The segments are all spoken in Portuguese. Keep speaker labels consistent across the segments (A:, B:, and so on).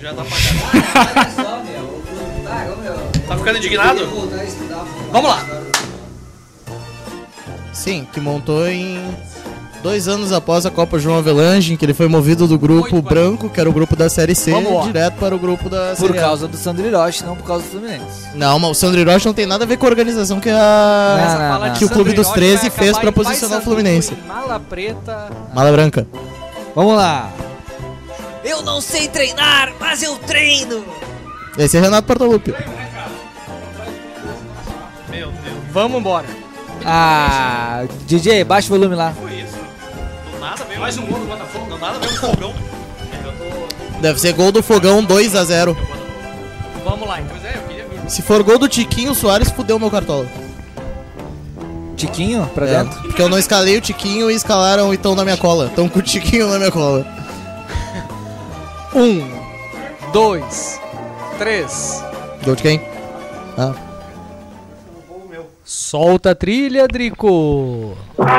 A: Já tá apagado.
B: Olha só, meu. Tá, ô, meu.
A: Tá ficando indignado?
B: Eu vou voltar a estudar, pô.
A: Vamos lá.
C: Sim, que montou em dois anos após a Copa João Avelange, em que ele foi movido do grupo branco, que era o grupo da Série C,
D: Vamos, ó.
C: direto para o grupo da
D: Por
C: Série A.
D: causa do Sandro Hiroshi, não por causa do Fluminense.
C: Não, mas o Sandro Hiroshi não tem nada a ver com a organização que a...
D: Ah, Não, não, não.
C: Que o Clube dos 13
A: Ah, vai
C: fez
A: acabar
C: pra
A: em
C: posicionar o
A: Paysandu,
C: Fluminense.
A: em Mala preta.
C: Mala Branca.
D: Vamos lá.
B: Eu não sei treinar, mas eu treino.
C: Esse é Renato Portaluppi.
A: Meu Deus.
C: Vamos embora.
D: Ah, DJ, baixa o volume lá.
A: Foi isso. Do nada veio. Mais um gol do Botafogo. Do nada veio um fogão. Eu tô.
C: Deve ser gol do Fogão 2 a 0
A: Eu Botafogo. Vamos lá, então. Pois é, eu queria ver o jogo.
C: Se for gol do Tiquinho, o Soares fudeu meu cartola.
D: Tiquinho pra
C: É,
D: dentro.
C: porque eu não escalei o Tiquinho e escalaram o Itão na minha cola. Estão com o Tiquinho na minha cola.
D: Um.
A: Dois. Três.
C: Gol de quem? Ah.
A: Solta a trilha, Drico.
E: Ladies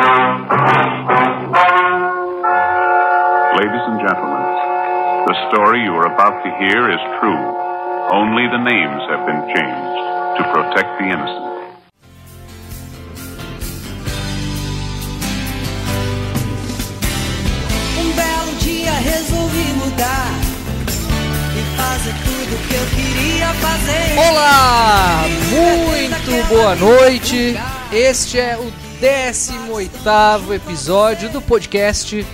E: and gentlemen, the story you are about to hear is true. Only the names have been changed to protect the innocent.
B: Um belo dia resolvi mudar e fazer tudo que eu queria fazer.
A: Olá! Muito boa noite. Este é o 18 episódio do podcast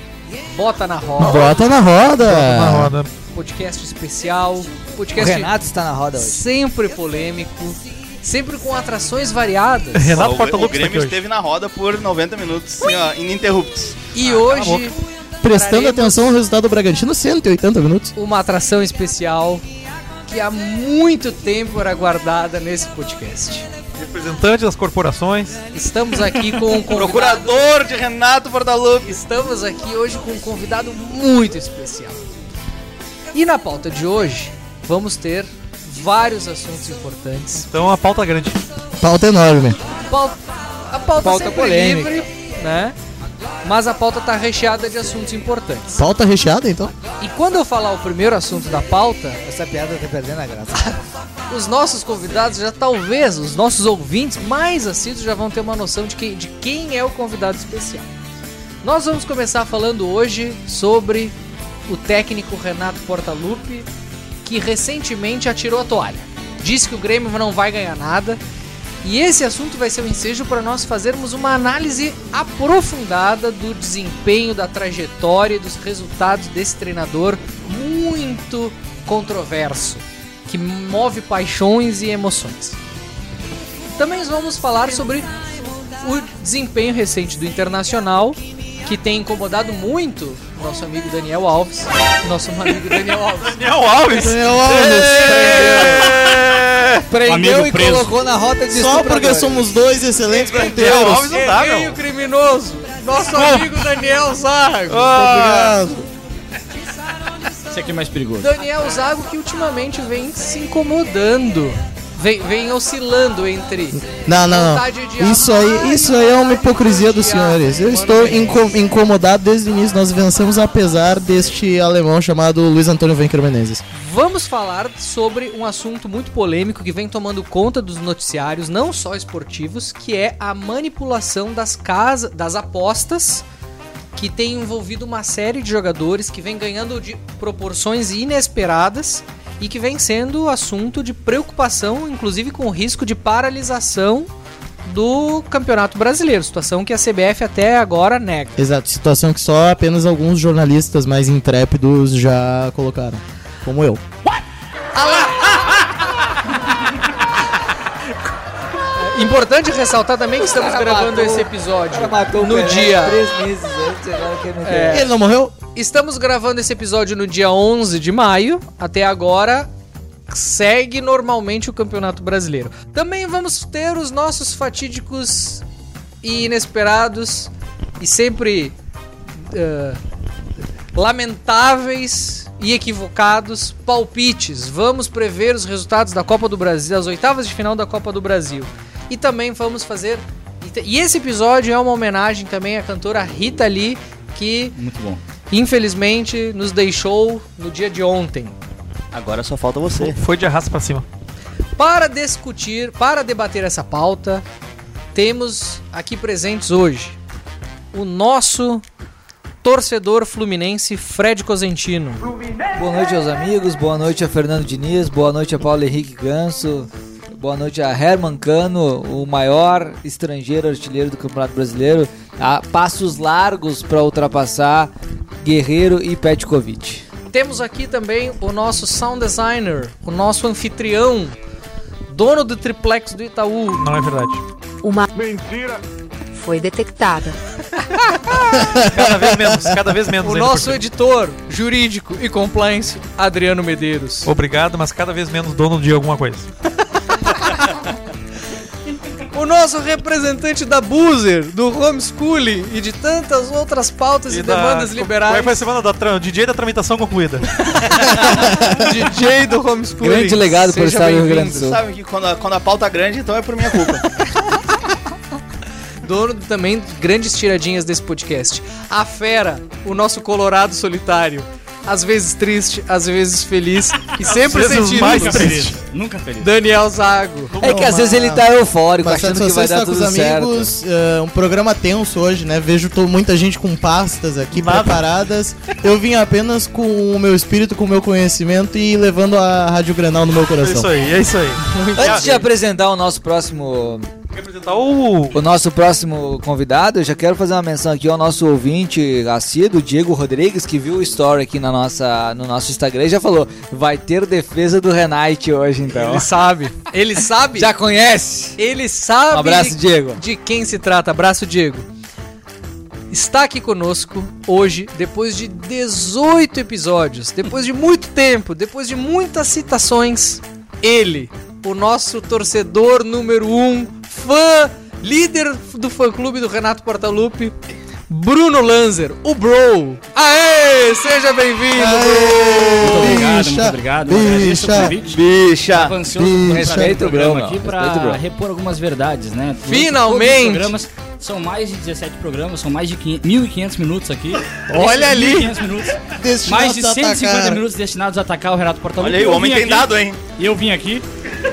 A: Bota na Roda.
C: Bota na
F: Uma
C: roda!
F: roda.
A: Podcast especial.
D: O
A: Podcast
D: Renato está na roda hoje.
A: sempre polêmico. Sempre com atrações variadas.
F: Renato
G: O- o
F: Portaluppi tá aqui
G: Grêmio
F: hoje.
G: esteve na roda por 90 minutos, assim, ó, ininterruptos.
F: Ah,
A: E hoje,
C: Prestando
A: Traremos-
C: atenção no resultado do Bragantino, 180 minutos.
A: uma atração especial que há muito tempo era guardada nesse podcast.
F: Representante das corporações.
A: Estamos aqui com um convidado,
G: Procurador de Renato Portaluppi.
A: estamos aqui hoje com um convidado muito especial. E na pauta de hoje, vamos ter vários assuntos importantes.
F: Então a pauta grande.
C: Pauta enorme.
A: Pau- a pauta,
D: Pauta
A: sempre
D: polêmica.
A: livre, né? Mas a pauta tá recheada de assuntos importantes.
C: Pauta recheada, então?
A: E quando eu falar o primeiro assunto da pauta,
D: Essa piada tá perdendo a graça.
A: os nossos convidados já talvez, os nossos ouvintes mais assíduos já vão ter uma noção de, que, de quem é o convidado especial. Nós vamos começar falando hoje sobre o técnico Renato Portaluppi, que recentemente atirou a toalha. Disse que o Grêmio não vai ganhar nada. E esse assunto vai ser o ensejo para nós fazermos uma análise aprofundada do desempenho, da trajetória e dos resultados desse treinador muito controverso que move paixões e emoções. Também vamos falar sobre o desempenho recente do Internacional, que tem incomodado muito nosso amigo Daniel Alves. Nosso amigo Daniel Alves.
G: Daniel Alves.
C: Daniel Alves!
D: Prendeu
H: Amigo
D: e
H: preso.
D: colocou na rota de
C: Só porque
D: estupradores.
C: somos dois excelentes
G: Daniel
C: ponteiros.
G: Alves não dá,
A: Errei
G: meu.
A: o criminoso, nosso amigo Daniel Zago.
G: Ah.
C: Obrigado.
H: Esse aqui é mais perigoso.
A: Daniel Zago que ultimamente vem se incomodando, vem, vem oscilando entre
C: Não, não,
A: Vontade de
C: não. Isso
A: amar
C: aí,
A: e
C: isso aí é uma
A: vontade
C: hipocrisia
A: de
C: dos
A: odiar.
C: senhores. Eu
A: Mano,
C: estou
A: bem.
C: inco- incomodado desde o início. Nós vencemos apesar deste alemão chamado Luiz Antônio Venker Menezes.
A: Vamos falar sobre um assunto muito polêmico que vem tomando conta dos noticiários, não só esportivos, que é a manipulação das casas, das apostas, que tem envolvido uma série de jogadores que vem ganhando de proporções inesperadas e que vem sendo assunto de preocupação, inclusive com o risco de paralisação do Campeonato Brasileiro, situação que a CBF até agora nega.
C: Exato, situação que só apenas alguns jornalistas mais intrépidos já colocaram. Como eu.
A: Importante ressaltar também que estamos
D: Cara,
A: gravando
D: matou.
A: esse episódio
D: Ela matou o
A: no
D: Pelé
A: dia
D: Três meses antes, agora quer meter.
A: É.
C: Ele não morreu?
A: Estamos gravando esse episódio no dia 11 de maio. Até agora segue normalmente o Campeonato Brasileiro. Também vamos ter os nossos fatídicos e inesperados e sempre eh, lamentáveis e equivocados palpites. Vamos prever os resultados da Copa do Brasil, das oitavas de final da Copa do Brasil. E também vamos fazer e te- e esse episódio é uma homenagem também à cantora Rita Lee que
H: Muito bom.
A: infelizmente nos deixou no dia de ontem.
I: Agora só falta você.
F: Foi de arrasto pra cima.
A: Para discutir, para debater essa pauta, temos aqui presentes hoje o nosso torcedor fluminense Fred Cosentino.
D: Boa noite aos amigos, boa noite a Fernando Diniz, boa noite a Paulo Henrique Ganso, boa noite a Herman Cano, o maior estrangeiro artilheiro do Campeonato Brasileiro, a passos largos para ultrapassar Guerreiro e Petkovic.
A: Temos aqui também o nosso sound designer, o nosso anfitrião, dono do triplex do Itaú.
F: Não é verdade.
J: Uma mentira foi detectada.
F: Cada vez menos, cada vez menos. é
A: O
F: hein,
A: nosso
F: Portilho?
A: editor jurídico e compliance, Adriano Medeiros.
F: Obrigado, mas cada vez menos dono de alguma coisa.
A: O nosso representante da Boozer, do homeschooling e de tantas outras pautas e,
F: da-
A: demandas
F: como- Como é que
A: liberais.
F: foi a semana da tra... DJ da tramitação concluída?
A: DJ do homeschooling.
D: Grande legado por
A: Seja
D: estar no Rio Grande do
A: bem-vindo.
D: Sul.
G: Sabe que quando a, quando a pauta é grande, então é por minha culpa.
A: Dono também de grandes tiradinhas desse podcast. A Fera, o nosso colorado solitário. Às vezes triste, às vezes feliz e sempre
F: vezes
A: sentindo.
F: mais
A: isso.
F: triste.
H: Nunca feliz.
A: Daniel Zago.
D: É que às vezes ele tá eufórico,
C: Uma
D: achando que
C: satisfação
D: vai
C: estar
D: dar
C: com
D: tudo
C: os
D: certo.
C: amigos. é, um programa tenso hoje, né? Vejo to- muita gente com pastas aqui preparadas. Eu vim apenas com o meu espírito, com o meu conhecimento e levando a Rádio Granal no
F: É
C: meu
F: isso
C: coração.
F: aí, é isso aí.
D: Antes de apresentar o nosso próximo
F: Quer apresentar o.
D: O nosso próximo convidado, eu já quero fazer uma menção aqui ao nosso ouvinte assíduo, Diego Rodrigues, que viu o story aqui na nossa, no nosso Instagram e já falou: vai ter defesa do Renate hoje, então.
A: Ele sabe. Ele sabe.
D: Já conhece?
A: Ele sabe.
D: Um abraço,
A: de-
D: Diego.
A: de quem se trata. Abraço, Diego. Está aqui conosco hoje, depois de 18 episódios, depois de muito tempo, depois de muitas citações, ele, o nosso torcedor número um, fã, líder do fã-clube do Renato Portaluppi, Bruno Lanzer, o Bro. Aê, seja bem-vindo,
H: Muito
A: Bro!
H: obrigado,
C: Bicha,
H: muito obrigado. Eu Agradeço
C: bicha,
H: o convite.
G: Bicha!
H: Tava ansioso por
C: bicha.
H: fazer o
D: Respeita o
H: um programa
D: Bruno,
H: aqui
D: respeita o
H: pra
D: Bruno.
H: repor algumas verdades, né? Durante
A: Finalmente!
H: todos os programas, são mais de 17 programas, são mais de 500 1.500 minutos aqui.
C: Olha
H: Esses
C: ali!
H: 1.500 minutos,
C: Destinados
H: mais de
C: a
H: 150
C: atacar.
H: minutos destinados a atacar o Renato Portaluppi.
G: Olha aí, o
H: Eu
G: homem
H: vim
G: tem
H: aqui-
G: dado, hein?
H: E eu vim aqui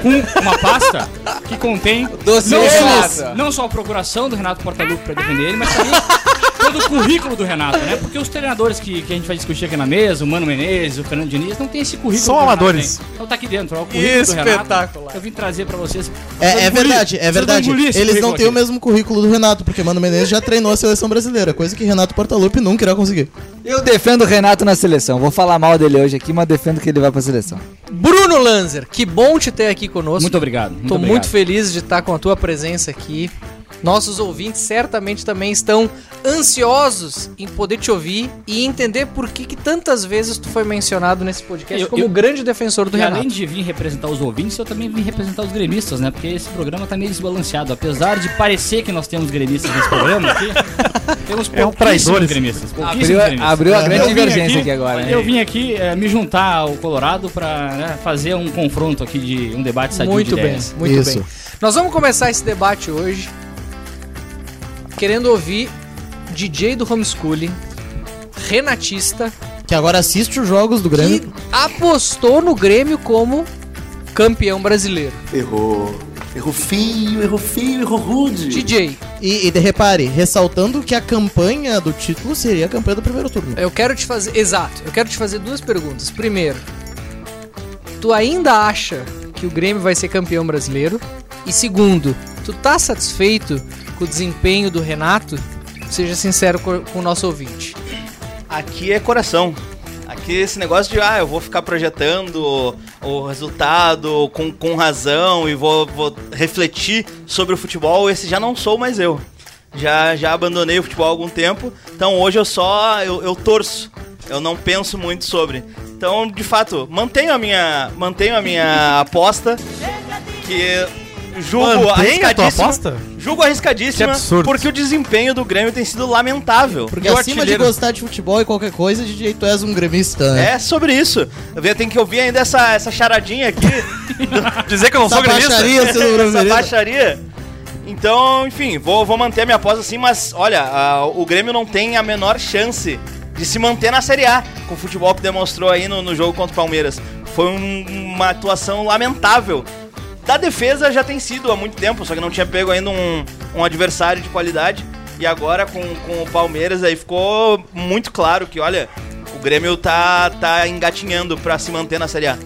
H: com uma pasta que contém
D: Doce
H: não, é só,
D: Renato.
H: não só a procuração do Renato Portaluppi pra defender ele, mas também todo o currículo do Renato, né? Porque os treinadores que, que a gente vai discutir aqui na mesa, o Mano Menezes, o Fernando Diniz, não tem esse currículo.
F: São
H: que o Renato
F: amadores.
H: tem. Então tá aqui dentro, ó, o currículo do
A: Espetacular.
H: Renato. Eu vim trazer pra vocês.
C: É, é
H: Vocês vão
C: verdade,
H: engolir-
C: é verdade.
H: vocês vão engolir um esse
C: Eles não
H: currículo
C: têm o
H: aqui.
C: mesmo currículo do Renato, porque Mano Menezes já treinou a seleção brasileira, coisa que Renato Portaluppi nunca irá conseguir.
D: Eu defendo o Renato na seleção. Vou falar mal dele hoje aqui, mas defendo que ele vai pra seleção.
A: Bruno Lanzer, que bom te ter aqui conosco.
H: Muito obrigado.
A: Tô
H: obrigado.
A: muito feliz de estar com a tua presença aqui. Nossos ouvintes certamente também estão ansiosos em poder te ouvir e entender por que, que tantas vezes tu foi mencionado nesse podcast
H: Eu-
A: como
H: eu-
A: grande defensor do
H: E
A: Renato.
H: além de vir representar os ouvintes, eu também vim representar os gremistas, né? Porque esse programa tá meio desbalanceado. Apesar de parecer que nós temos gremistas nesse programa aqui, temos
F: É um
H: pouquíssimos
F: traidor esse-
H: gremistas. pouquíssimos
D: Abriu,
H: gremistas. É,
D: abriu a grande
H: Eu vim
D: divergência aqui agora, né?
H: Eu vim aqui eh, me juntar ao Colorado pra né, fazer um confronto aqui de um debate sadio de
A: Muito bem,
H: ideias.
A: muito
C: Isso.
A: bem. Nós vamos começar esse debate hoje querendo ouvir DJ do homeschooling, renatista,
C: Que agora assiste os jogos do Grêmio.
A: que apostou no Grêmio como campeão brasileiro.
K: Errou. Errou feio, errou feio, errou rude.
A: DJ,
C: E, e de- repare, ressaltando que a campanha do título seria a campanha do primeiro turno.
A: Eu quero te fazer. Exato, eu quero te fazer duas perguntas. Primeiro, tu ainda acha que o Grêmio vai ser campeão brasileiro? E segundo, tu tá satisfeito com o desempenho do Renato? Seja sincero co- com o nosso ouvinte.
G: Aqui é coração. Aqui esse negócio de, ah, eu vou ficar projetando o resultado com, com razão e vou, vou refletir sobre o futebol, esse já não sou mais eu. Já, já abandonei o futebol há algum tempo, então hoje eu só, eu, eu torço. Eu não penso muito sobre. Então, de fato, mantenho a minha, mantenho a minha aposta, que julgo
F: Mantém a tua
G: arriscadíssima-
F: aposta?
G: Julgo arriscadíssima,
F: Que absurdo.
G: porque o desempenho do Grêmio tem sido lamentável.
C: Porque
F: E o
C: acima de
F: artilheiro?
C: gostar de futebol e qualquer coisa, DJ, tu és um gremista, né?
G: É sobre isso. Eu tenho que ouvir ainda essa, essa charadinha aqui,
F: Dizer que eu não
C: Essa
F: sou gremista?
C: baixaria sendo
G: essa
C: gremista.
G: baixaria. Então, enfim, vou, vou manter a minha aposta assim, mas olha, a- o Grêmio não tem a menor chance de se manter na Série A, com o futebol que demonstrou aí no, no jogo contra o Palmeiras. Foi um- uma atuação lamentável. Da defesa já tem sido há muito tempo, só que não tinha pego ainda um, um adversário de qualidade. E agora com, com o Palmeiras aí ficou muito claro que, olha, o Grêmio tá, tá engatinhando pra se manter na Série A.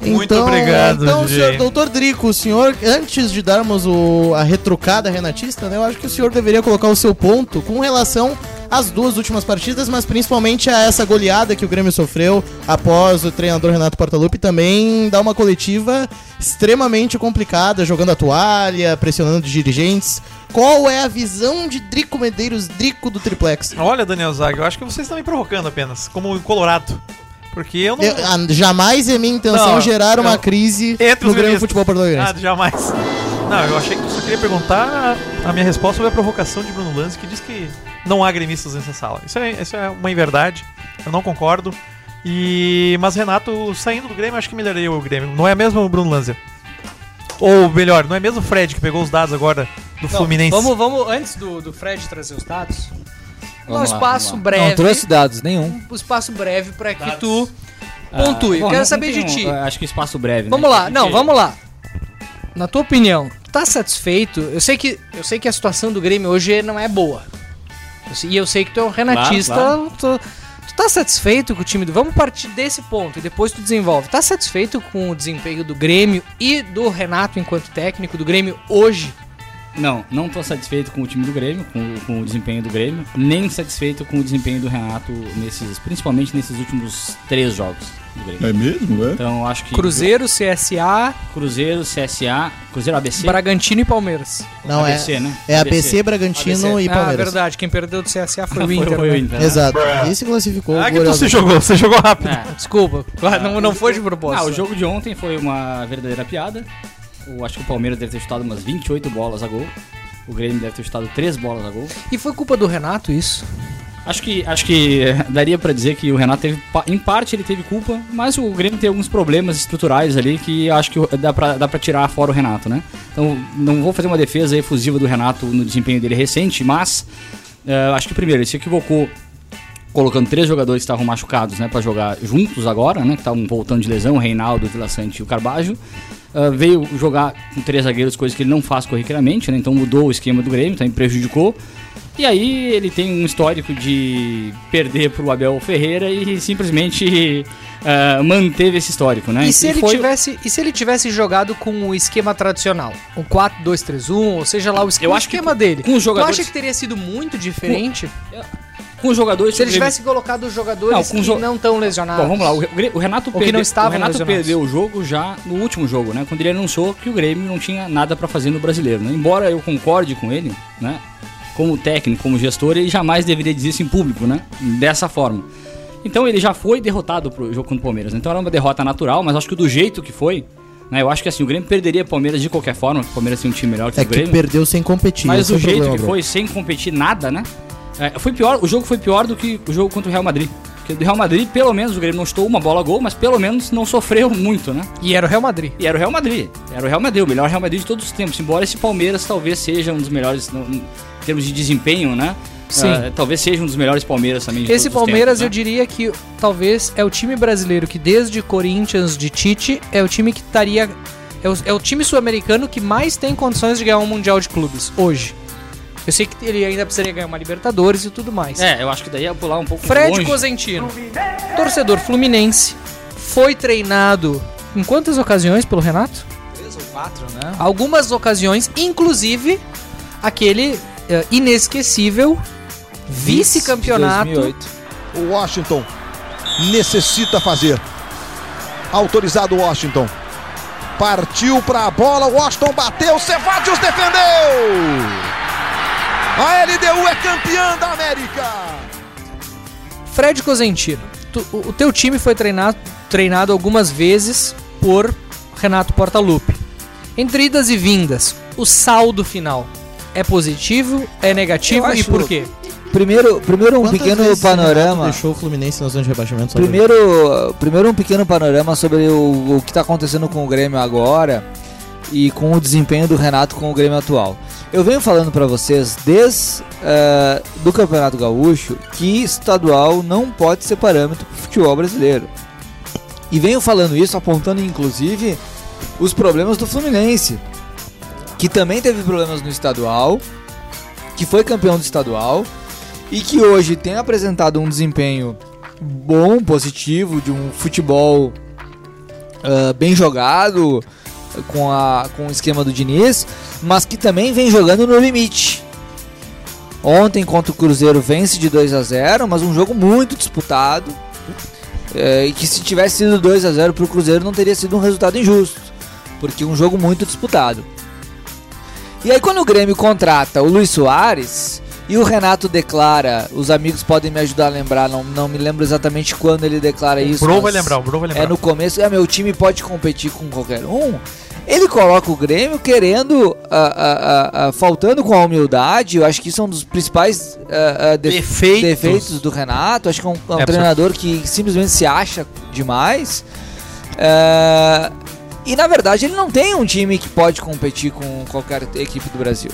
F: Muito obrigado,
C: Então,
F: DJ.
C: senhor, doutor Drico, o senhor, antes de darmos o- a retrucada renatista, né, eu acho que o senhor deveria colocar o seu ponto com relação às duas últimas partidas, mas principalmente a essa goleada que o Grêmio sofreu após o treinador Renato Portaluppi também dar uma coletiva extremamente complicada, jogando a toalha, pressionando os dirigentes. Qual é a visão de Drico Medeiros, Drico do Triplex?
F: Olha, Daniel Zaga, eu acho que vocês estão me provocando apenas, como colorado. Porque eu não.
C: Eu- ah, jamais é minha intenção
F: Não,
C: gerar uma
F: eu-
C: crise
F: Entre
C: no
F: os
C: Grêmio
F: gremistas.
C: Futebol Português.
F: Ah, jamais. Não, eu achei que você queria perguntar a minha resposta sobre a provocação de Bruno Lanz, que diz que não há gremistas nessa sala. Isso é, isso é uma inverdade, eu não concordo. E Mas Renato, saindo do Grêmio, acho que melhoraria o Grêmio. Não é mesmo o Bruno Lanzer? Ou melhor, não é mesmo o Fred que pegou os dados agora do
A: Não,
F: Fluminense?
A: Vamos, vamos, antes do, do Fred trazer os dados,
D: Vamos
A: um
D: lá,
A: espaço
D: vamos lá.
A: breve.
D: Não trouxe dados nenhum.
A: Um espaço breve pra que
H: Dados.
A: tu
H: Ah,
A: pontue.
H: bom,
A: Eu quero
H: não
A: saber
H: tem
A: de
H: um-
A: ti.
H: eh, acho que espaço breve. né?
A: Vamos lá, não,
H: De-
A: vamos lá. Na tua opinião, tu tá satisfeito? Eu sei que, eu sei que a situação do Grêmio hoje não é boa. Eu sei- E eu sei que tu é um renatista.
H: Claro,
A: Tu, tu tá satisfeito com o time do. Vamos partir desse ponto e depois tu desenvolve. Tá satisfeito com o desempenho do Grêmio e do Renato enquanto técnico do Grêmio hoje?
H: Não, não tô satisfeito com o time do Grêmio, com, com o desempenho do Grêmio, nem satisfeito com o desempenho do Renato nesses, principalmente nesses últimos três jogos do Grêmio.
L: É mesmo, é?
H: Então acho que
A: Cruzeiro, CSA,
H: Cruzeiro, CSA, Cruzeiro ABC.
A: Bragantino e Palmeiras.
C: Não, é-
H: ABC, né?
C: é ABC, Bragantino e
A: Ah,
C: Palmeiras.
A: verdade, quem perdeu do CSA foi o
H: Foi
A: Inter.
H: o
A: né?
H: Inter, né?
C: Exato. E se classificou.
A: Ah, que tu
C: glorioso.
A: se jogou, você jogou rápido.
H: É.
A: Desculpa, claro, não, não foi de
H: Ah,
A: propósito.
H: o jogo de ontem foi uma verdadeira piada. Eu acho que o Palmeiras deve ter chutado umas 28 bolas a gol. O Grêmio deve ter chutado 3 bolas a gol.
A: E foi culpa do Renato isso?
H: Acho que, acho que eh, daria pra dizer que o Renato teve, pa- em parte ele teve culpa, mas o Grêmio tem alguns problemas estruturais ali que acho que o- dá pra, dá pra tirar fora o Renato, né? Então não vou fazer uma defesa efusiva do Renato no desempenho dele recente, mas eh, acho que primeiro ele se equivocou colocando três jogadores que estavam machucados, né, para jogar juntos agora, né, que estavam voltando de lesão, o Reinaldo, o Vila Sante e o Carbajo. Ah, veio jogar com três zagueiros, coisa que ele não faz corriqueiramente, né, então mudou o esquema do Grêmio, também prejudicou. E aí ele tem um histórico de perder pro Abel Ferreira e simplesmente ah, manteve esse histórico, né?
A: E se,
H: E
A: ele
H: foi-
A: tivesse, e se ele tivesse jogado com o esquema tradicional? Um 4-2-3-1, ou seja lá, o esquema,
H: acho que
A: esquema dele.
H: com os jogadores-
A: Tu acha que teria sido muito diferente?
H: com os jogadores
A: Se ele
H: que o Grêmio-
A: tivesse colocado os jogadores
H: Não, com
A: que
H: jo-
A: não estão lesionados.
H: Bom, vamos lá. O, Gre- o Renato,
A: Ou que
H: perdeu,
A: não estavam
H: o Renato
A: lesionados.
H: perdeu o jogo já no último jogo, né? Quando ele anunciou que o Grêmio não tinha nada pra fazer no brasileiro. né? Embora eu concorde com ele, né? Como técnico, como gestor, ele jamais deveria dizer isso em público, né? Dessa forma. Então ele já foi derrotado pro jogo contra o Palmeiras. né? Então era uma derrota natural, mas acho que do jeito que foi, né? Eu acho que assim, o Grêmio perderia o Palmeiras de qualquer forma, porque o Palmeiras tem um time melhor que
C: É
H: o
C: que
H: Grêmio.
C: perdeu sem competir.
H: Mas
C: esse é
H: o
C: o
H: jeito
C: problema,
H: que
C: Bruno.
H: foi, sem competir nada, né? É, foi pior, o jogo foi pior do que o jogo contra o Real Madrid. Porque do Real Madrid, pelo menos, o Grêmio não estou uma bola a gol, mas pelo menos não sofreu muito, né?
A: E era o Real Madrid.
H: E era o Real Madrid. Era o Real Madrid, o melhor Real Madrid de todos os tempos. Embora esse Palmeiras talvez seja um dos melhores no- em termos de desempenho, né?
A: Sim.
H: Ah, talvez seja um dos melhores Palmeiras também de
A: Esse
H: todos os
A: Palmeiras eu
H: tempos, né?
A: diria que talvez é o time brasileiro que desde Corinthians de Tite é o time que estaria é o, é o time sul-americano que mais tem condições de ganhar um mundial de clubes hoje. Eu sei que ele ainda precisaria ganhar uma Libertadores e tudo mais.
H: É, eu acho que daí ia pular um pouco
A: Fred
H: longe.
A: Cosentino, torcedor fluminense, foi treinado em quantas ocasiões pelo Renato?
D: Três ou quatro, né?
A: Algumas ocasiões, inclusive aquele eh, inesquecível vice-campeonato
M: O Washington necessita fazer. Autorizado o Washington. Partiu pra bola, Washington bateu, Cevadios defendeu! A LDU é campeã da América!
A: Fred Cosentino, tu- o o teu time foi treinado, treinado algumas vezes por Renato Portaluppi. Entre idas e vindas, o saldo final é positivo, é negativo
D: Eu
A: e
D: acho-
A: por quê?
D: Primeiro, primeiro um
A: Quantas
D: pequeno
A: vezes o Renato
D: panorama.
C: Deixou o Fluminense na zona de rebaixamento. só pra-
D: Primeiro, primeiro um pequeno panorama sobre o, o que está acontecendo com o Grêmio agora e com o desempenho do Renato com o Grêmio atual. Eu venho falando pra vocês desde eh, do Campeonato Gaúcho que estadual não pode ser parâmetro pro futebol brasileiro. E venho falando isso apontando inclusive os problemas do Fluminense, que também teve problemas no estadual, que foi campeão do estadual e que hoje tem apresentado um desempenho bom, positivo, de um futebol ah, bem jogado com, a, com o esquema do Diniz, mas que também vem jogando no limite. Ontem contra o Cruzeiro vence de 2 a 0 mas um jogo muito disputado. eh, e que se tivesse sido 2 a 0 para o Cruzeiro não teria sido um resultado injusto, porque um jogo muito disputado. E aí quando o Grêmio contrata o Luiz Soares e o Renato declara, os amigos podem me ajudar a lembrar, não, não me lembro exatamente quando ele declara isso.
F: Bro vai
D: mas
F: lembrar, o Bro vai lembrar.
D: É no começo, é meu time pode competir com qualquer um. Ele coloca o Grêmio querendo, ah, ah, ah, ah, faltando com a humildade, eu acho que isso é um dos principais ah, ah, def-
F: Defeitos.
D: defeitos do Renato. Acho que é um, é um
F: É,
D: treinador que simplesmente se acha demais. É, e na verdade ele não tem um time que pode competir com qualquer equipe do Brasil.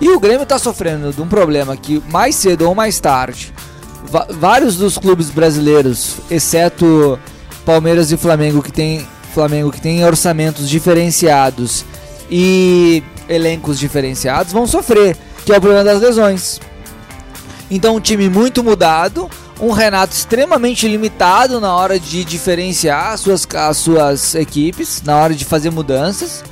D: E o Grêmio está sofrendo de um problema que mais cedo ou mais tarde, va- vários dos clubes brasileiros, exceto Palmeiras e Flamengo, que tem, Flamengo, que tem orçamentos diferenciados e elencos diferenciados, vão sofrer, que é o problema das lesões. Então, um time muito mudado, um Renato extremamente limitado na hora de diferenciar as suas, as suas equipes, na hora de fazer mudanças.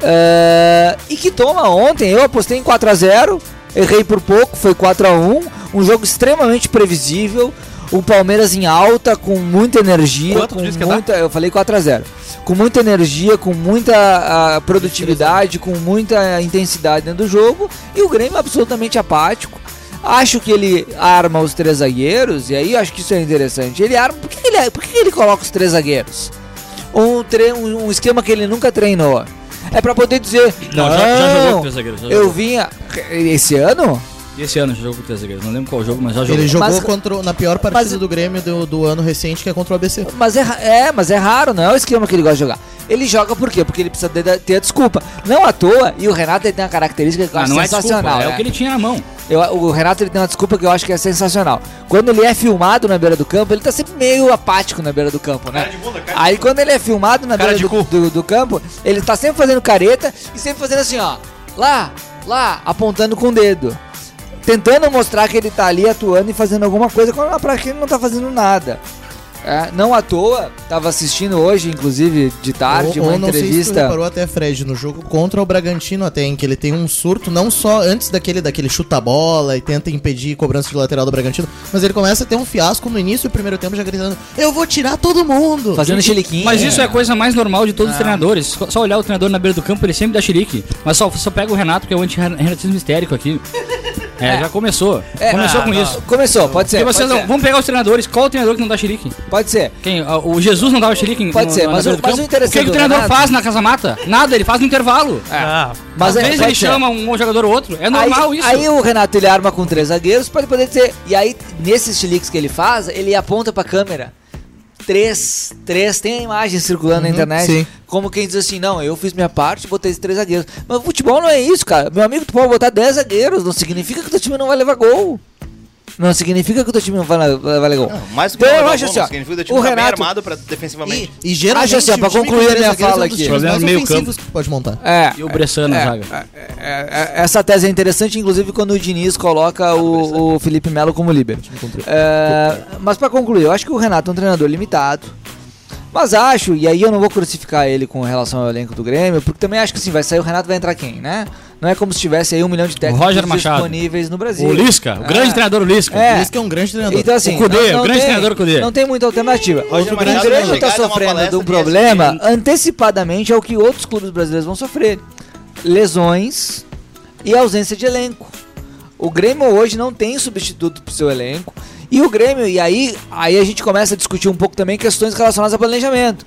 D: É, e que toma ontem, eu apostei em 4 a 0 errei por pouco, foi 4 a 1 um jogo extremamente previsível, o Palmeiras em alta, com muita energia,
F: Quanto tu
D: com
F: disse que ia dar?
D: muita, eu falei 4 a 0 com muita energia, com muita ah, produtividade, com muita intensidade dentro do jogo, e o Grêmio absolutamente apático. Acho que ele arma os três zagueiros, e aí eu acho que isso é interessante. Ele arma. Por que ele, por que ele coloca os três zagueiros? Um, tre- um um esquema que ele nunca treinou. É pra poder dizer. Não,
H: Não, já- já jogou com três zagueiros, já
D: Eu
H: jogou."
D: vinha. Esse ano?
H: E esse ano já jogou com três zagueiros. Não lembro qual jogo, mas já jogou.
C: Ele jogou
D: Mas-
C: contra, na pior partida do Grêmio do, do ano recente, que é contra o ABC.
D: Mas é, ra- é, mas é raro, não é o esquema que ele gosta de jogar. Ele joga por quê? Porque ele precisa de- ter a desculpa. Não à toa, e o Renato ele tem uma característica que eu
H: Ah,
D: acho
H: não é
D: sensacional.
H: desculpa, é o
D: né?
H: que ele tinha na mão.
D: Eu- o Renato ele tem uma desculpa que eu acho que é sensacional. Quando ele é filmado na beira do campo, ele tá sempre meio apático na beira do campo, né? Aí quando ele é filmado na beira do, do- do campo, ele tá sempre fazendo careta e sempre fazendo assim, ó. Lá, lá, apontando com o dedo. Tentando mostrar que ele tá ali atuando e fazendo alguma coisa, quando na prática ele não tá fazendo nada. É, não à toa, tava assistindo hoje, inclusive, de tarde,
C: ou,
D: uma
C: ou não sei se tu
D: entrevista.
C: reparou até, Fred, no jogo contra o Bragantino até, em que ele tem um surto, não só antes daquele, daquele chuta-bola e tenta impedir cobrança de lateral do Bragantino, mas ele começa a ter um fiasco no início do primeiro tempo, já gritando, eu vou tirar todo mundo!
D: Fazendo chiliquinho. Ah.
H: Mas isso é a coisa mais normal de todos os treinadores. Só olhar o treinador na beira do campo, ele sempre dá chilique. Mas só, só pega o Renato, que é o anti-renatismo histérico aqui. É, já começou.
D: É,
H: começou
D: ah,
H: com
D: não.
H: isso.
D: Começou, pode ser.
H: Porque vocês
D: pode
H: não,
D: ser.
H: vamos pegar os treinadores. Qual o treinador que não dá chilique?
D: Pode ser.
H: Quem? Ah, O Jesus não dava chilique?
D: Pode ser, mas o- mas o interessante
H: O que, que
D: do
H: o treinador
D: Renato-
H: faz na Casa Mata? Nada, ele faz no intervalo.
F: Ah,
D: Mas
H: Às
D: é-
H: vezes
D: pode
H: ele
D: ser.
H: chama um jogador ou outro. É normal
D: aí,
H: isso.
D: Aí o Renato ele arma com três zagueiros para poder dizer. E aí, nesses chiliques que ele faz, ele aponta pra câmera. Três, três, tem a imagem circulando na internet.
C: sim.
D: Como quem diz assim: não, eu fiz minha parte, botei esses três zagueiros. Mas o futebol não é isso, cara. Meu amigo, tu pode botar dez zagueiros, não significa que o teu time não vai levar gol. Não significa que o teu time não vai, vai levar gol.
G: Mais do que
D: então eu
G: levar
D: acho
G: bola,
D: assim:
G: não
D: ó,
G: significa que o
D: o
G: time tá bem
D: Renato.
G: armado pra, defensivamente.
C: E geralmente,
D: Acho assim, ó,
C: o
D: pra
C: time com
D: concluir a
C: três
D: minha
C: zagueiros
D: fala
C: é um dos
D: aqui.
C: times mais
H: Problema meio
C: ofensivos que pode montar.
D: É,
H: E o Bressan na
D: é,
H: zaga.
D: é, é, é, essa tese é interessante, inclusive, quando o Diniz coloca o, o Felipe Melo como líbero. É, mas pra concluir, eu acho que o Renato é um treinador limitado. Mas acho, e aí eu não vou crucificar ele com relação ao elenco do Grêmio, porque também acho que assim, vai sair o Renato vai entrar quem, né? Não é como se tivesse aí um milhão de técnicos
H: Roger Machado.
D: disponíveis no Brasil.
H: O Lisca, o grande
D: É.
H: treinador Lisca.
D: É.
C: Por isso que é um grande treinador.
D: Então assim,
H: O Cudê,
D: não- não
H: o grande
D: tem-
H: treinador Cudê.
D: Não tem muita alternativa.
G: Roger
D: o
G: Machado
D: Grêmio está
G: vai chegar e dar uma
D: sofrendo de
G: palestra
D: um
G: de
D: problema antecipadamente ao que outros clubes brasileiros vão sofrer. Lesões e ausência de elenco. O Grêmio hoje não tem substituto pro seu elenco. E o Grêmio, e aí, aí a gente começa a discutir um pouco também questões relacionadas a planejamento.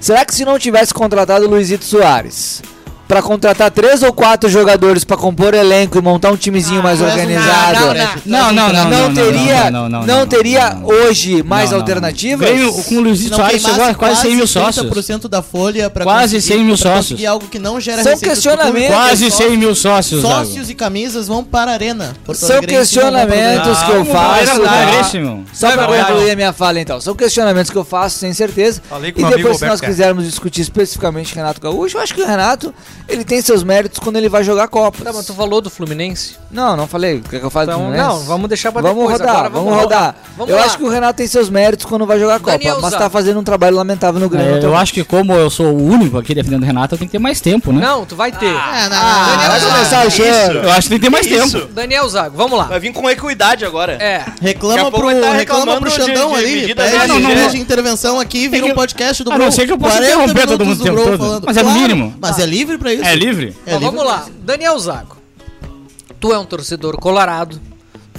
D: Será que se não tivesse contratado o Luizito Soares, pra contratar três ou quatro jogadores pra compor elenco e montar um
G: Ah,
D: timezinho mais
H: mas não-
D: organizado.
H: não, não, não, não, não, não,
D: teria,
H: não, não, não,
D: não teria hoje mais
H: não, não.
D: alternativas.
H: Grêmio, com o
C: Se
H: Luizito
C: não
H: Soares
C: queimasse
H: chegou a quase 100 mil
C: 30%
H: sócios.
C: da folha pra
H: Quase
C: conseguir-
H: 100 mil
C: pra conseguir
H: sócios.
C: algo que não gera
D: São
C: receita pro clube.
D: questionamentos.
H: Quase 100 mil sócios. Zago.
C: Sócios e camisas vão para a arena. Porto
D: São
C: Alegrense
D: questionamentos
C: não
D: que
C: vão
D: eu
C: pra arena.
D: faço.
H: não,
D: tá?
H: Veríssimo.
D: Só
H: Não é
D: pra
H: verdade.
D: concluir a minha fala, então. São questionamentos que eu faço, sem certeza.
F: Falei com
D: E
F: o amigo
D: depois, se
F: Roberto
D: nós
F: Carlos.
D: quisermos discutir especificamente o Renato Gaúcho, eu acho que o Renato ele tem seus méritos quando ele vai jogar Copa.
A: Tá, mas tu falou do Fluminense?
D: Não, não falei. O que, é que eu falo do
A: Então,
D: Fluminense?
A: não, vamos deixar pra
D: Vamos
A: depois.
D: rodar,
A: Agora
D: vamos, rodar.
A: Vamos
D: eu
A: lá.
D: acho que o Renato tem seus méritos quando vai jogar Copa,
A: Daniel
D: mas
A: Zago.
D: tá fazendo um trabalho lamentável no Grêmio. Então,
H: É, eu
D: também.
H: acho que como eu sou o único aqui defendendo o Renato, eu tenho que ter mais tempo, né?
A: Não, tu vai ter.
C: É, não, não, não.
A: Daniel, Zago,
H: é
G: Que
C: é
G: isso?
H: Eu acho que tem que ter mais
G: Isso.
H: tempo.
A: Daniel Zago, vamos lá.
G: Vai vir com equidade agora.
A: É.
G: Daqui
C: Reclama
G: a pouco
C: pro,
G: vai estar
C: reclama pro
G: reclamando de-
C: Xandão
G: de
C: ali.
G: medidas
C: Pede,
H: não, não,
C: pede
H: não.
C: intervenção aqui e vira
H: que-
C: um podcast do
H: a
C: Bro.
H: não ser que eu possa
C: 40
H: interromper todo
C: minutos
H: mundo o tempo
C: do Bro
H: todo.
C: falando.
H: Mas é
C: Claro,
H: mínimo.
C: Mas é livre pra isso.
H: É livre?
A: Ó, Então vamos lá. Daniel Zago, tu é um torcedor colorado.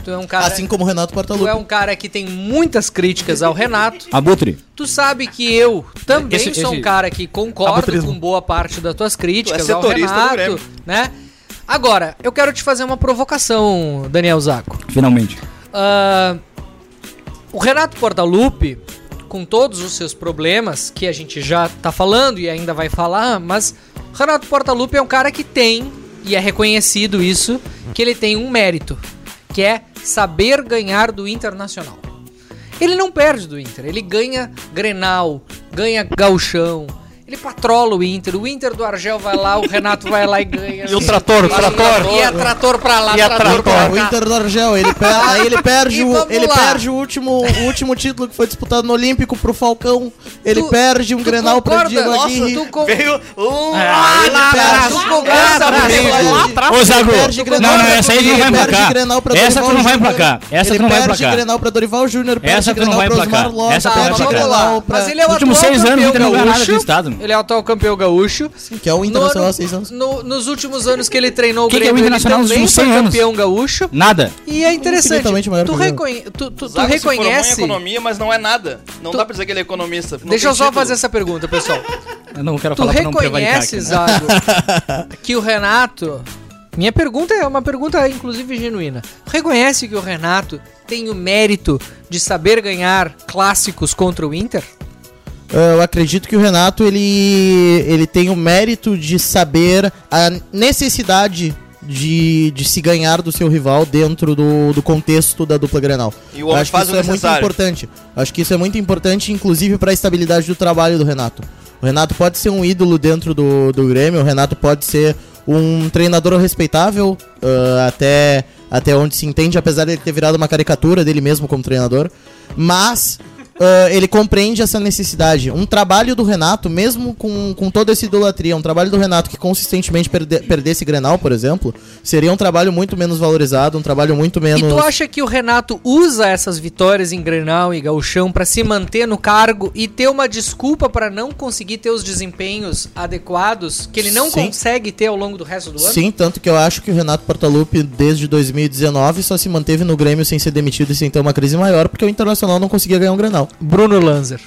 A: Tu é um cara.
C: Assim como o Renato
A: Tu é
C: Portaluppi.
A: um cara que tem muitas críticas ao Renato.
H: Abutre.
A: Tu sabe que eu também
H: Esse-
A: sou um
H: esse-
A: cara que concordo
F: Abutrismo.
A: com boa parte das tuas críticas
G: Tu é
A: ao
G: setorista do
A: Renato,
G: Grêmio.
A: né? Agora, eu quero te fazer uma provocação, Daniel Zaco.
H: Finalmente.
A: Ah, o Renato Portaluppi, com todos os seus problemas que a gente já tá falando e ainda vai falar, mas o Renato Portaluppi é um cara que tem e é reconhecido isso, que ele tem um mérito, que é saber ganhar do Internacional. Ele não perde do Inter, ele ganha Grenal, ganha Gauchão. Ele patrola o Inter, o Inter do Argel vai lá, o Renato vai lá e ganha.
F: E o trator, o trator.
A: E a trator pra lá,
F: E a
A: trator, pra
F: trator.
A: cá.
C: O Inter do Argel, ele, per- aí ele
A: E
C: perde, o,
A: vamos
C: ele
A: lá.
C: perde o, último, o último título que foi disputado no Olímpico pro Falcão. Ele
A: Tu-
C: perde um
A: tu
C: Grenal pro
A: concorda?
C: Diego
A: Nossa,
C: Aguirre.
A: tu con-
G: Veio um
A: Ah,
C: perde.
A: tu concorda
C: Ah,
A: comigo?
C: perde.
H: Ô, Zago.
C: perde
H: Não, não, essa aí tu
C: Ele
H: não vai
C: perde
H: emplacar.
C: Grenal pra
H: Essa tu
C: Dorival
H: não vai
C: Júnior.
H: emplacar. Essa
C: Ele
H: tu não vai
C: perde
H: emplacar.
C: Grenal pra Dorival Júnior, perde
H: Essa tu não
C: Grenal
H: vai
C: pra Osmar
H: emplacar.
C: Lopes.
H: Essa tu
A: Tá,
H: não vai
A: mas
H: pra
A: vamos
H: cá.
A: lá.
C: pra-
A: Mas ele é o
H: Nos últimos
A: atual
H: seis anos,
A: campeão
H: o Inter não ganhou nada
A: gaúcho.
H: do estado.
A: Ele é o atual campeão gaúcho.
C: Que é o Internacional
A: No
C: há seis anos.
A: No- nos últimos anos que ele treinou o
H: Que que é o
A: Grêmio, ele
H: Internacional nos
A: também
H: últimos
A: foi
H: 100 anos?
A: campeão gaúcho.
H: Nada.
A: E é interessante,
C: Infinitamente maior
A: tu,
C: que o Grêmio.
A: reconhe- tu- tu- tu
G: Zago se formou em
A: reconhece...
G: economia, mas não é nada. Não
A: Tu-
G: dá pra dizer que ele é economista. Não
A: Deixa
G: tem
A: eu só
G: título.
A: fazer essa pergunta, pessoal.
H: Eu não quero
A: tu
H: falar pra não prevaricar aqui.
A: reconhece,
H: né?
A: Zago, que o Renato... Minha pergunta é uma pergunta, inclusive, genuína. Tu reconhece que o Renato tem o mérito de saber ganhar clássicos contra o Inter?
C: Eu acredito que o Renato ele, ele tem o mérito de saber a necessidade de, de se ganhar do seu rival dentro do, do contexto da dupla Grenal.
G: E o homem
C: acho que
G: faz
C: isso
G: o
C: é muito
G: necessário.
C: importante. Acho que isso é muito importante, inclusive, para a estabilidade do trabalho do Renato. O Renato pode ser um ídolo dentro do, do Grêmio, o Renato pode ser um treinador respeitável ah, até, até onde se entende, apesar de ele ter virado uma caricatura dele mesmo como treinador. Mas ah, ele compreende essa necessidade. Um trabalho do Renato, mesmo com, com toda essa idolatria, um trabalho do Renato que consistentemente perde, perdesse Grenal, por exemplo, seria um trabalho muito menos valorizado, um trabalho muito menos.
A: E tu acha que o Renato usa essas vitórias em Grenal e Gauchão pra se manter no cargo e ter uma desculpa pra não conseguir ter os desempenhos adequados que ele não
C: Sim.
A: consegue ter ao longo do resto do ano?
C: Sim, tanto que eu acho que o Renato Portaluppi, desde 2019, só se manteve no Grêmio sem ser demitido e sem ter uma crise maior, porque o Internacional não conseguia ganhar um Grenal.
A: Bruno Lanzer.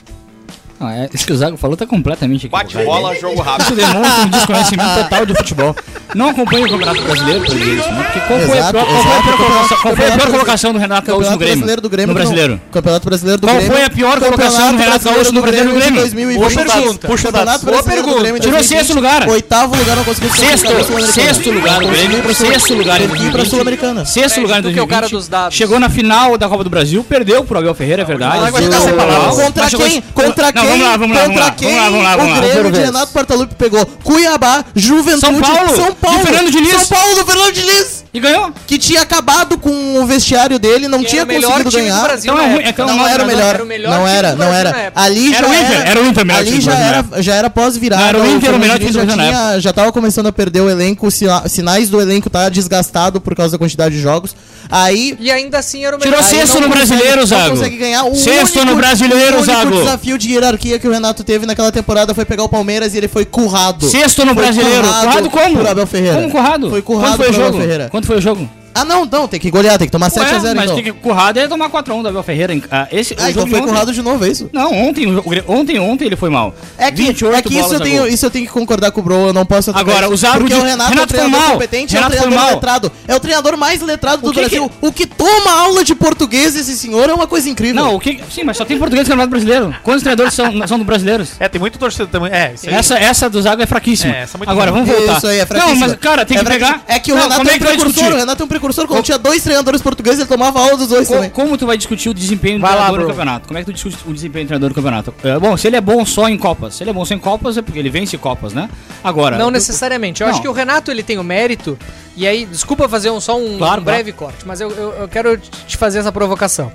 H: Ah, é, isso que o Zago falou tá completamente aqui.
G: Bate bola, jogo rápido.
H: Isso demonstra um desconhecimento total de futebol. Não acompanha o Campeonato Brasileiro pra dizer isso, né? Porque qual foi a
C: Exato,
H: pior- qual foi a pior
C: exato.
H: colocação- qual foi a pior
C: Campeonato-
H: colocação do Renato Gaúcho no Grêmio?
C: Brasileiro do Grêmio.
H: No
C: que não-
H: Brasileiro.
C: Campeonato Brasileiro do
H: Qual
C: Grêmio.
H: foi a pior colocação
C: Campeonato
H: do Renato Gaúcho no Brasileiro do Grêmio?
C: de 2020.
F: Boa pergunta.
C: Puxa o
F: Campeonato
C: um. Campeonato Brasileiro do Grêmio. de
H: Tirou
C: 2020.
H: sexto lugar.
C: um. Oitavo lugar, não conseguiu se
H: Sexto,
C: classificar pra Sul-Americana.
H: sexto lugar do
C: Conseguiu ir
H: Grêmio,
C: pra Sul-
H: sexto lugar em
C: conseguiu ir pra
H: 2020.
C: Sul-Americana.
H: Sexto
A: Pede,
H: lugar em
A: tu que é o
H: 2020.
A: cara dos dados.
H: Chegou na final da Copa do Brasil, perdeu pro Abel Ferreira, é verdade.
F: Zago vai ficar sem
C: Não,
F: palavras.
C: tá Contra
H: Mas chegou-
C: quem? Contra
H: Não,
C: quem?
H: Vamos lá, vamos lá, vamos
C: contra
H: lá.
C: quem?
H: Vamos lá, vamos lá.
C: o
H: vamos lá.
C: Grêmio de Renato Portaluppi pegou Cuiabá, Juventude,
H: São Paulo,
C: São Paulo
H: e Fernando Diniz.
C: São Paulo, Fernando Diniz,
H: E ganhou.
C: que tinha acabado com o vestiário dele, não
A: Que
C: tinha
A: era o melhor
C: conseguido
A: time do
C: ganhar.
A: Brasil
H: Então
A: na
H: é ruim,
A: época.
H: então
C: Não era o melhor,
A: Era o melhor
C: não
A: time do
C: era, não
A: Brasil na
C: era.
A: época.
C: Ali
H: Era
C: já
H: o Inter,
C: era,
H: era o Inter o melhor time
C: ali
H: do
C: já
H: Brasil na
C: era, já era pós virada.
H: Não, era o Inter o
C: Fernando
H: melhor
C: Diniz
H: time do
C: já
H: Brasil na
C: tinha, já tava começando a perder o elenco, os sina- sinais do elenco tá desgastado por causa da quantidade de jogos. Aí
A: E ainda assim era o
H: Tirou
A: melhor.
C: Aí
H: sexto
C: não
H: no
C: consegue-
H: Brasileiro,
C: não
H: Zago.
C: consegue ganhar o
H: Sexto
C: único-
H: no Brasileiro,
C: o único
H: Zago.
C: desafio de hierarquia que o Renato teve naquela temporada foi pegar o Palmeiras e ele foi currado.
H: Sexto no
C: Foi
H: Brasileiro.
C: currado
H: Currado como?
C: por Abel Ferreira.
H: Como currado?
C: Foi
H: Quanto
C: currado
H: foi o
C: por Abel
H: jogo?
C: Ferreira.
H: Quanto foi o jogo?
C: Ah, não, não, tem que golear, tem que tomar 7x0
H: mas
C: então.
H: tem que currado é tomar 4x1 do Abel Ferreira. em- Ah, esse,
C: Ah, então foi
H: ontem-
C: currado de novo, é isso?
H: Não, ontem, o- o- ontem, ontem ele foi mal.
C: É que, é que isso, eu tenho, isso eu tenho que concordar com o Bro, eu não posso atacar
H: Agora,
C: isso,
H: usaram
C: porque
H: de-
C: o Renato, é um
H: Renato foi
C: treinador
H: mal,
C: competente, é
H: Renato
C: um
H: foi
C: treinador
H: mal.
C: letrado. É o treinador mais letrado do
H: que que-
C: Brasil. O que toma aula de português esse senhor é uma coisa incrível.
H: Não, o que. Sim, mas só tem português no Campeonato Brasileiro. Quantos treinadores são, são do brasileiros?
F: É, tem muito torcedor também. É, isso aí.
H: Essa, essa do Zago é fraquíssima.
F: É, essa é muito
H: Agora,
F: ruim.
H: vamos voltar.
C: Isso aí, é fraquíssimo.
H: Não, mas, cara, tem
C: é
H: que
C: fraquíssimo.
H: pegar.
C: É que o
H: Não,
C: Renato
H: como
C: é um
H: que vai
C: precursor,
H: discutir?
C: o Renato é um precursor. Quando tinha dois treinadores portugueses, ele tomava aula dos dois
H: Co-
C: também.
H: Como tu vai discutir o desempenho do
C: Vai lá,
H: treinador no
C: Bruno.
H: campeonato? Como é que tu discute o desempenho do treinador no campeonato? É, bom, se ele é bom só em Copas. Se ele é bom só em Copas, é porque ele vence Copas, né? Agora.
A: Não necessariamente. Eu acho
H: Não.
A: que o Renato ele tem o mérito. E aí, desculpa fazer um, só um,
H: Claro,
A: um breve corte, mas eu, eu, eu quero te fazer essa provocação.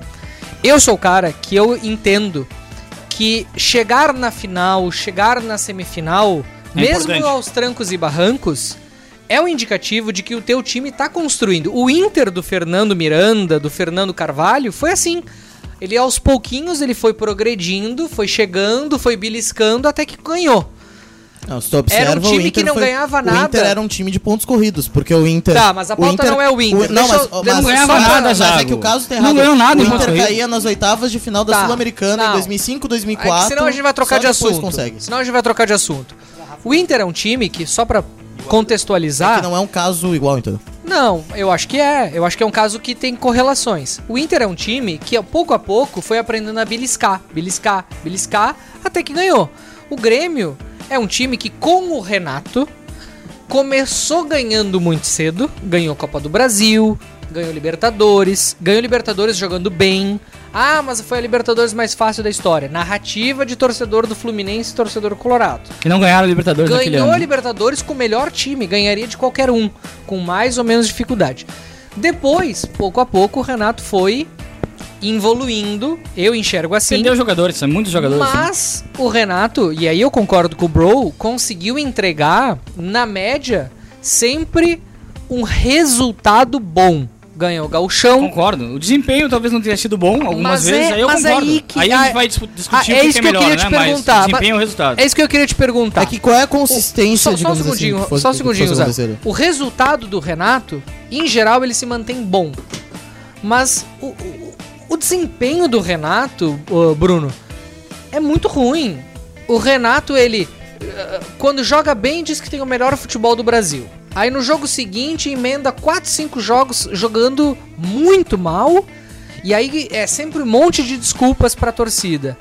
A: Eu sou o cara que eu entendo que chegar na final, chegar na semifinal,
H: É
A: mesmo
H: importante.
A: aos trancos e barrancos, é um indicativo de que o teu time tá construindo. O Inter do Fernando Miranda, do Fernando Carvalho, foi assim. Ele aos pouquinhos ele foi progredindo, foi chegando, foi beliscando até que ganhou.
C: Não, se tu observa,
A: Era um time
C: o Inter
A: que não
C: foi-
A: ganhava
C: O
A: nada.
C: Inter era um time de pontos corridos, porque o Inter.
A: Tá, mas a pauta
C: o Inter-
A: não é o Inter.
C: não,
A: Deixa
C: mas,
A: eu-
C: mas
A: não
H: ganhava
C: só-
H: nada,
C: mas é
H: Zago.
C: que o caso tá
H: Não
C: errado.
H: ganhou nada
C: O
H: em pontos
C: Inter
H: corridos.
C: caía nas oitavas de final da
A: Tá,
C: Sul-Americana em
A: não.
C: 2005,
A: É que
C: 2004.
A: senão a gente vai trocar
C: só
A: de
C: depois
A: assunto.
C: consegue.
A: Senão a gente vai trocar de assunto. O Inter é um time que, só pra
C: Que
A: contextualizar.
C: não é um caso igual, então.
A: Não, eu acho que é. Eu acho que é um caso que tem correlações. O Inter é um time que, pouco a pouco, foi aprendendo a beliscar, beliscar, beliscar, até que ganhou. O Grêmio é um time que, com o Renato, começou ganhando muito cedo, ganhou Copa do Brasil, ganhou Libertadores, ganhou Libertadores jogando bem. Ah, mas foi a Libertadores mais fácil da história. Narrativa de torcedor do Fluminense e torcedor colorado.
H: Que não ganharam a Libertadores naquele
A: Ganhou
H: ano.
A: a Libertadores com o melhor time, ganharia de qualquer um, com mais ou menos dificuldade. Depois, pouco a pouco, o Renato foi evoluindo, eu enxergo assim.
H: Perdeu jogadores, são muitos jogadores. né?
A: Mas o Renato, e aí eu concordo com o Bro, conseguiu entregar, na média, sempre um resultado bom. Ganhou o Galchão.
H: Concordo. O desempenho talvez não tenha sido bom algumas
A: Mas
H: vezes,
A: é-
H: aí eu
A: mas
H: concordo.
A: aí que-
H: aí a
A: ah,
H: gente vai discu- discutir
A: ah,
H: o
A: é
H: que,
A: isso
H: é
A: que eu
H: melhor,
A: queria te
H: né?
A: perguntar,
H: Mas
A: mas-
H: desempenho é o resultado.
A: É isso que eu queria te perguntar.
C: É que qual é a consistência,
A: Só, só um
C: digamos assim,
A: segundinho,
C: que fosse-
A: só um
C: que
A: segundinho,
C: fosse
A: Zé.
C: acontecer?
A: O resultado do Renato, em geral, ele se mantém bom. Mas o, o- o desempenho do Renato, ô, Bruno, é muito ruim. O Renato, ele, eh, quando joga bem, diz que tem o melhor futebol do Brasil. Aí no jogo seguinte, emenda 4, 5 jogos jogando muito mal. E aí é sempre um monte de desculpas pra torcida.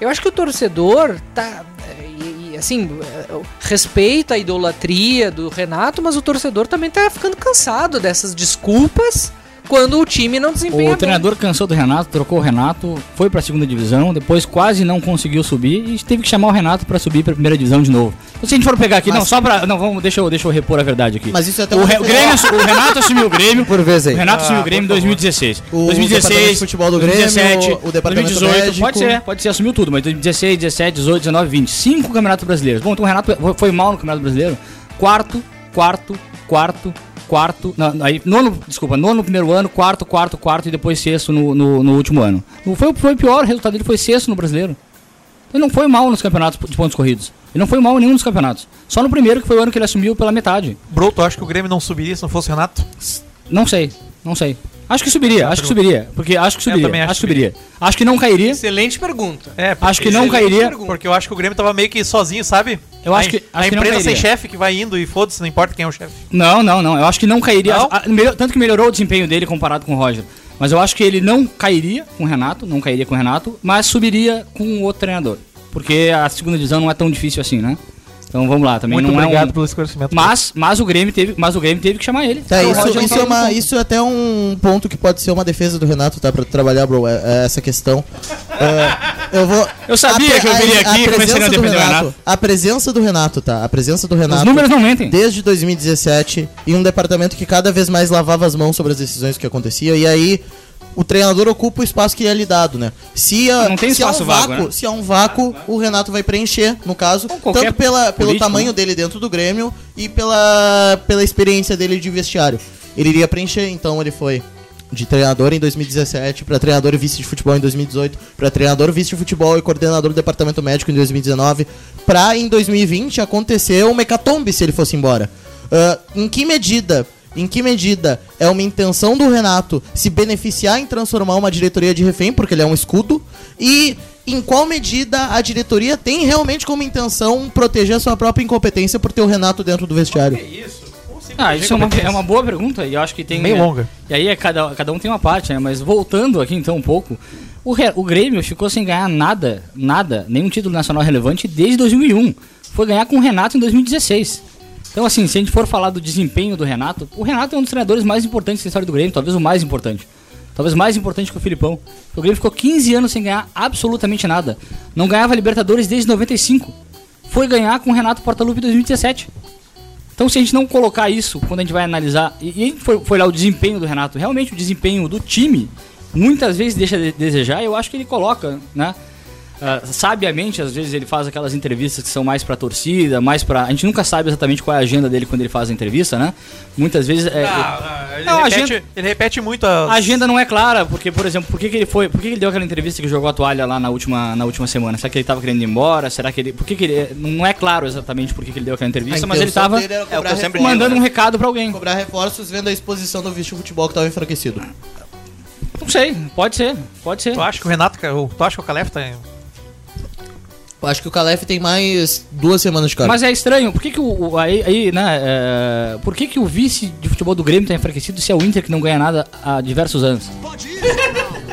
A: Eu acho que o torcedor tá. e- e, Assim, eh, respeita a idolatria do Renato, mas o torcedor também tá ficando cansado dessas desculpas quando o time não desempenha
H: O
A: bem.
H: treinador cansou do Renato, trocou o Renato, foi pra segunda divisão, depois quase não conseguiu subir e teve que chamar o Renato pra subir pra primeira divisão de novo. Então, se a gente for pegar aqui,
C: Mas-
H: não, só pra. Não, vamos, deixa eu, deixa eu repor a verdade aqui.
C: Mas isso é até
H: o,
C: uma
H: Re- o Grêmio, assu- o Renato assumiu o Grêmio.
D: Por vez
H: O
D: aí.
H: Renato assumiu o
F: Ah, por
H: Grêmio em
F: favor.
H: 2016.
C: O departamento
H: 2016,
C: de futebol do Grêmio,
H: 2017,
C: o departamento
H: 2018, pode
C: médico.
H: ser, pode ser, assumiu tudo, mas 2016, 17, 18, 19, 20. Cinco campeonatos brasileiros. Bom, então o Renato foi mal no campeonato brasileiro. Quarto, quarto, quarto, quarto. não, aí, nono, desculpa, nono no primeiro ano, quarto, quarto, quarto e depois sexto no, no, no último ano. Não Foi, foi pior, o resultado dele foi sexto no brasileiro. Ele não foi mal nos campeonatos de pontos corridos. Ele não foi mal em nenhum dos campeonatos. Só no primeiro, que foi o ano que ele assumiu pela metade.
F: Broto, acho que o Grêmio não subiria se não fosse o Renato.
H: Não sei, não sei. Acho que subiria, acho que subiria. Porque acho que
F: Eu
H: subiria.
F: também
H: acho,
F: acho
H: que subiria. Acho que não cairia.
A: Excelente pergunta.
F: É,
H: Acho que não
F: porque-
H: cairia.
F: Porque eu acho que o Grêmio tava meio que sozinho, sabe?
H: Eu acho
F: A-
H: que-
F: a,
H: acho que não
F: empresa sem
H: cairia.
F: chefe que vai indo e foda-se, não importa quem é o chefe.
H: Não, não, não. Eu acho que não cairia.
F: Não?
H: Ah, melhor- tanto que melhorou o desempenho dele comparado com o Roger. Mas eu acho que ele não cairia com o Renato, não cairia com o Renato, mas subiria com outro treinador. Porque a segunda divisão não é tão difícil assim, né? Então vamos lá, também
F: Muito
H: não
F: obrigado
H: é um...
F: pelo esclarecimento.
H: Mas, mas o Grêmio teve, mas o Grêmio teve que chamar ele.
C: Tá,
H: Então, o
C: isso,
H: Roger não
C: isso,
H: tá
C: é
H: no
C: uma,
H: ponto.
C: isso é até um ponto que pode ser uma defesa do Renato, tá? Pra trabalhar, bro, é- é essa questão. É, eu vou.
H: Eu sabia
C: pre-
H: que eu viria aqui e
C: presença
H: começaria a
C: do
H: defender o Renato.
C: A presença do Renato, tá? A presença do Renato.
H: Os números não mentem.
C: Desde 2017, em um departamento que cada vez mais lavava as mãos sobre as decisões que acontecia, e aí o treinador ocupa o espaço que lhe é lhe dado, né? Se, a-
H: Não tem
C: se há um
H: espaço vago, né?
C: Se há um vácuo, o Renato vai preencher, no caso,
H: Então, qualquer
C: tanto pela, pelo
H: político,
C: tamanho
H: né?
C: dele dentro do Grêmio e pela, pela experiência dele de vestiário. Ele iria preencher, então ele foi de treinador em 2017 para treinador e vice de futebol em 2018, para treinador vice de futebol e coordenador do departamento médico em 2019, para em 2020 um acontecer uma hecatombe se ele fosse embora. Ah, em que medida? Em que medida é é uma intenção do Renato se beneficiar em transformar uma diretoria de refém, porque ele é um escudo, e em qual medida a diretoria tem realmente como intenção proteger a sua própria incompetência por ter o Renato dentro do vestiário?
H: Ah, isso é uma, é uma boa pergunta e eu acho que tem.
C: Bem
H: é,
C: longa.
H: E aí é cada, cada um tem uma parte, né? Mas voltando aqui então um pouco, o, Re- o Grêmio ficou sem ganhar nada, nada, nenhum título nacional relevante desde 2001. Foi ganhar com o Renato em 2016. Então, assim, se a gente for falar do desempenho do Renato, o Renato é um dos treinadores mais importantes da história do Grêmio, talvez o mais importante. Talvez mais importante que o Filipão. O Grêmio ficou 15 anos sem ganhar absolutamente nada. Não ganhava Libertadores desde 95. Foi ganhar com o Renato Portaluppi em 2017. Então, se a gente não colocar isso, quando a gente vai analisar, e, e a gente foi, foi lá o desempenho do Renato, realmente o desempenho do time muitas vezes deixa de desejar, eu acho que ele coloca, né? Ah, sabiamente, às vezes ele faz aquelas entrevistas que são mais pra torcida, mais pra. A gente nunca sabe exatamente qual é a agenda dele quando ele faz a entrevista, né? Muitas vezes. É,
F: Ah, ah, ele,
H: Não, a
F: repete,
H: gente-
F: ele repete muito as...
H: a agenda não é clara, porque, por exemplo, por que, que ele foi. Por que, que ele deu aquela entrevista que jogou a toalha lá na última, na última semana? Será que ele tava querendo ir embora? Será que ele. Por que, que ele. Não é claro exatamente por que, que ele deu aquela entrevista,
C: A
H: mas ele
C: intenção
H: tava
C: dele era cobrar reforços.
H: mandando um recado pra alguém.
C: Cobrar reforços vendo a exposição do visto futebol que tava enfraquecido.
H: Não sei, pode ser, pode ser.
F: Tu acha que o Renato, tu acha que o Calef tá...
C: Eu acho que o Calef tem mais duas semanas de cara.
H: Mas é estranho, por que, que o. o- Aí, aí, né? é, por que, que o vice de futebol do Grêmio tá enfraquecido se é o Inter que não ganha nada há diversos anos?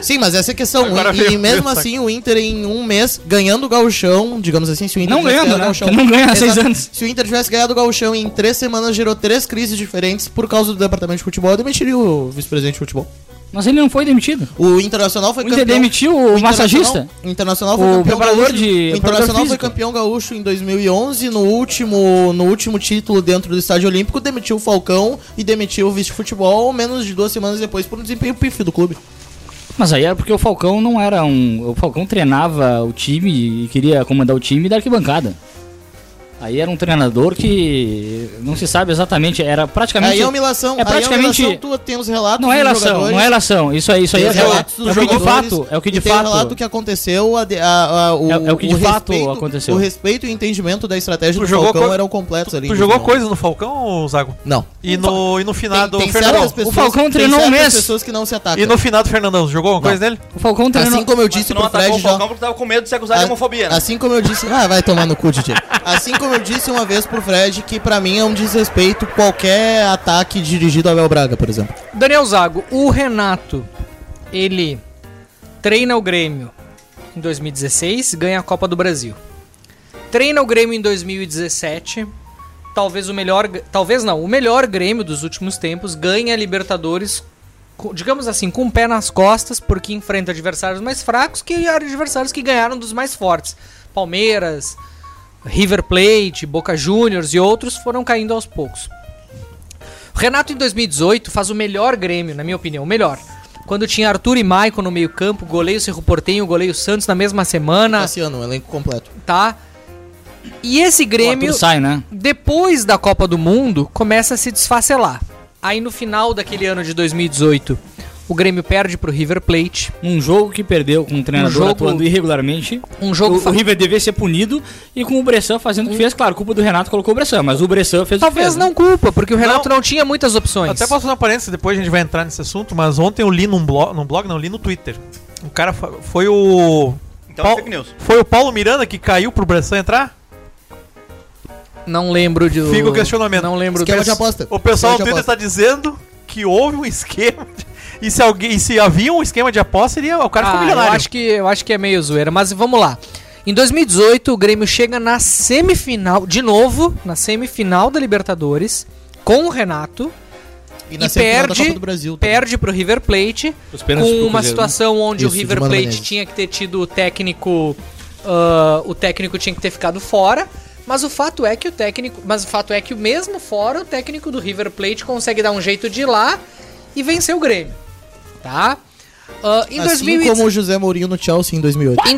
C: Sim, mas essa é a questão.
H: Agora
C: E,
H: veio-
C: e mesmo
H: veio-
C: assim, o Inter em um mês ganhando o Gauchão, digamos assim, se o Inter
H: Não
C: tivesse
H: ganhando,
C: ganhado o
H: né?
C: Gauchão-
H: Não ganha há seis
C: Exato.
H: anos.
C: Se o Inter tivesse ganhado o Gauchão em três semanas, gerou três crises diferentes por causa do departamento de futebol, eu demitiria o vice-presidente de futebol.
H: Mas ele não foi demitido.
C: O Internacional foi
H: O Inter
C: campeão.
H: demitiu o
C: Internacional-
H: massagista?
C: O Internacional foi
H: O
C: campeão
H: preparador
C: gaúcho. O
H: de- preparador
C: Internacional foi
H: físico?
C: campeão gaúcho em 2011, no último, no último título dentro do estádio olímpico, demitiu o Falcão e demitiu o vice-futebol menos de duas semanas depois por um desempenho pífio do clube.
H: Mas aí era porque o Falcão não era um. O Falcão treinava o time e queria comandar o time da arquibancada. Aí era um treinador que não se sabe exatamente, era praticamente.
C: Aí é humilhação.
H: É praticamente.
C: Aí é humilhação, tu tem os relatos
H: não é
C: dos
H: relação,
C: jogadores.
H: não é relação. Isso aí, isso aí é,
C: Tem os
H: é o-
C: relatos dos
H: é o que de
C: jogadores
H: fato. É o que
C: e
H: de
C: tem
H: fato.
C: relato que aconteceu, a de- a- a- o,
H: É- é o que de fato aconteceu.
C: O respeito e o entendimento da estratégia do
F: jogou
C: Falcão
F: co-
C: eram completos ali.
F: Tu jogou
C: coisa
F: coisas no Falcão, Zago?
C: Não.
F: E no, e no final do
C: tem
F: Fernandão?
C: certas pessoas- O Falcão tem treinou um certas mês. pessoas que não se atacam.
F: E no final do Fernandão, jogou alguma coisa nele?
H: O Falcão
C: Assim como eu disse
G: Tu não
C: pro
G: atacou
C: Fred
G: o
C: já.
G: Falcão porque tava com medo de ser acusado de
C: A-
G: homofobia, né?
C: Assim como eu disse. Ah, vai tomar no cu, DJ. Assim como eu disse uma vez pro Fred que pra mim é um desrespeito qualquer ataque dirigido a Abel Braga, por exemplo.
A: Daniel Zago, o Renato, ele treina o Grêmio em 2016, ganha a Copa do Brasil. Treina o Grêmio em 2017, talvez o melhor, talvez não, o melhor Grêmio dos últimos tempos, ganha a Libertadores, co- digamos assim, com o pé nas costas, porque enfrenta adversários mais fracos que adversários que ganharam dos mais fortes. Palmeiras, River Plate, Boca Juniors e outros foram caindo aos poucos. O Renato em 2018 faz o melhor Grêmio, na minha opinião, o melhor. Quando tinha Arthur e Maicon no meio-campo, goleio Cerro Portenho, goleio Santos na mesma
H: Ah.
A: semana,
C: Cassiano, um elenco completo.
A: tá? E esse Grêmio,
H: Arthur sai, né?
A: depois da Copa do Mundo, começa a se desfacelar. Aí no final daquele ano de 2018, o Grêmio perde pro River Plate.
H: Um jogo que perdeu com um treinador
A: jogo-
H: atuando irregularmente.
A: Um jogo
H: o,
A: fa- Um
H: o River devia ser punido e com o Bressan fazendo o que fez, claro, culpa do Renato colocou o Bressan, mas o Bressan fez o que
A: Talvez
H: fez. né?
A: não culpa, porque o Renato não, tinha muitas opções.
F: Até posso fazer uma parênteses, depois a gente vai entrar nesse assunto, mas ontem eu li num blog, num blog não, li no Twitter. O cara fa- foi o...
G: Então é fake news.
F: Foi o Paulo Miranda que caiu pro Bressan entrar?
A: Não lembro de.
F: Fica o questionamento.
A: Não lembro
C: Esquema
F: Pes-
C: de aposta.
F: O pessoal
C: Esquema
F: no
C: de
F: Twitter
C: aposta.
F: está dizendo que houve um esquema. de- E se, alguém, e se havia um esquema de aposta, seria, o cara ficou
A: Ah, eu
F: milionário.
A: acho que eu acho que é meio zoeira, mas vamos lá. Em 2018, o Grêmio chega na semifinal, de novo, na semifinal da Libertadores, com o Renato,
C: E
A: e,
C: na semifinal da Copa
A: perde,
C: do Brasil também.
A: perde pro River Plate,
C: Os
A: com
C: pênaltis pro
A: uma
C: Cruzeiro, né?
A: situação onde
C: Isso,
A: o
C: de
A: River
C: Mano
A: Plate
C: Menezes.
A: tinha que ter tido o técnico. ah, o técnico tinha que ter ficado fora. Mas o fato é que o técnico. Mas o fato é que mesmo fora, o técnico do River Plate consegue dar um jeito de ir lá e vencer o Grêmio. Tá? Ah, em
C: assim
A: 2018
C: como o José Mourinho no Chelsea em 2008.
A: em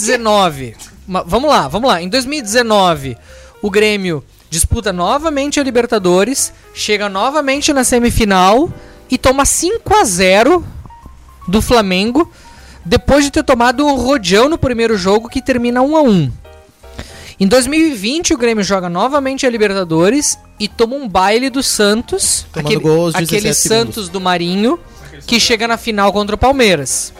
A: 2019, ma- vamos lá, vamos lá. Em 2019, o Grêmio disputa novamente a Libertadores, chega novamente na semifinal e toma 5 a 0 do Flamengo, depois de ter tomado o rodeão no primeiro jogo que termina 1 a 1. Em 2020, o Grêmio joga novamente a Libertadores e toma um baile do Santos.
C: Tomando gol aos 17
A: aquele
C: segundos.
A: Santos do Marinho, que chega na final contra o Palmeiras.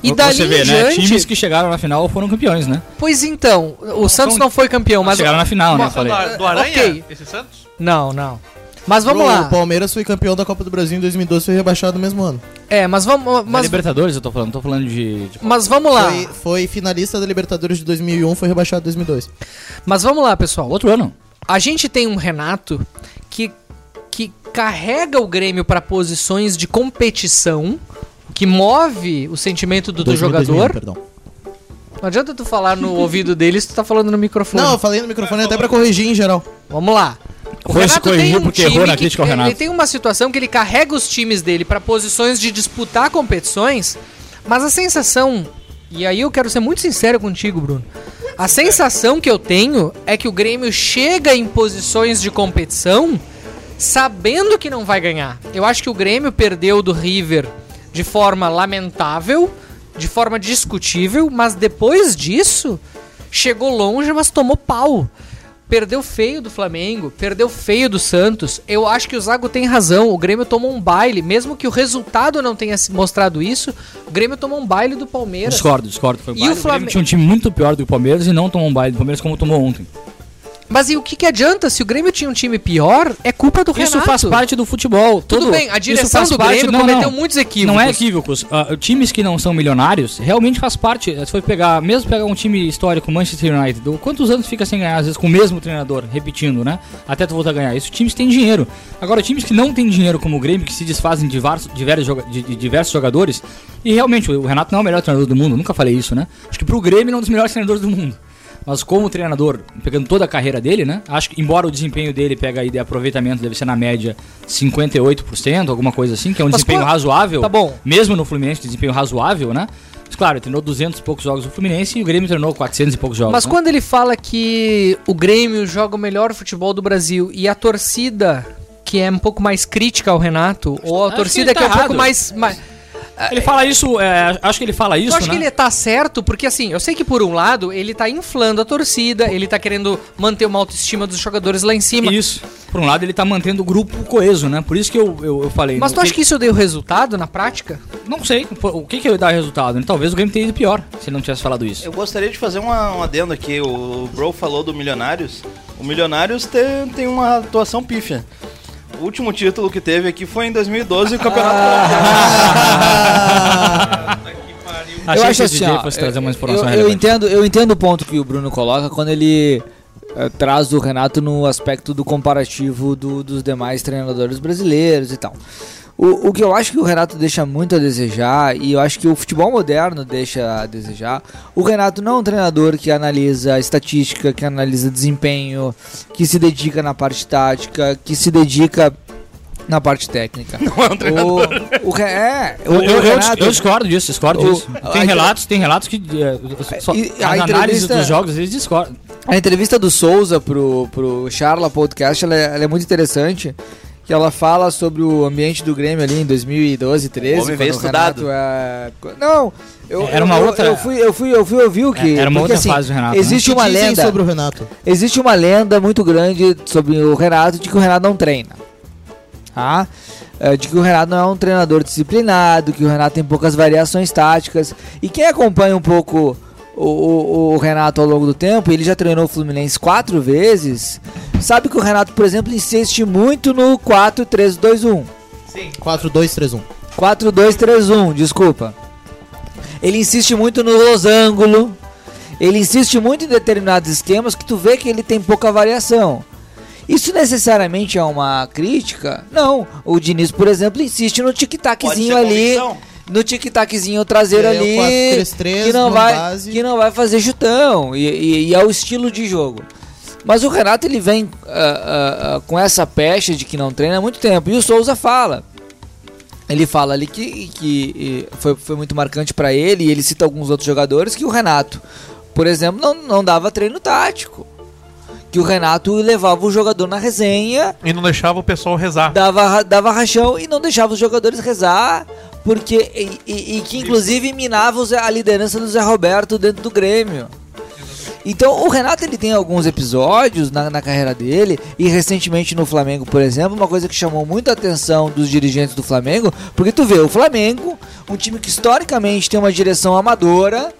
A: E
H: Você
A: dali
H: vê,
A: em
H: né?
A: diante.
H: Times que chegaram na final foram campeões, né?
A: Pois então, o Santos não foi campeão, mas.
H: Chegaram na final, né?
A: Mas-
H: Falei.
F: Do Aranha?
A: Ok.
F: Esse Santos?
A: Não, não. Mas vamos
C: O-
A: lá.
C: O Palmeiras foi campeão da Copa do Brasil em 2012 e foi rebaixado no mesmo ano.
A: É, mas vamos.
H: Na
A: Mas,
H: Libertadores eu tô falando, tô falando de. de-
A: mas vamos lá.
C: Foi, foi finalista da Libertadores de 2001, foi rebaixado em 2002.
A: Mas vamos lá, pessoal.
H: Outro ano.
A: A gente tem um Renato que, que carrega o Grêmio para posições de competição, que move o sentimento do, do
C: 2000, 2001,
A: jogador.
C: perdão.
A: Não adianta tu falar no ouvido dele se tu tá falando no microfone.
C: Não, eu falei no microfone até pra corrigir em geral.
A: Vamos lá.
H: Foi se corrigir porque errou na
A: um que-
H: crítica ao
A: ele-
H: Renato.
A: Ele tem uma situação que ele carrega os times dele para posições de disputar competições, mas a sensação, e aí eu quero ser muito sincero contigo, Bruno. A sensação que eu tenho é que o Grêmio chega em posições de competição sabendo que não vai ganhar. Eu acho que o Grêmio perdeu do River de forma lamentável, de forma discutível, mas depois disso chegou longe, mas tomou pau. Perdeu feio do Flamengo, perdeu feio do Santos. Eu acho que o Zago tem razão. O Grêmio tomou um baile, mesmo que o resultado não tenha se mostrado isso. O Grêmio tomou um baile do Palmeiras.
H: Discordo, discordo. Foi um
A: E
H: baile.
A: o
H: O
A: Flamengo-
H: Flamengo tinha um time muito pior do que o Palmeiras e não tomou um baile do Palmeiras como tomou ontem.
A: Mas e o que, que adianta se o Grêmio tinha um time pior? É culpa do
H: Isso
A: Renato.
H: faz parte do futebol.
A: Tudo
H: todo-
A: bem, a
H: isso
A: direção
H: faz
A: do Grêmio cometeu muitos equívocos.
H: Não é equívocos. Ah, times que não são milionários, realmente faz parte. eh, Se for pegar, mesmo pegar um time histórico, Manchester United, do- quantos anos fica sem ganhar, às vezes, com o mesmo treinador, repetindo, né? Até tu voltar a ganhar. Isso, times que têm dinheiro. Agora, times que não têm dinheiro, como o Grêmio, que se desfazem de, vários, de, vários joga- de- de diversos jogadores, e realmente, o Renato não é o melhor treinador do mundo, nunca falei isso, né? Acho que pro Grêmio, ele é um dos melhores treinadores do mundo. Mas como treinador, pegando toda a carreira dele, né? Acho que embora o desempenho dele pega aí de aproveitamento deve ser na média 58%, alguma coisa assim, que é um
A: Mas
H: desempenho
A: qual-
H: razoável.
A: Tá bom.
H: Mesmo no Fluminense, desempenho razoável, né? Mas claro, ele treinou 200 e poucos jogos no Fluminense e o Grêmio treinou 400 e poucos jogos.
A: Mas
H: né?
A: quando ele fala que o Grêmio joga o melhor futebol do Brasil e a torcida que é um pouco mais crítica ao Renato, ou a
H: acho que
A: torcida
H: ele
A: que,
H: tá
A: é um pouco
H: errado.
A: mais. mais
H: ele fala isso, é, acho que ele fala
A: eu
H: isso,
A: acho
H: né?
A: que ele tá certo, porque assim, eu sei que por um lado ele tá inflando a torcida, ele tá querendo manter uma autoestima dos jogadores lá em cima.
H: Isso. Por um lado, ele tá mantendo o grupo coeso, né? Por isso que eu, eu, eu falei.
A: Mas
H: no-
A: tu acha que isso deu resultado na prática?
H: Não sei. pô, O que que ia dar resultado? né? Talvez o Grêmio tenha ido pior se ele não tivesse falado isso.
G: Eu gostaria de fazer uma- um adendo aqui. O Bro falou do Milionários. O Milionários te- tem, uma atuação pífia. O último título que teve aqui foi em 2012, o Campeonato
D: eu
H: Achei que
D: acho
H: o
D: assim,
H: DJ
D: ó,
H: fosse trazer uma
D: eu-
H: informação
D: eu, eu
H: relevante.
D: entendo, eu entendo o ponto que o Bruno coloca quando ele eh, traz o Renato no aspecto do comparativo do- dos demais treinadores brasileiros e tal. O, o que eu acho que o Renato deixa muito a desejar, e eu acho que o futebol moderno deixa a desejar, o Renato não é um treinador que analisa estatística, que analisa desempenho, que se dedica na parte tática, que se dedica na parte técnica. Não é um treinador. O, o, Re- é, o-
H: Eu,
D: o
H: eu- eu
D: Renato-
H: discordo disso, discordo
D: O-
H: disso. Tem
D: a-
H: relatos, tem relatos que é, só,
D: E a
H: as análises
D: entrevista-
H: dos jogos eles discordam.
D: A entrevista do Souza pro, pro Charla Podcast, ela é, ela é muito interessante, que ela fala sobre o ambiente do Grêmio ali em 2012, 13,
G: O homem veio
D: quando o
G: estudado.
D: Renato, é, co- Não, eu,
H: Era uma
D: eu- eu-
H: outra-
D: eu fui, eu fui, eu fui ouvir o que...
H: É, era uma
D: porque, assim,
H: outra fase do Renato, né?
D: Existe
C: O que
D: uma
C: dizem
D: lenda,
C: sobre o Renato.
D: existe uma lenda muito grande sobre o Renato de que o Renato não treina. Tá? É, De que o Renato não é um treinador disciplinado, que o Renato tem poucas variações táticas. E quem acompanha um pouco o, o- o Renato ao longo do tempo, ele já treinou o Fluminense quatro vezes, sabe que o Renato, por exemplo, insiste muito no 4-3-2-1.
C: 4, 2, 3, 1.
D: 4-2-3-1, desculpa. Ele insiste muito no losango. Ele insiste muito em determinados esquemas que tu vê que ele tem pouca variação. Isso necessariamente é uma crítica? Não. O Diniz, por exemplo, insiste no tic-taczinho ali. No tic-taczinho traseiro
C: É, o
D: ali.
C: 4-3-3
D: que, não
C: com
D: vai,
C: base.
D: que não vai fazer chutão. E, e- e é o estilo de jogo. Mas o Renato ele vem ah, ah, ah, com essa pecha de que não treina há muito tempo. E o Souza fala. Ele fala ali que, que eh, foi, foi muito marcante pra ele, e ele cita alguns outros jogadores, que o Renato, por exemplo, não, não dava treino tático. Que o Renato levava o jogador na resenha,
F: E não deixava o pessoal rezar.
D: dava, ra- dava rachão e não deixava os jogadores rezar, porque e, e- e que inclusive minava o Zé- a liderança do Zé Roberto dentro do Grêmio. Então o Renato ele tem alguns episódios na, na carreira dele e recentemente no Flamengo, por exemplo, uma coisa que chamou muita atenção dos dirigentes do Flamengo, porque tu vê o Flamengo, um time que historicamente tem uma direção amadora,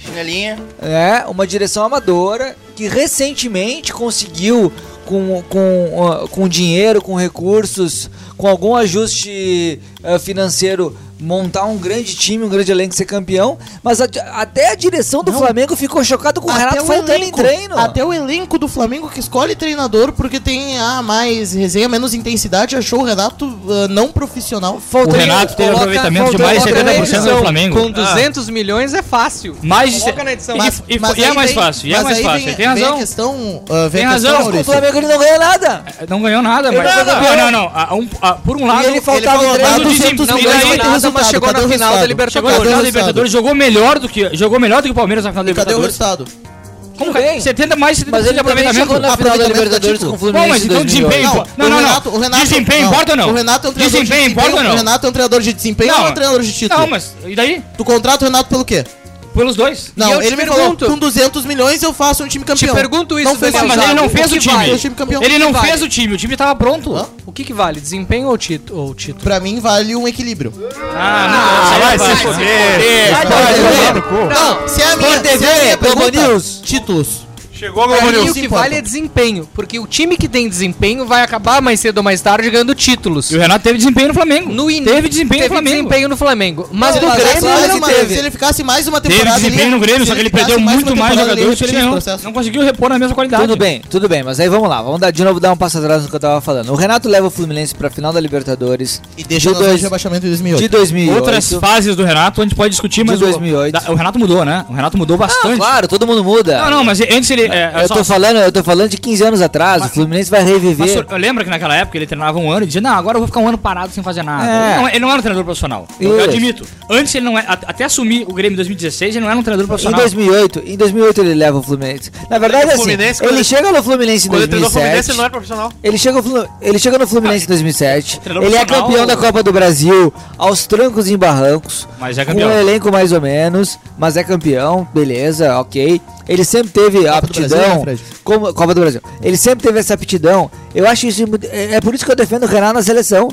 G: Chinelinha.
D: é uma direção amadora que recentemente conseguiu com, com, ah, com dinheiro, com recursos, com algum ajuste ah, financeiro montar um grande time, um grande elenco ser campeão, mas a- até a direção do Flamengo ficou chocada com o Renato faltando em treino.
C: Até o elenco do Flamengo que escolhe treinador porque tem ah, mais resenha, menos intensidade, achou o Renato ah, não profissional.
H: O Renato teve aproveitamento de mais de 70% do Flamengo. Ah.
A: Com 200 milhões é fácil.
H: Mais de
A: Coloca
H: se-
A: na edição.
H: Mas- E- e foi- e é
C: aí
H: mais
C: vem-
H: fácil, e é
C: mas
H: mais
C: aí
H: fácil,
C: Vem,
H: tem razão.
C: Vem a questão, ah, vem
H: Tem
C: a questão,
H: razão,
C: Maurício.
H: o Flamengo
D: ele não ganha nada.
H: Não ganhou nada,
D: Ele
H: mas.
D: não ganhou.
H: Não, não, não. A- um- a- por um lado,
D: ele faltava
H: falou,
D: três do
H: mas o time-
D: time, não
H: e
D: ganhou
H: daí-
D: nada, mas chegou na
H: cadê o
D: final da
H: resultado?
D: Libertadores.
H: Chegou na
D: Cadê
H: final
D: o
H: da Libertadores, jogou melhor do que jogou melhor do que o Palmeiras na final da
C: Cadê o
H: Libertadores.
C: resultado?
H: Como que 70 mais 70
D: Mas ele
H: de
D: também
H: aproveitamento?
D: chegou na final da Libertadores com o Fluminense
H: Bom, mas
D: em
H: então
D: 2008.
H: desempenho.
C: Não,
H: impo- Não,
C: o
H: não,
C: Renato- o
H: não.
C: Renato-
H: Desempenho
C: não.
H: importa ou não?
C: O Renato é um treinador de
H: Desempenho
C: desempenho,
H: importa ou não?
C: o Renato é um treinador de desempenho
H: Não,
C: ou é um
H: mas-
C: treinador de título?
H: Não, mas e daí?
C: Tu contrata o Renato pelo quê?
H: Pelos dois.
A: E
C: Não,
A: eu te
C: ele me
A: pergunto-
C: falou, com 200 milhões eu faço um time campeão.
A: pergunto isso,
C: não fez
A: Daniel
C: nada.
H: Mas ele não fez o
A: que
H: time.
A: vale?
C: O time campeão.
H: Ele
A: O que
H: não
A: vale?
H: fez o time, o time tava pronto.
C: Hã?
A: O que, que vale? Desempenho ou tito- ou título?
C: Pra mim vale um equilíbrio.
H: Ah, não, vai se foder.
C: Vai tomar no cu. Não, se é a minha, se é a minha pergunta, títulos.
F: Chegou
A: Pra
F: Globo
A: mim,
F: News.
A: o que vale é desempenho, porque o time que tem desempenho vai acabar mais cedo ou mais tarde ganhando títulos.
H: E o Renato teve desempenho no Flamengo.
A: No in-
H: Teve desempenho
A: teve
H: no Flamengo.
A: desempenho no Flamengo. é Mas
C: Não,
A: do
C: mas
A: Grêmio
C: agora,
A: ele não
C: mano,
A: teve.
C: Se ele ficasse mais uma
H: Teve
C: temporada...
H: desempenho no Grêmio,
C: se
H: só que ele
C: ficasse
H: perdeu muito
C: uma
H: mais
C: temporada,
H: jogadores que ele
C: tinha
H: não,
C: processo.
H: não conseguiu repor na mesma qualidade.
D: Tudo bem, tudo bem, mas aí vamos lá, vamos dar de novo dar um passo atrás no que eu tava falando. O Renato leva o Fluminense pra final da Libertadores
C: E deixa
D: de,
C: nós
D: dois,
C: de rebaixamento em
D: de
C: 2008.
D: 2008.
H: Outras fases do Renato a gente pode discutir,
D: De
H: mas o-
D: 2008.
H: da- o, Renato mudou, né? O Renato mudou
D: Ah,
H: bastante.
D: claro, todo mundo muda.
H: Não, não, mas antes ele. é,
D: eu
H: só-
D: tô falando, eu tô falando de 15 anos atrás, o Fluminense vai
H: mas
D: reviver.
H: eu lembro que naquela época ele treinava um ano e dizia, não, agora eu vou ficar um ano parado sem fazer nada.
D: É.
H: Ele, não, ele não era um treinador profissional. Eu,
D: Isso.
H: eu admito. Antes ele não era. at- Até assumir o Grêmio em 2016, ele não era um treinador
D: Em
H: profissional.
D: 2008, em 2008 ele leva o Fluminense. Na verdade,
F: Ele é
D: assim,
F: Fluminense, quando
D: ele
F: ele-
D: chega no Fluminense em
F: Quando ele treinou o
D: 2007.
F: Fluminense, ele não era profissional.
D: Ele chega, ao Flu- ele chega no Fluminense em 2007.
H: Ah, treinador
D: Ele é
H: profissional-
D: campeão da Copa do Brasil, aos trancos e em barrancos.
H: Mas é
D: com
H: campeão.
D: um elenco mais ou menos, mas é campeão, beleza, ok. Ele sempre teve aptidão.
C: Brasil, né, Fred?
D: como, Copa do Brasil. Ele sempre teve essa aptidão. Eu acho isso. muito- É, é por isso que eu defendo o Renato na seleção.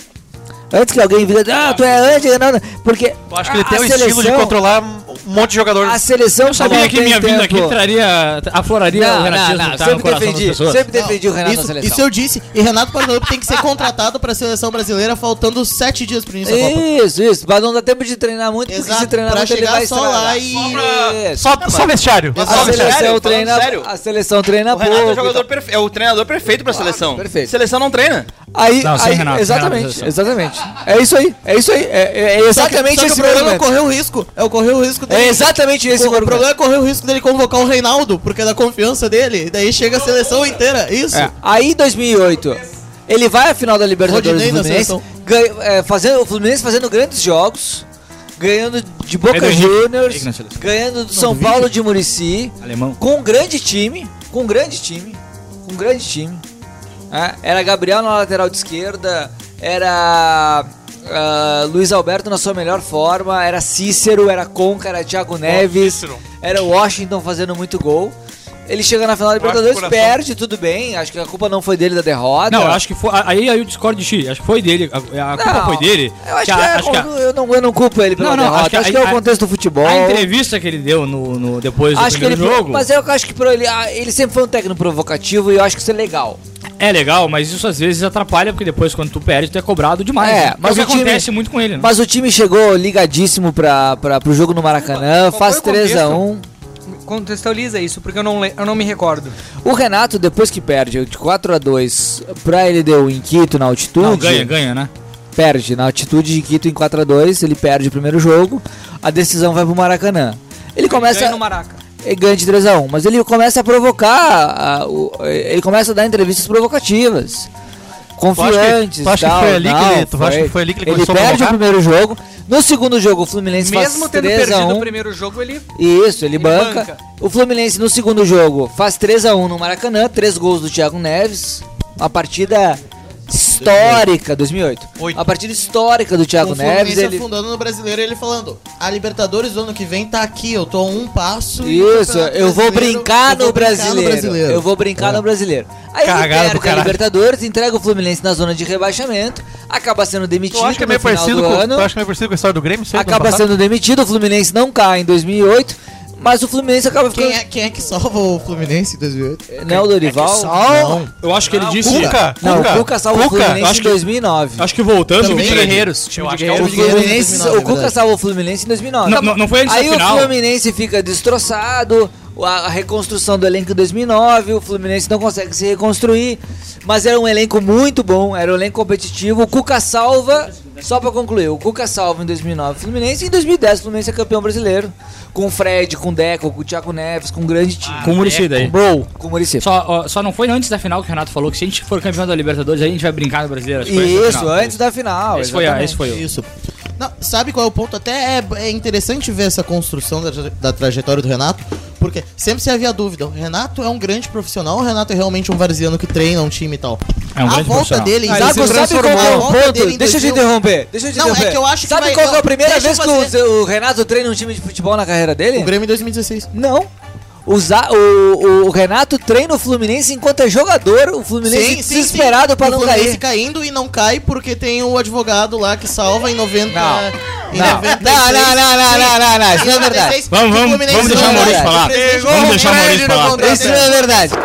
D: Antes que alguém diga, ah, tu é anti Renato. Porque.
F: Eu acho que ele
D: a-
F: tem
D: a
H: um
F: o estilo de controlar um monte de jogador.
D: A seleção
H: Eu sabia que minha vinda aqui traria. afloraria o
D: Não,
H: Renatismo
D: não,
H: que
D: não.
H: tá no
D: Sempre
H: coração das
D: defendi.
H: pessoas.
D: Sempre
C: Não,
D: defendi o Renato
C: isso,
D: na seleção.
C: Isso eu disse. E Renato Portaluppi tem que ser contratado pra seleção brasileira faltando sete dias pro início da Copa.
D: Isso, isso. Mas não dá tempo de treinar muito, porque se
C: Exato,
D: treinar
C: pra
D: muito ele
C: chegar
D: vai
C: só lá e-
D: Isso.
F: Só, só vestiário.
D: A
G: Falando
D: seleção,
G: sério, falando
D: treina,
G: sério.
D: a seleção treina
G: O Renato é
D: pouco.
G: o, jogador perfe- é o treinador perfeito pra seleção.
D: perfeito.
G: Seleção não treina.
D: Aí,
H: Não, sem
D: aí-
H: Renato,
D: exatamente,
H: Renato,
D: exatamente. É isso aí, é isso aí. É, é- é
C: Só que-
D: exatamente
C: só que
D: esse
C: o problema é
D: argumento.
C: correr o risco. É o correr o risco
D: É
C: dele.
D: exatamente esse
C: o, o
D: argumento.
C: problema é correr o risco dele convocar o Reinaldo, porque é da confiança dele. E daí chega a seleção inteira. Isso.
D: É. Aí, em 2008, ele vai à final da Libertadores
C: Rodinei
D: do
C: na
D: Fluminense,
C: seleção.
D: ganha- é, fazendo, o Fluminense fazendo grandes jogos, ganhando de Boca
H: Pedro Henrique.
D: Juniors,
H: Henrique na seleção.
D: ganhando do São Paulo de Murici,
H: Alemão.
D: com um grande time, com um grande time, com um grande time. né? Era Gabriel na lateral de esquerda, era ah, Luiz Alberto na sua melhor forma, era Cícero, era Conca, era Thiago Neves,
F: Cícero.
D: era Washington fazendo muito gol. Ele chega na final da
F: Baixo
D: Libertadores,
F: coração.
D: perde, tudo bem. Acho que a culpa não foi dele da derrota.
H: Não, eu acho que foi. Aí, aí eu discordo de ti. Acho que foi dele. A, a culpa
D: Não,
H: foi dele.
D: Eu acho que,
H: a-
D: é,
H: acho que a-
D: eu, não, eu não culpo ele pela
H: Não, não,
D: derrota. Acho
H: acho
D: que,
H: que a-
D: é o
H: a-
D: contexto do futebol.
H: A entrevista que ele deu no, no- depois
D: Acho
H: do
D: que ele,
H: primeiro jogo
D: mas eu acho que pro ele, ah, ele sempre foi um técnico provocativo e eu acho que isso é legal.
H: é legal, mas isso às vezes atrapalha, porque depois quando tu perde, tu é cobrado demais.
D: É,
H: né?
D: mas
H: o que
D: o time-
H: acontece muito com ele, né?
D: Mas o time chegou ligadíssimo pra, pra, pro jogo no Maracanã,
A: Qual foi
D: faz
A: o contexto?
D: 3 a 1
A: Contextualiza isso, porque eu não, le- eu não me recordo.
D: O Renato, depois que perde de 4 a 2 pra ele deu em Quito na altitude.
H: Não, ganha, ganha, né?
D: perde na altitude de Quito em 4 a 2 ele perde o primeiro jogo, a decisão vai pro Maracanã. Ele começa
A: Ganha no Maraca.
D: ele ganha de 3 a 1 mas ele começa a provocar, a- o- ele começa a dar entrevistas provocativas. Confiantes,
F: tu acha que
D: tal,
F: foi ali que
D: não,
F: ele- tu acha que foi ali que ele começou a
D: perde o
F: provocar?
D: primeiro jogo. No segundo jogo, o Fluminense
A: Mesmo
D: faz
A: tendo
D: 3 a
A: perdido
D: 1
A: o primeiro jogo, ele
D: isso, ele,
A: Ele
D: banca.
A: banca.
D: O Fluminense no um segundo jogo faz 3 a 1 no Maracanã, três gols do Thiago Neves. Uma partida histórica, 2008. A partida histórica do Thiago
C: Com o
D: Neves,
C: Fluminense é
D: ele
C: afundando no brasileiro, ele falando: A Libertadores do ano que vem tá aqui, eu tô a um passo. e o
D: Isso,
C: Campeonato
D: eu vou
C: Brasileiro,
D: brincar
C: eu vou
D: no
C: brincar
D: brasileiro. Eu vou brincar no brasileiro. Aí
F: Cagada
D: ele
F: pro
D: perde a
F: caralho.
D: Libertadores, entrega o Fluminense na zona de rebaixamento, acaba sendo demitido
F: Tu acha que é meio
D: no final
F: parecido
D: do
F: com,
D: ano,
F: tu acha que é meio parecido com a história do Grêmio? isso aí do ano
D: acaba
F: passado?
D: sendo demitido, o Fluminense não cai em 2008, mas o Fluminense acaba ficando...
C: Quem é, quem é que salva o Fluminense em 2008?
D: Não é um, o Dorival?
C: É que salva- Não.
L: Eu acho que ele
D: Não,
L: disse.
D: Cuca, Não, Cuca. o Cuca salvou o Fluminense em 2009.
L: Acho que voltando.
D: Time de
L: Fred,
D: guerreiros, time
L: eu
D: de
L: acho que
D: guerreiros.
L: é
D: O Fluminense, o Cuca salvou o Fluminense em 2009.
L: Não,
D: Tá bom.
L: não- não foi antes da
D: Aí
L: final.
D: o Fluminense fica destroçado, a a reconstrução do elenco em 2009, o Fluminense não consegue se reconstruir, mas era um elenco muito bom, era um elenco competitivo. O Cuca salva, só pra concluir, o Cuca salva em 2009 o Fluminense e em 2010 o Fluminense é campeão brasileiro. Com o Fred, com o Deco, com o Thiago Neves, com um grande time.
L: Com o Muricy daí.
D: Bro. Com o Muricy.
L: Só, ó, só não foi antes da final que o Renato falou que se a gente for campeão da Libertadores, aí a gente vai brincar no brasileiro. Acho que foi antes da
D: Isso,
L: final.
D: antes da final.
L: Esse foi, a- esse
D: um.
L: foi o.
C: Isso. Não, sabe qual é o ponto? Até é, é interessante ver essa construção da, tra- da trajetória do Renato, porque sempre se havia dúvida. O Renato é um grande profissional, ou o Renato é realmente um varziano que treina um time e tal.
L: É um
C: a
L: grande
C: volta
L: profissional.
C: dele, em
D: Ah, ele se
C: 2000,
D: sabe qual é
C: a
D: o
C: volta
D: ponto?
C: dele em
D: Deixa eu te
C: 2000.
D: interromper. Deixa eu te
C: Não,
D: interromper.
C: é que eu acho que
D: sabe
C: vai-
D: qual foi a
C: não,
D: primeira
C: deixa eu
D: vez que
C: fazer-
D: o, o Renato treina um time de futebol na carreira dele?
C: O Grêmio em 2016.
D: Não. O, Za- o- o Renato treina o Fluminense enquanto é jogador, o Fluminense desesperado pra
C: O
D: não
C: Fluminense
D: cair.
C: caindo e não cai porque tem o advogado lá que salva em 90. Em
D: Não.
C: 96.
D: Não, não, não, não, não, não, não, isso não é verdade.
C: Em 96, que
L: Vamos, vamos,
C: o Fluminense
L: vamos deixar
C: não
L: o Maurício
C: ganha.
L: falar.
C: presidente
L: Vamos deixar o Maurício
C: Fred no
L: falar.
C: contrato.
D: Isso não é verdade.
F: é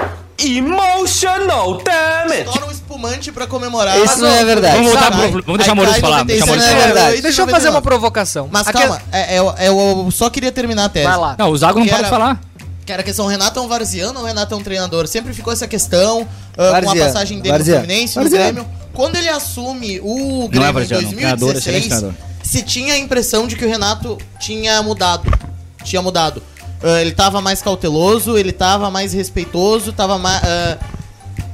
I: Emotional damage!
C: Estoura um espumante pra comemorar.
D: Isso
C: Mas
D: não é verdade. é
L: Vamos voltar pro-
C: Aí-
L: vamos deixar
C: aí
L: o Maurício
C: cai
L: falar, deixa o
C: 96,
L: Maurício
D: falar.
C: É verdade.
A: Deixa eu fazer uma provocação.
C: Mas
A: Aquela-
C: calma, é- é- eu, eu só queria terminar a tese.
A: Vai lá.
L: Não, o Zago não
C: Que
L: pode
C: era-
L: falar.
C: Que era a questão, o Renato é um varziano ou o Renato é um treinador? Sempre ficou essa questão ah, com a
D: Varziano,
C: passagem dele
D: varziano,
C: no Fluminense,
D: varziano.
C: no Grêmio. Quando ele assume o
H: Não é
C: Grêmio em
H: varziano, treinador,
C: 2016,
H: excelente treinador.
C: se tinha a impressão de que o Renato tinha mudado. Tinha mudado. Ah, ele tava mais cauteloso, ele tava mais respeitoso, tava mais...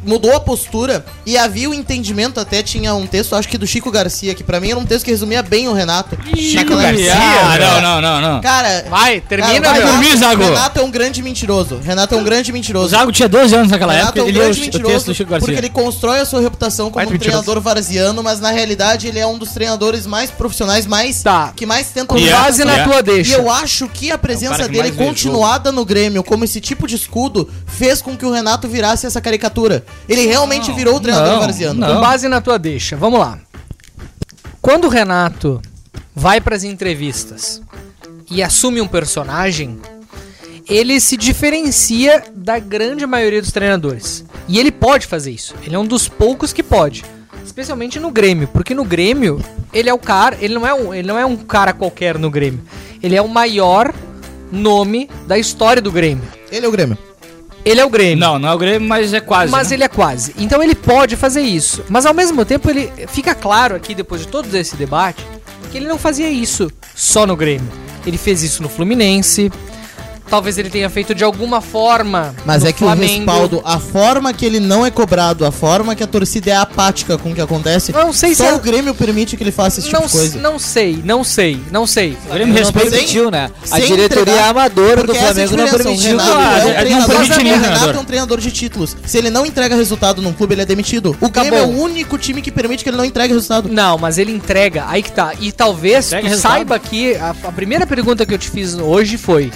C: mudou a postura e havia o entendimento até tinha um texto acho que do Chico Garcia que pra mim era um texto que resumia bem o Renato Naquela-
L: Ah, não, não, não, não.
C: Cara,
A: é- Vai, termina,
C: cara,
L: vai
C: Renato-
L: dormir, Zago.
C: Renato é um grande mentiroso. Renato é um grande
L: O
C: mentiroso.
L: Zago tinha 12 anos naquela
C: Renato
L: época,
C: é um
L: ele leu o,
C: grande
L: o
C: mentiroso
L: texto do Chico
C: porque
L: Garcia.
C: ele constrói a sua reputação como
F: Baita
C: um
F: mentiroso.
C: treinador varziano, mas na realidade ele é um dos treinadores mais profissionais, mais
A: Tá.
C: que mais tentam
A: Com
L: Yeah,
A: base na
L: yeah.
A: tua deixa.
C: E eu acho que a presença
L: É cara que
C: dele
L: mais vê
C: continuada no Grêmio como esse tipo de escudo fez com que o Renato virasse essa caricatura. Ele realmente virou o treinador
L: não,
C: varziano.
L: não.
A: Com base na tua deixa, vamos lá. Quando o Renato vai pras entrevistas e assume um personagem, ele se diferencia da grande maioria dos treinadores. E ele pode fazer isso. Ele é um dos poucos que pode. Especialmente no Grêmio, porque no Grêmio ele é o cara, ele não é um, ele não é um cara qualquer no Grêmio. Ele é o maior nome da história do Grêmio.
C: Ele é o Grêmio.
A: Ele é o Grêmio.
L: Não, não é o Grêmio, mas é quase.
A: Mas
L: né?
A: ele é quase. Então ele pode fazer isso. Mas ao mesmo tempo, ele fica claro aqui, depois de todo esse debate, que ele não fazia isso só no Grêmio. Ele fez isso no Fluminense. Talvez ele tenha feito de alguma forma.
C: Mas
A: no
C: é que
A: Flamengo.
C: o respaldo, a forma que ele não é cobrado, a forma que a torcida é apática com o que acontece,
A: Não sei
C: só
A: se é-
C: o Grêmio permite que ele faça esse tipo
A: Não,
C: de coisa.
A: não sei, não sei, não sei.
L: O Grêmio
D: Não
L: respeita.
D: permitiu, né? A
C: sem
D: diretoria
C: entregar.
D: amadora do
C: Porque essa é a
D: Flamengo não
C: diferença, o
D: permitiu.
C: Renato
L: Ah,
C: é um
L: ele não
C: treinador-
L: permite nem
C: o Renato
L: treinador.
C: é um treinador de títulos. Se ele não entrega resultado num clube, ele é demitido. O Grêmio é
A: Acabou.
C: o único time que permite que ele não entregue resultado.
A: Não, mas ele entrega, aí que tá. E talvez
L: Entrega
A: tu
L: resultado.
A: saiba que a, a primeira pergunta que eu te fiz hoje foi: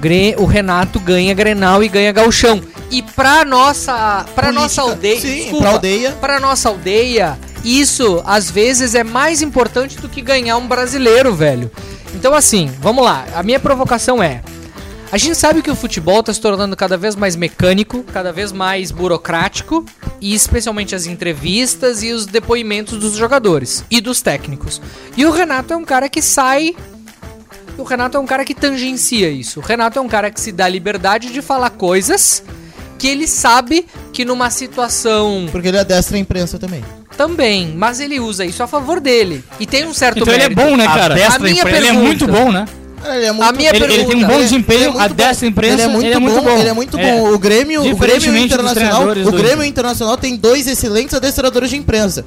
A: Gre- o Renato ganha Grenal e ganha Galchão. E pra nossa, pra
C: Política.
A: nossa aldeia,
C: Sim,
A: desculpa,
C: pra aldeia.
A: pra nossa aldeia, isso às vezes é mais importante do que ganhar um brasileiro, velho. Então assim, vamos lá. A minha provocação é: a gente sabe que o futebol está se tornando cada vez mais mecânico, cada vez mais burocrático, e especialmente as entrevistas e os depoimentos dos jogadores e dos técnicos. E o Renato é um cara que sai. O Renato é um cara que tangencia isso. O Renato é um cara que se dá liberdade de falar coisas que ele sabe que numa situação
C: Porque ele adestra a imprensa também.
A: também, mas ele usa isso a favor dele. E tem um certo
L: Então ele é
A: mérito.
L: bom, né, cara?
A: A minha
L: Ele é
A: pergunta-
L: muito bom, né?
C: Cara, ele é
A: A minha
L: Ele, ele
A: pergunta.
L: tem um bom
C: Ele- ele é
L: desempenho,
C: muito
L: a
C: bom.
L: desta
C: Ele
L: imprensa,
C: é muito, bom, ele é muito bom. O Grêmio, o Grêmio
L: Diferentemente dos
C: Internacional,
L: treinadores
C: o
L: do-
C: Grêmio Internacional tem dois excelentes adestradores de imprensa.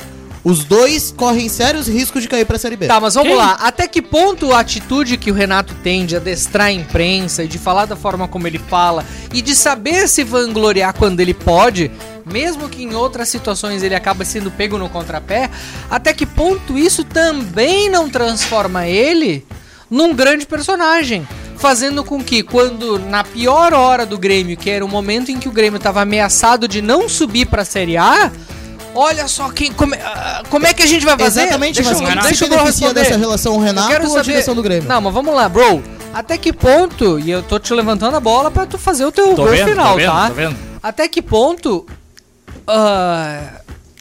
C: Os dois correm sérios riscos de cair pra Série B.
A: Tá, mas vamos
L: Quem?
A: lá. Até que ponto a atitude que o Renato tem de adestrar a imprensa e de falar da forma como ele fala e de saber se vangloriar quando ele pode mesmo que em outras situações ele acaba sendo pego no contrapé, até que ponto isso também não transforma ele num grande personagem? Fazendo com que, quando na pior hora do Grêmio, que era o momento em que o Grêmio estava ameaçado de não subir para a Série A, olha só quem, como, é- ah, como é que a gente vai fazer?
C: Exatamente,
A: Deixa
C: mas
A: eu-
C: quem que
A: deixa
C: se
A: eu
C: beneficia
A: responder.
C: dessa relação, é o
A: Eu
C: Renato
A: quero
C: ou a
A: saber-
C: direção do Grêmio?
A: Não, mas vamos lá, bro. Até que ponto, e eu tô te levantando a bola pra tu fazer o teu
H: Tô
A: gol
H: vendo,
A: final,
H: tô vendo,
A: tá?
H: tô vendo.
A: Até que ponto ah,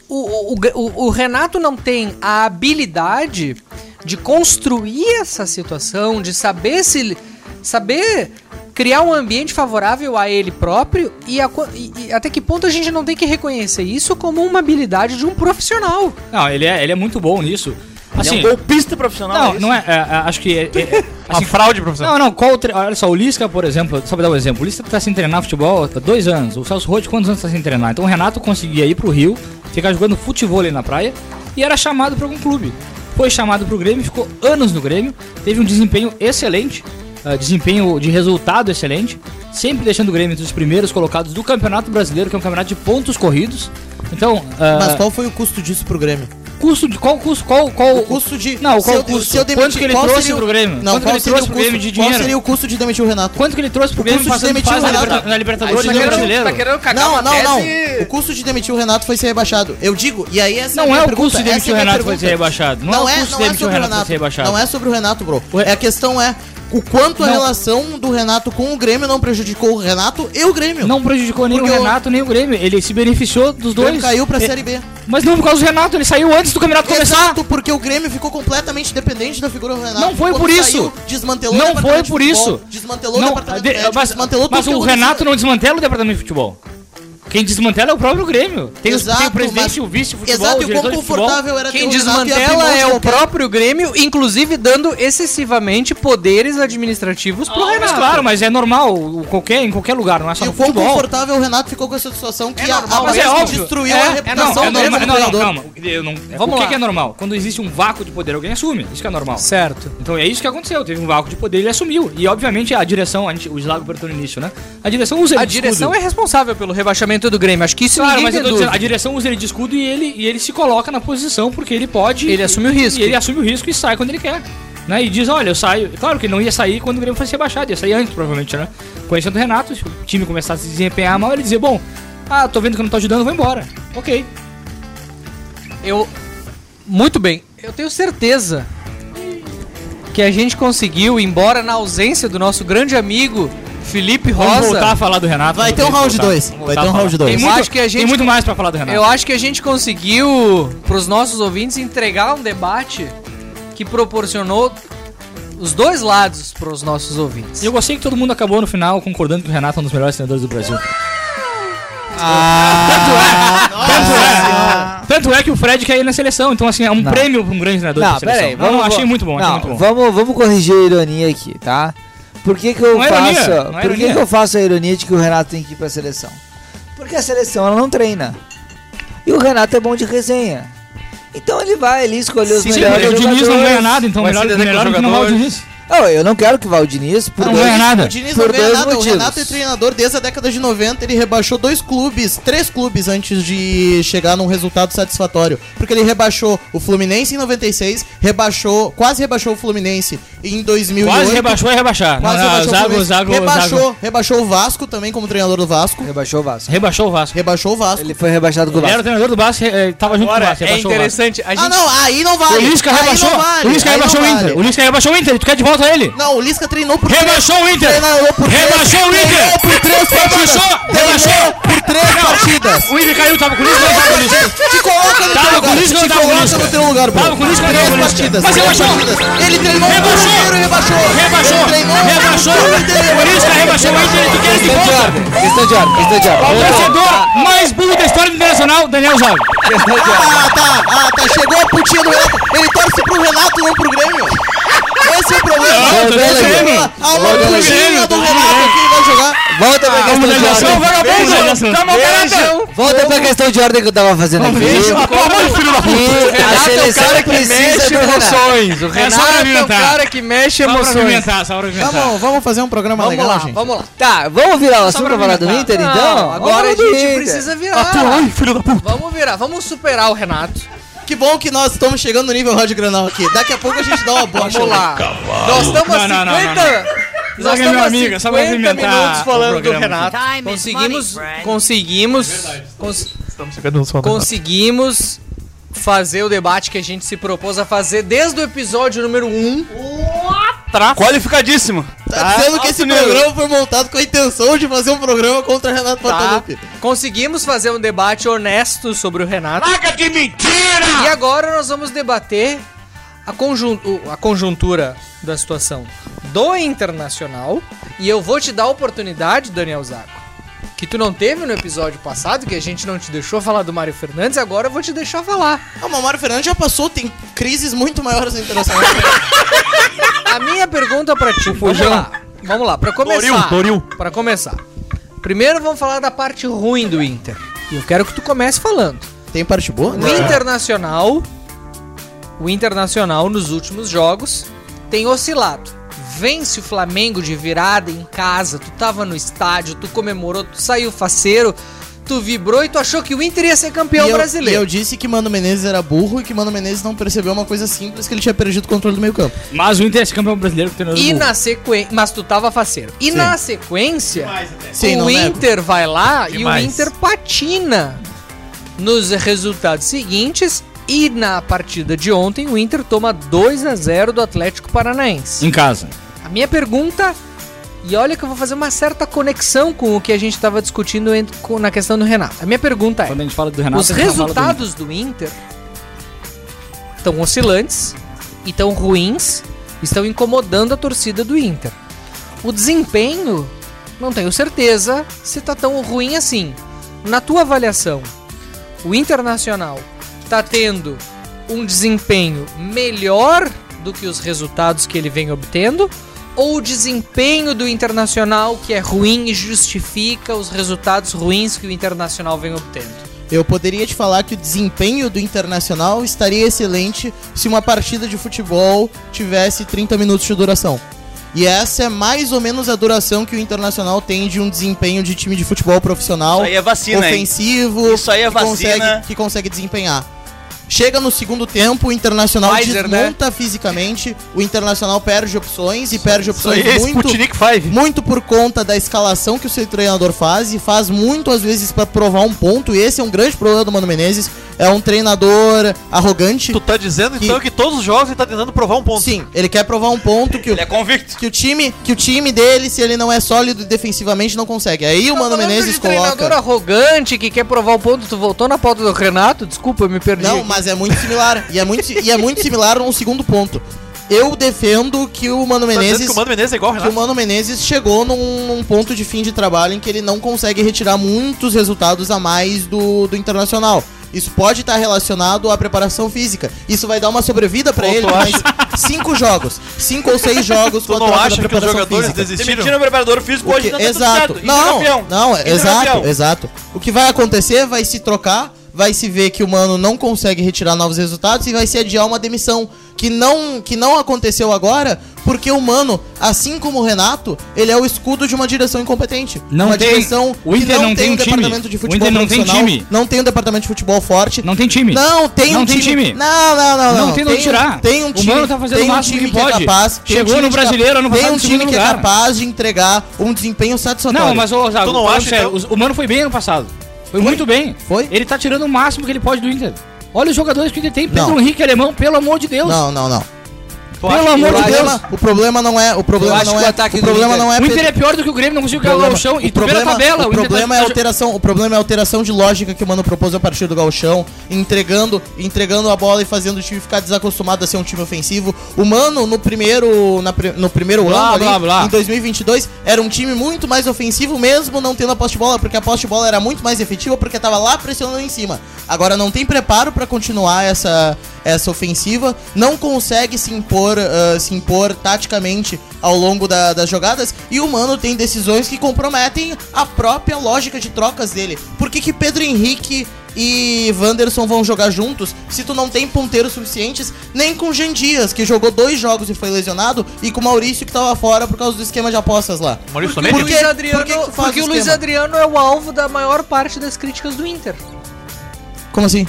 A: o, o- o- o Renato não tem a habilidade de construir essa situação, de saber se ele- saber criar um ambiente favorável a ele próprio e, a co- e- e até que ponto a gente não tem que reconhecer isso como uma habilidade de um profissional.
H: Não, ele é, ele é muito bom nisso. Assim,
G: ele é um golpista profissional.
H: Não,
G: é isso?
H: não é. é, é, acho que. É, é, é, assim,
F: fraude, professor.
H: Não, não. Qual, o tre- olha só, o Lisca, por exemplo, só pra dar um exemplo. O Lisca tá sem treinar futebol há dois anos. O Celso Roth, quantos anos tá sem treinar? Então o Renato conseguia ir pro Rio, ficar jogando futebol ali na praia e era chamado pra algum clube. Foi chamado pro Grêmio, ficou anos no Grêmio, teve um desempenho excelente. ah, desempenho de resultado excelente, sempre deixando o Grêmio entre os primeiros colocados do Campeonato Brasileiro, que é um campeonato de pontos corridos. Então, ah,
C: Mas qual foi o custo disso pro Grêmio?
H: Custo de qual custo? Qual qual
C: O custo de
H: Não,
C: se
H: qual
C: eu-
H: custo?
C: se eu demitir-
H: Quanto que ele
C: qual
H: trouxe
C: seria o-
H: pro Grêmio?
C: Não, qual
H: Quanto que ele
C: seria
H: trouxe
C: o
H: pro
C: custo-
H: Grêmio de
C: qual
H: dinheiro?
C: seria o custo de demitir o Renato?
H: Quanto que ele trouxe pro
C: O
H: Grêmio
C: custo de
H: passando
C: demitir
H: fase
C: o
H: na
C: Renato?
H: Liberta- na Libertadores,
C: Aí
H: na
C: você
H: Liga
C: tá
H: Brasileira?
C: querendo
H: cagar
C: Não,
H: uma
C: não,
H: tese-
C: não. O custo de demitir o Renato foi ser rebaixado. Eu digo, e aí essa
H: Não
C: a minha
H: é o
C: pergunta,
H: custo de demitir
C: essa é
H: o
C: a minha
H: Renato
C: pergunta.
H: foi ser rebaixado, não é o custo de
C: não
H: demitir o
C: sobre
H: Renato foi ser rebaixado.
C: Não é sobre o Renato, bro. A questão é o quanto a relação do Renato com o Grêmio não prejudicou o Renato e o Grêmio.
H: Não prejudicou nem
C: Porque
H: o Renato, nem o Grêmio. Ele se beneficiou dos
C: O Grêmio
H: dois.
C: caiu pra
H: É-
C: Série B.
H: Mas não por causa do Renato, ele saiu antes do campeonato começar.
C: Exato, porque o Grêmio ficou completamente dependente da figura do Renato.
H: Não foi
C: Quando
H: por isso.
C: saiu, desmantelou o
H: não foi
C: departamento de
H: por
C: futebol,
H: isso.
C: Desmantelou o
H: não,
C: departamento
H: de-
C: médico,
H: mas,
C: desmantelou
H: mas
C: tudo
H: o
C: que aconteceu.
H: Renato não desmantela o departamento de futebol. Quem desmantela é o próprio Grêmio. Tem, os- tem
C: Exato,
H: o presidente,
C: mas-
H: o vice, o futebol,
C: Exato,
H: o
C: e o
H: diretor
C: quão
H: de futebol.
C: confortável era
A: Quem
C: ter
H: um
C: o Renato e abrir
A: desmantela
C: mão de
A: é o
C: qualquer-
A: próprio Grêmio, inclusive dando excessivamente poderes administrativos pro
H: Mas
A: Renato.
H: claro, mas é normal o- qualquer, em qualquer lugar, não é só
C: E
H: no
C: o quão
H: futebol.
C: confortável o Renato ficou com essa situação que a, a
H: Mas é
C: mesmo
H: óbvio.
C: destruiu
H: é,
C: a
H: é, não,
C: reputação
H: é
C: dele
H: normal,
C: como
H: não, não,
C: treinador.
H: calma. Eu não,
A: Vamos
H: o que,
A: lá.
H: que é normal? Quando existe um vácuo de poder, alguém assume. Isso que é normal.
A: Certo.
H: Então é isso que aconteceu. Teve um vácuo de poder, ele assumiu. E obviamente a direção, a gente, o Slago perguntou no início, né? A direção usa ele
A: A
H: de
A: direção é
H: escudo.
A: responsável pelo rebaixamento do Grêmio. Acho que isso
H: Claro,
A: ninguém
H: mas
A: tem
H: eu tô dizendo,
A: dúvida.
H: a direção usa ele de escudo e ele, e ele se coloca na posição porque ele pode.
A: Ele assume o risco.
H: E ele assume o risco e sai quando ele quer. Né? E diz, olha, eu saio. Claro que ele não ia sair quando o Grêmio fosse rebaixado, ia sair antes, provavelmente, né? Conhecendo o Renato, se o time começar a se desempenhar mal, ele dizia, bom, ah, tô vendo que eu não tô ajudando, vou embora. Ok.
A: Eu. Muito bem. Eu tenho certeza que a gente conseguiu, embora na ausência do nosso grande amigo Felipe Rosa.
H: Vamos voltar a falar do Renato.
C: Vai
H: vamos
C: ter um round
H: voltar.
C: dois.
H: Vamos
C: Vai
H: voltar
C: ter um
H: a
C: round
H: falar.
C: dois.
H: Tem
A: Eu
H: muito,
A: acho que a gente-
H: tem muito mais pra falar do Renato.
A: Eu acho que a gente conseguiu, para os nossos ouvintes, entregar um debate que proporcionou os dois lados para os nossos ouvintes.
H: E eu gostei que todo mundo acabou no final concordando que o Renato é um dos melhores treinadores do Brasil.
D: Ah,
H: Tanto é que o Fred quer ir na seleção, então assim, é um
D: Não.
H: prêmio pra um grande treinador
D: Não,
H: da seleção.
D: peraí,
H: Não, não,
D: vamos-
H: achei muito bom, achei
D: não,
H: muito bom.
D: Vamos, vamos corrigir a ironia aqui, tá? Por que, que eu
H: Não é
D: faço.
H: ironia, não é
D: por que,
H: ironia.
D: que eu faço a ironia de que o Renato tem que ir pra seleção? Porque a seleção ela não treina. E o Renato é bom de resenha. Então ele vai ali escolher os
H: Sim,
D: melhores.
H: porque o Diniz não
D: jogadores.
H: ganha nada, então
D: Vai
H: melhor,
D: se dedicar
H: melhor
D: com
H: que não vai o Diniz.
D: Não, eu não quero que vá o Diniz por
H: Não
D: dois,
H: ganha nada.
C: O Diniz
D: por
C: não ganha
D: dois
C: nada.
D: motivos.
C: O Renato é treinador desde a década de 90. Ele rebaixou dois clubes, três clubes antes de chegar num resultado satisfatório. Porque ele rebaixou o Fluminense em 96, rebaixou, quase rebaixou o Fluminense em 2008.
H: Quase rebaixou é rebaixar.
C: Quase
H: Não, não,
C: rebaixou, o
H: Zago,
C: Fluminense.
H: Zago,
C: rebaixou,
H: Zago.
C: rebaixou o Vasco também como treinador do Vasco.
D: Rebaixou o Vasco.
H: Rebaixou o Vasco.
C: Rebaixou o Vasco.
D: Ele foi rebaixado com o
H: Ele era o
D: Vasco.
H: treinador do Vasco, eh, tava junto com o Vasco,
A: é
H: rebaixou o Vasco.
A: interessante. A gente...
C: Ah, não, aí não vale.
H: O Lisca
C: Aí
H: rebaixou,
C: não vale,
H: o Lisca
C: aí não
H: rebaixou o
C: vale.
H: Inter, o Lisca rebaixou o Inter, tu quer de volta ele?
C: Não, o Lisca treinou por
H: Rebaixou o Inter!
C: Treinou por três-
H: Rebaixou o
C: treinou
H: Inter!
C: por três partidas.
H: Rebaixou!
C: Treinou
H: Rebaixou!
C: por três partidas.
H: O Inter caiu, tava com o Lisca, não tava com o Lisca.
C: Te coloca no teu
H: Tava com
C: lugar. Te
H: Lisca, tava com
C: coloca
H: Lisca.
C: no teu lugar, bro.
H: Tava com o Lisca, não tava
C: Três
H: com o Lisca.
C: partidas.
H: Mas
C: três
H: rebaixou.
C: partidas. Ele treinou o
H: Rebaixou.
C: Cruzeiro e rebaixou.
H: Rebaixou!
C: Ele treinou o
H: Rebaixou!
C: Inter e
H: Por isso que rebaixou o Inter, tu quer de
D: Questão de
H: volta?
D: ordem, questão de ordem, questão de
H: O
D: ordem.
H: torcedor mais burro da história do Internacional, Daniel Zago.
D: Questão de ordem.
C: Ah, tá. Ah, tá. Chegou a putinha do Renato. Ele torce pro Renato, não pro Grêmio. Esse é o problema.
H: Não,
C: Esse é o
H: Grêmio.
C: problema. Há uma
H: Grêmio.
C: putinha do
H: Grêmio.
C: Renato que ele vai jogar.
D: Volta pra
C: Tá,
B: Ah,
D: questão
B: vamos
D: de
B: negociar
D: ordem.
B: o vagabundo,
D: Vejam,
B: negociar. Calma,
D: vejam,
B: Renato.
D: volta pra questão de ordem que eu tava fazendo aqui.
B: Vejam como-
D: E
B: Renato é
D: a
B: o
D: seleção
B: cara que
D: precisa
B: mexe
D: do
B: com
D: Renato.
B: emoções.
D: É
B: O
D: só
A: Renato é o
D: argumentar.
A: cara que mexe
D: Só pra
A: emoções.
D: argumentar, só pra argumentar.
C: Vamos, vamos fazer um programa
A: Vamos
C: legal,
A: lá,
C: gente.
A: vamos lá.
D: Tá, vamos virar o assunto pra falar do
A: Não,
D: Inter, então?
A: Agora a
D: Vamos do
A: gente
D: Inter. Tá
A: precisa virar. Vamos virar, vamos superar o Renato.
C: Que bom que nós estamos chegando no nível Rádio Granal aqui. Daqui a pouco a gente dá uma Tá bocha.
A: Vamos lá. Nós estamos a 50.
C: Não, não, não, não, não.
A: Nós
C: Zaga é
A: estamos
C: meu
A: a
C: amigo, é só pra
A: 50
C: alimentar
A: minutos
C: o
A: falando do
C: programa. É
A: Renato.
C: Time is
A: Conseguimos.
C: money, friend.
A: Conseguimos. cons- Conseguimos fazer o debate que a gente se propôs a fazer desde o episódio número 1.
G: Qualificadíssimo.
C: Tá dizendo que esse programa foi montado com a intenção de fazer um programa contra Renato
A: Tá.
C: Portaluppi.
A: Conseguimos fazer um debate honesto sobre o Renato. Larga de mentira! E agora nós vamos debater a, conjun- o- a conjuntura da situação do Internacional. E eu vou te dar a oportunidade, Daniel Zago, que tu não teve no episódio passado, que a gente não te deixou falar do Mário Fernandes, agora eu vou te deixar falar.
C: Não, mas Ah, o Mário Fernandes já passou, tem crises muito maiores no Internacional.
A: A minha pergunta pra ti, vamos lá. Vamos lá, pra começar.
F: Doril,
A: Pra começar. Primeiro vamos falar da parte ruim do Inter. E eu quero que tu comece falando.
C: Tem parte boa?
A: O Internacional, o Internacional nos últimos jogos tem oscilado. Vence o Flamengo de virada em casa, tu tava no estádio, tu comemorou, tu saiu faceiro, tu vibrou e tu achou que o Inter ia ser campeão
C: E eu- E
A: brasileiro.
C: eu disse que Mano Menezes era burro e que Mano Menezes não percebeu uma coisa simples que ele tinha perdido o controle do meio campo.
L: Mas o Inter é esse campeão brasileiro que treinador
A: E
L: burro.
A: na sequência. Mas tu tava faceiro. E
L: Sim.
A: na sequência,
C: Sim, não
A: o
C: nego.
A: Inter vai lá
C: Demais.
A: e o Inter patina nos resultados seguintes. E na partida de ontem, o Inter toma 2 a 0 do Atlético Paranaense.
L: Em casa.
A: A minha pergunta. E olha que eu vou fazer uma certa conexão com o que a gente tava discutindo ent- com- na questão do Renato. A minha pergunta é:
L: Quando a gente fala do Renato,
A: os
L: a gente não fala do
A: resultados do Inter estão oscilantes e tão ruins, estão incomodando a torcida do Inter. O desempenho, não tenho certeza se tá tão ruim assim. Na tua avaliação, o Internacional tá tendo um desempenho melhor do que os resultados que ele vem obtendo? Ou o desempenho do Internacional que é ruim e justifica os resultados ruins que o Internacional vem obtendo?
C: Eu poderia te falar que o desempenho do Internacional estaria excelente se uma partida de futebol tivesse 30 minutos de duração. E essa é mais ou menos a duração que o Internacional tem de um desempenho de time de futebol profissional.
G: Isso aí é vacina, hein?
C: ofensivo,
G: Isso aí é
C: que consegue-
G: vacina.
C: que consegue desempenhar. Chega no segundo tempo, o Internacional
G: Pfizer, né?
C: desmonta fisicamente, o Internacional perde opções e perde opções
F: aí é
C: muito,
F: Sputnik
C: muito por conta da escalação que o seu treinador faz e faz muito às vezes pra provar um ponto. E esse é um grande problema do Mano Menezes, é um treinador arrogante.
F: tu tá dizendo então que todos os jogos ele tá tentando provar um ponto.
C: Sim, ele quer provar um ponto que o,
G: é convicto.
C: que o time, que o time dele, se ele não é sólido defensivamente, não consegue. Aí o Mano Menezes
A: Tá de treinador
C: coloca.
A: arrogante que quer provar o ponto, tu voltou na pauta do Renato? Desculpa, eu me perdi.
C: Não, mas é muito similar. e, é muito, si- e é muito similar um segundo ponto. Eu defendo que o Mano
F: Tá dizendo
C: Menezes.
F: que o Mano Menezes é igual ao
C: que o
F: Renato.
C: Mano Menezes chegou num, num ponto de fim de trabalho em que ele não consegue retirar muitos resultados a mais do, do Internacional. Isso pode estar relacionado à preparação física. Isso vai dar uma sobrevida pra
F: Pô, tu
C: ele, mas cinco jogos. Cinco ou seis jogos
G: Tu
C: a
G: não
C: troca da
G: acha que os
C: preparação
G: jogadores desistiram? Demitiram o preparador físico
C: O que-
G: hoje, tá tudo
C: Exato.
G: certo.
C: Não,
G: Intercampeão.
C: não, é-
G: Intercampeão.
C: exato, exato. O que vai acontecer vai se trocar, vai se ver que o Mano não consegue retirar novos resultados e vai se adiar uma demissão que não, que não aconteceu agora, porque o Mano, assim como o Renato, ele é o escudo de uma direção incompetente.
L: Não
C: uma
L: tem-
C: direção
L: o Inter não tem um time.
C: departamento de
L: O
C: futebol
L: Inter não tem
C: profissional,
L: time.
C: Não tem um departamento de futebol forte.
L: Não tem time.
C: Não, tem
L: Não
C: um
L: tem
C: time.
L: time.
C: Não, não, não,
L: Não
C: não.
L: tem onde
C: um-
L: tirar.
C: Tem um
L: O
C: time.
L: Mano tá fazendo
C: tem
L: o máximo
C: time
L: que pode.
C: É capaz, tem um
L: Chegou
C: time
L: no
C: que é
L: Brasileiro ano
C: Tem
L: passado
C: um
L: em
C: time
L: segundo
C: que é
L: lugar.
C: capaz de entregar um desempenho satisfatório.
L: Não, mas ô, Zago,
C: Tu não
L: falando
C: acha, então?
L: sério, o Mano foi bem ano passado. Foi, muito bem.
C: Foi?
L: Ele tá tirando o máximo que ele pode do Inter. Olha os jogadores que o Inter tem. Pedro
C: Não.
L: Henrique alemão, pelo amor de Deus.
C: Não, não, não.
L: Pelo amor de Deus.
C: O problema não é. O problema
L: acho
C: não
L: que o
C: é.
L: ataque
C: O
L: do
C: problema
L: Inter-
C: não é.
L: O Inter é pior do que o Grêmio, não conseguiu ganhar o Gauchão. E
C: o
L: tu vê na
C: problema,
L: tabela,
C: o
L: o Inter tá-
C: problema é a
L: tá-
C: alteração, o problema é a alteração de lógica que o Mano propôs a partir do Galchão, entregando, entregando a bola e fazendo o time ficar desacostumado a ser um time ofensivo. O Mano no primeiro, na pri- no primeiro
L: Blá,
C: ano,
L: blá,
C: ali,
L: blá.
C: em 2022, era um time muito mais ofensivo mesmo não tendo a posse de bola, porque a posse de bola era muito mais efetiva porque tava lá pressionando em cima. Agora não tem preparo pra continuar essa essa ofensiva, não consegue se impor, ah, se impor taticamente ao longo da- das jogadas e o Mano tem decisões que comprometem a própria lógica de trocas dele. Por que, que Pedro Henrique e Wanderson vão jogar juntos se tu não tem ponteiros suficientes, nem com o Jean Dias, que jogou dois jogos e foi lesionado, e com o Maurício que tava fora por causa do esquema de apostas lá.
F: Maurício
A: Porque, o
F: Tomé?
A: Luiz Adriano,
C: por que que tu faz
A: porque o
C: o
A: Luiz
C: esquema?
A: Adriano é o alvo da maior parte das críticas do Inter.
C: Como assim?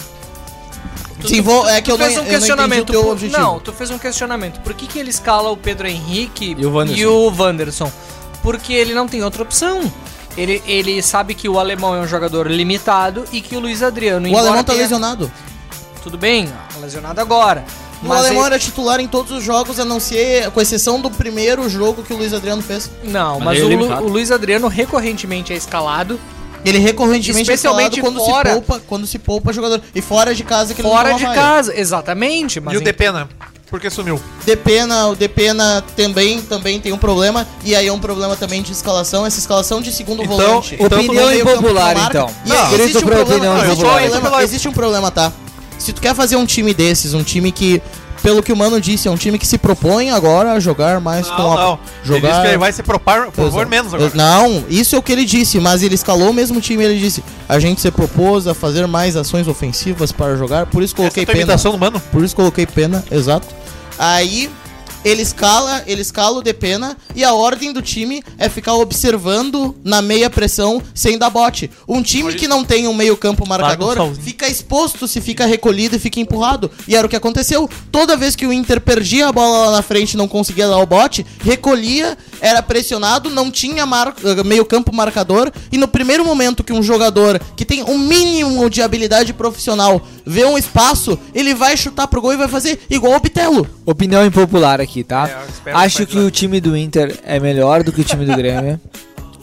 C: Sim, vou, é que eu
A: tu
C: não,
A: fez
C: eu
A: um
C: não
A: questionamento.
C: entendi o teu
A: por-
C: objetivo.
A: Não, tu fez um questionamento. Por que, que ele escala o Pedro Henrique
C: E o Wanderson.
A: e o Wanderson? Porque ele não tem outra opção. Ele, ele sabe que o alemão é um jogador limitado e que o Luiz Adriano.
C: o
A: embora
C: alemão tá
A: tenha-
C: lesionado.
A: Tudo bem, tá lesionado agora.
C: O
A: mas
C: alemão é
A: ele-
C: era titular em todos os jogos, a não ser, com exceção do primeiro jogo que o Luiz Adriano fez.
A: Não, mas,
F: é
A: o, Lu- o Luiz Adriano recorrentemente é escalado.
C: Ele recorrentemente é
A: especialmente
C: escalado quando
A: fora,
C: se poupa, quando se poupa jogador e fora de casa que ele
A: fora
C: não tá
A: de
C: toma vaga.
A: casa, exatamente. Mas
F: E o
A: em-
F: Depena? Por que sumiu?
C: Depena, o Depena também, também tem um problema, e aí é um problema também de escalação, essa escalação de segundo
D: Então,
C: volante. é
D: então
C: Opinião
D: tu não- impopular,
C: marca.
D: então.
C: E
D: Não,
C: aí
D: grito
C: existe um
D: pra
C: problema,
D: opinião
C: não, existe, um
D: impopular. então.
C: problema existe um problema, tá? Se tu quer fazer um time desses, um time que, pelo que o Mano disse, é um time que se propõe agora a jogar mais com a...
F: Não,
C: Jogar...
F: Ele disse que ele vai se propor, propor menos agora.
C: Não, isso é o que ele disse, mas ele escalou o mesmo time. Ele disse: a gente se propôs a fazer mais ações ofensivas para jogar, por isso coloquei
F: Essa é a tua
C: pena.
F: imitação do Mano?
C: Por isso coloquei pena, exato. Aí ele escala, ele escala o de pena e a ordem do time é ficar observando na meia pressão sem dar bote. Um time que não tem um meio campo marcador
F: solzinho.
C: fica exposto, se fica recolhido e fica empurrado. E era o que aconteceu. Toda vez que o Inter perdia a bola lá na frente e não conseguia dar o bote, recolhia, era pressionado, não tinha mar- eh, meio campo marcador. E no primeiro momento que um jogador que tem um mínimo de habilidade profissional vê um espaço, ele vai chutar pro gol e vai fazer igual o Bitelo.
D: Opinião impopular aqui,
F: É,
D: tá?
C: espero
D: Acho que o time do Inter é melhor do que o time do Grêmio.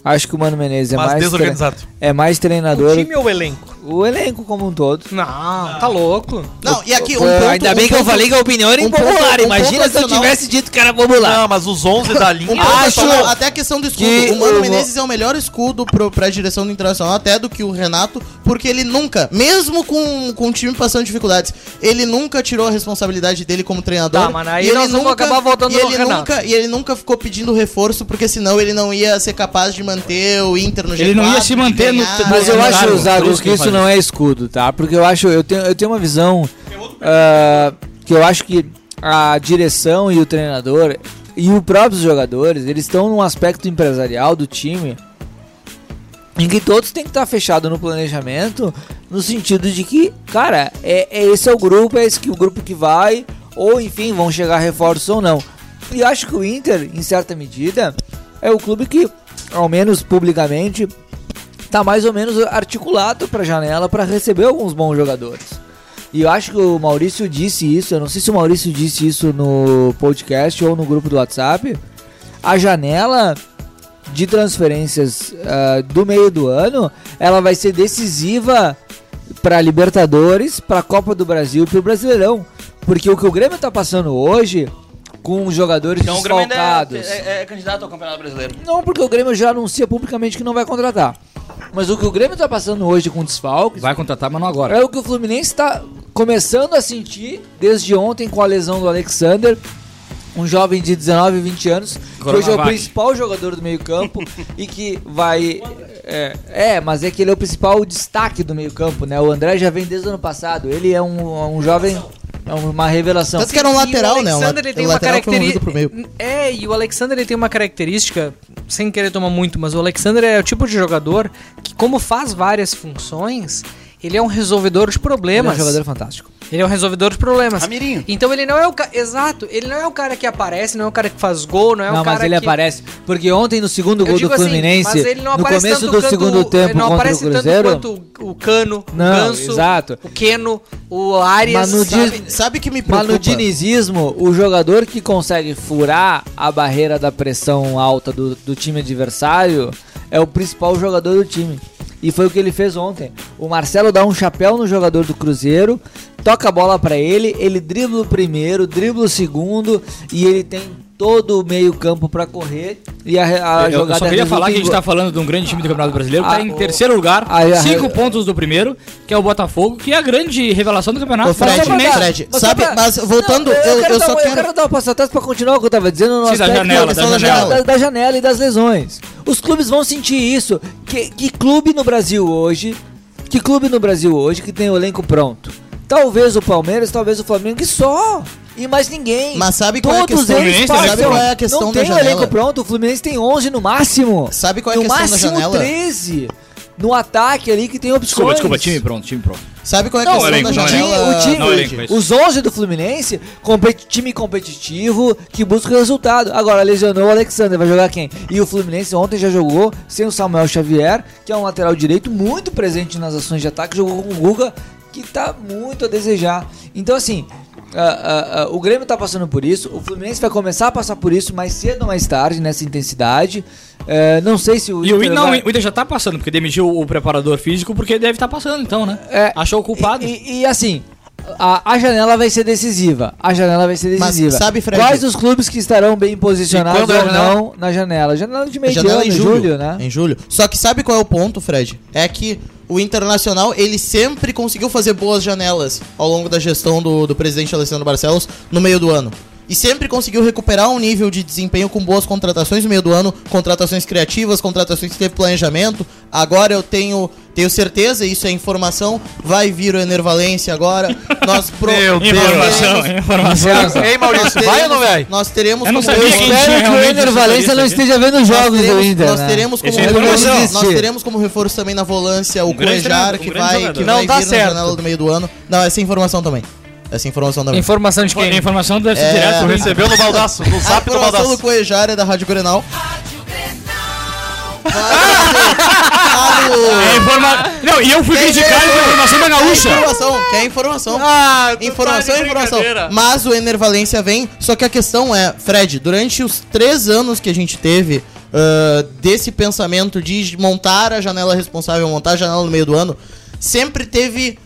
D: Acho que o Mano Menezes é
F: Mas
D: mais
F: desorganizado.
D: é mais
F: O
D: treinador.
F: time ou o elenco?
D: O elenco como um todo.
A: Não,
F: Ah.
A: tá louco.
C: Não, e
F: Um
C: aqui um
D: Pô, ainda bem que eu falei que a opinião era impopular. Imagina se eu tivesse dito que era popular.
F: Não, mas os 11 da linha.
C: Um ponto
D: Acho
C: adicional, até a questão do escudo.
D: Ah, que
C: o Mano
D: o-
C: Menezes é o melhor escudo pro, pra direção do Internacional, até do que o Renato, porque ele nunca, mesmo com, com o time passando dificuldades, ele nunca tirou a responsabilidade dele como treinador.
A: Tá, mas aí
C: e ele
A: nós vamos acabar voltando
C: e
A: no
C: ele
A: Renato.
C: nunca E ele nunca ficou pedindo reforço, porque senão ele não ia ser capaz de manter o Inter no G4.
H: Ele não ia se manter no-
C: ganhar.
D: Mas eu acho, Zago,
H: isso que
D: que
H: eu
D: isso
H: falei.
D: não é escudo, tá? Porque eu acho, eu tenho, eu tenho uma visão ah, que eu acho que a direção e o treinador e os próprios jogadores, eles estão num aspecto empresarial do time em que todos têm que estar fechado no planejamento, no sentido de que, cara, é, é esse é o grupo, é esse que o grupo que vai, ou enfim, vão chegar reforços ou não. E acho que o Inter, em certa medida, é o clube que, ao menos publicamente, tá mais ou menos articulado pra janela para receber alguns bons jogadores. E eu acho que o Maurício disse isso, eu não sei se o Maurício disse isso no podcast ou no grupo do WhatsApp. A janela de transferências ah, do meio do ano, ela vai ser decisiva para Libertadores, para Copa do Brasil e para o Brasileirão, porque o que o Grêmio tá passando hoje com jogadores
G: Então o Grêmio ainda
D: desfalcados.
G: é, é- é candidato ao Campeonato Brasileiro.
D: Não, porque o Grêmio já anuncia publicamente que não vai contratar. Mas o que o Grêmio tá passando hoje com desfalques
H: Vai contratar, mas não agora.
D: é o que o Fluminense tá começando a sentir desde ontem com a lesão do Alexander, um jovem de 19, 20 anos, que hoje é o
H: Coronavac.
D: principal jogador do meio-campo e que vai. É, é, mas é que ele é o principal destaque do meio-campo, né? O André já vem desde o ano passado. Ele é um, um jovem. É uma revelação.
C: Tanto que era um
A: E o
C: lateral, né? O
A: Alexander,
C: la-
A: ele tem
C: o
A: uma
C: lateral foi movido
A: característica.
C: pro meio.
A: É, e o Alexander ele tem uma característica, sem querer tomar muito, mas o Alexander é o tipo de jogador que, como faz várias funções, ele é um resolvedor de problemas.
D: Ele é um jogador fantástico.
A: Ele é um resolvedor de problemas. Então ele não é o ca... Exato, ele não é o cara que aparece, não é o cara que faz gol, não é
D: não,
A: o cara
D: mas ele
A: que...
D: aparece. Porque ontem no segundo
A: Eu
D: gol do
A: digo assim,
D: Fluminense,
A: mas ele não
D: no
A: aparece
D: começo
A: tanto
D: do
A: quanto-
D: segundo tempo
A: ele não
D: contra o
A: aparece
D: Cruzeiro.
A: tanto quanto o Cano, o
D: Não,
A: Ganso,
D: exato.
A: o Keno, o Arias.
D: Mas no
A: sabe?
D: Dis-
C: é Sabe que me
D: Mas no
C: preocupa?
D: dinizismo, o jogador que consegue furar a barreira da pressão alta do, do time adversário é o principal jogador do time. E foi o que ele fez ontem. O Marcelo dá um chapéu no jogador do Cruzeiro, toca a bola pra ele, ele dribla o primeiro, dribla o segundo e ele tem todo o meio-campo pra correr e a, a
L: Ah, Eu- eu
D: jogada é
L: só queria
D: resulta
L: falar que
D: em
L: a gente
D: gol.
L: tá falando de um grande time do Campeonato Brasileiro, que
D: Ah,
L: tá em
D: o-
L: terceiro lugar,
D: Aí a-
L: cinco pontos do primeiro, que é o Botafogo, que é a grande revelação do campeonato.
C: Ô, Fred,
L: Mas só pra dar-
C: Fred,
L: mas só
C: sabe,
L: pra-
C: mas voltando,
D: tá- Não,
C: eu,
D: quero
C: eu
D: dar
C: só
D: uma- eu
C: quero.
D: dar um passo atrás pra continuar o que eu tava dizendo no
L: Sim, da
D: aspecto
L: janela, da janela.
D: Da, da janela e das lesões. Os clubes vão sentir isso. Que, que clube no Brasil hoje, que clube no Brasil hoje que tem o elenco pronto? Talvez o Palmeiras, talvez o Flamengo e só. E mais ninguém.
C: Mas sabe qual é a
D: Todos
C: questão?
D: eles
C: Sabe
D: passam.
C: qual é a questão
D: Não
C: da
D: tem o
C: janela?
D: elenco pronto, o Fluminense tem 11 no máximo.
C: Sabe qual é
D: no
C: a questão da
D: máximo
C: janela?
D: 13. No ataque ali que tem opções.
L: Desculpa, desculpa, time pronto, time pronto.
C: Sabe qual é a
D: Não,
C: questão
D: elenco,
C: da
D: não,
C: janela?
D: o time,
L: Não, elenco, é isso.
D: os 11 do Fluminense, competi- time competitivo, que busca resultado. Agora, lesionou o Alexander, vai jogar quem? E o Fluminense ontem já jogou sem o Samuel Xavier, que é um lateral direito muito presente nas ações de ataque, jogou com o Guga, que tá muito a desejar. Então, assim, ah, ah, ah, o Grêmio tá passando por isso, o Fluminense vai começar a passar por isso mais cedo ou mais tarde, nessa intensidade. Eh, não sei se o
L: E o Inter, não,
D: vai-
L: o Inter já tá passando, porque demitiu o preparador físico, porque deve estar passando então, né? Achou o culpado.
D: E, e assim, a, a janela vai ser decisiva. A janela vai ser
C: Mas
D: decisiva.
C: sabe, Fred-
D: Quais os clubes que estarão bem
C: E
D: posicionados
C: quando é a
D: ou
C: janela?
D: não na janela? Janela de meio de
C: janela
D: ano,
C: é em
D: em
C: julho,
D: julho, né?
C: Em julho. Só que sabe qual é o ponto, Fred? É que o Internacional, ele sempre conseguiu fazer boas janelas ao longo da gestão do, do presidente Alessandro Barcelos no meio do ano. E sempre conseguiu recuperar um nível de desempenho com boas contratações no meio do ano, contratações criativas, contratações que teve planejamento. Agora eu tenho, tenho certeza, isso é informação, vai vir o Enervalência agora. Nós pro...
L: Meu Deus. Informação, informação. Ei, Maurício,
C: Nós teremos-
L: vai ou não vai?
C: Nós teremos
L: Eu não
C: como-
L: sabia
C: Eu
L: que
C: espero
L: tinha
C: que o
L: realmente
C: Ener
L: isso
C: Valencia
L: aí.
D: não esteja vendo os jogos
C: nós
D: do
C: teremos,
D: Inter,
C: Nós
D: né?
C: teremos como
D: Esse é
C: reforço,
D: informação.
C: nós
D: Sim.
C: teremos como reforço também na volância o
D: grande
C: Cuejar,
D: treinador, um
C: que
D: grande
C: vai,
D: jogador.
C: que
D: Não,
C: vai
D: tá
C: vir
D: certo.
C: na janela do meio do ano. Não, essa informação também. Essa informação também.
A: Informação de quem?
L: Informação
A: deve ser direto.
F: Recebeu no baldaço, no
C: A
F: zap do
C: informação
F: baldaço.
C: do Cuejar é da Rádio Grenal.
L: É informa... Não, e eu fui criticar a informação da Gaúcha.
C: Quer informação, quer informação. informação é informação. Mas o Enervalência vem, só que a questão é, Fred, durante os três anos que a gente teve ah, desse pensamento de montar a janela responsável, montar a janela no meio do ano, sempre teve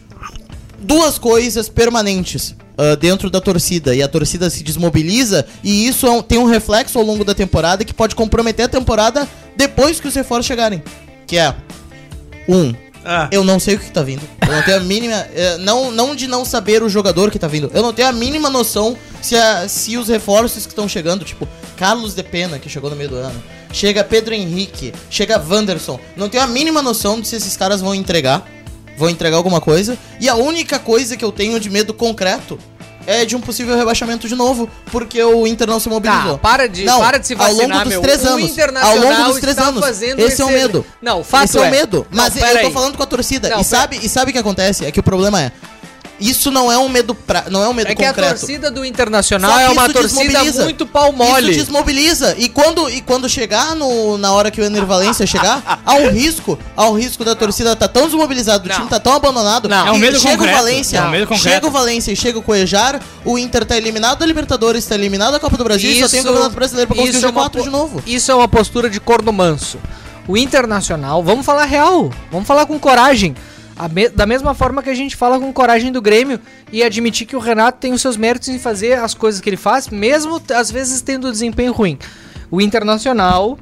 C: duas coisas permanentes ah, dentro da torcida. E a torcida se desmobiliza e isso é um- tem um reflexo ao longo da temporada que pode comprometer a temporada depois que os reforços chegarem. Que é. Um.
F: Ah.
C: Eu não sei o que tá vindo. Eu não tenho a mínima. eh, não, não de não saber o jogador que tá vindo. Eu não tenho a mínima noção se, a- se os reforços que estão chegando, tipo, Carlos de Pena, que chegou no meio do ano. Chega Pedro Henrique, chega Wanderson. Não tenho a mínima noção de se esses caras vão entregar vão entregar alguma coisa. E a única coisa que eu tenho de medo concreto é de um possível rebaixamento de novo, porque o Inter não se mobilizou.
A: Tá, para de,
C: não,
A: para de se
C: ao
A: vacinar,
C: longo dos
A: meu.
C: três
A: o
C: anos. Ao
A: Internacional
C: longo dos três
A: está
C: anos.
A: fazendo
C: Esse é o
A: excel-
C: medo.
A: Não, o fato
C: Esse é o
A: é-
C: medo.
A: Não,
C: Mas eu
A: peraí.
C: tô falando com a torcida.
A: Não,
C: e sabe, e sabe o que acontece? É que o problema é isso não é um medo pra, não é um medo
A: É que a
C: concreto.
A: torcida do Internacional
C: Só que
A: é uma
C: isso
A: torcida
C: desmobiliza.
A: muito pau
C: Isso
A: mole.
C: desmobiliza. E quando, e quando chegar no, na hora que o Ener Valência chegar, há um risco. Há um risco da torcida tá tão desmobilizada, o time tá tão abandonado.
L: Não.
C: que
L: É um medo
C: chega
L: concreto.
C: o Valência,
L: É um medo concreto.
C: chega o Valência e chega o Coejar, o Inter tá eliminado da Libertadores, tá eliminado da Copa do Brasil e só tem o Campeonato Brasileiro pra conseguir
A: isso
C: o
A: é uma
C: G4
A: po-
C: de novo.
A: Isso é uma postura de corno manso. O Internacional, vamos falar real, vamos falar com coragem. A me- da mesma forma que a gente fala com coragem do Grêmio e admitir que o Renato tem os seus méritos em fazer as coisas que ele faz, mesmo t- às vezes tendo um desempenho ruim. O Internacional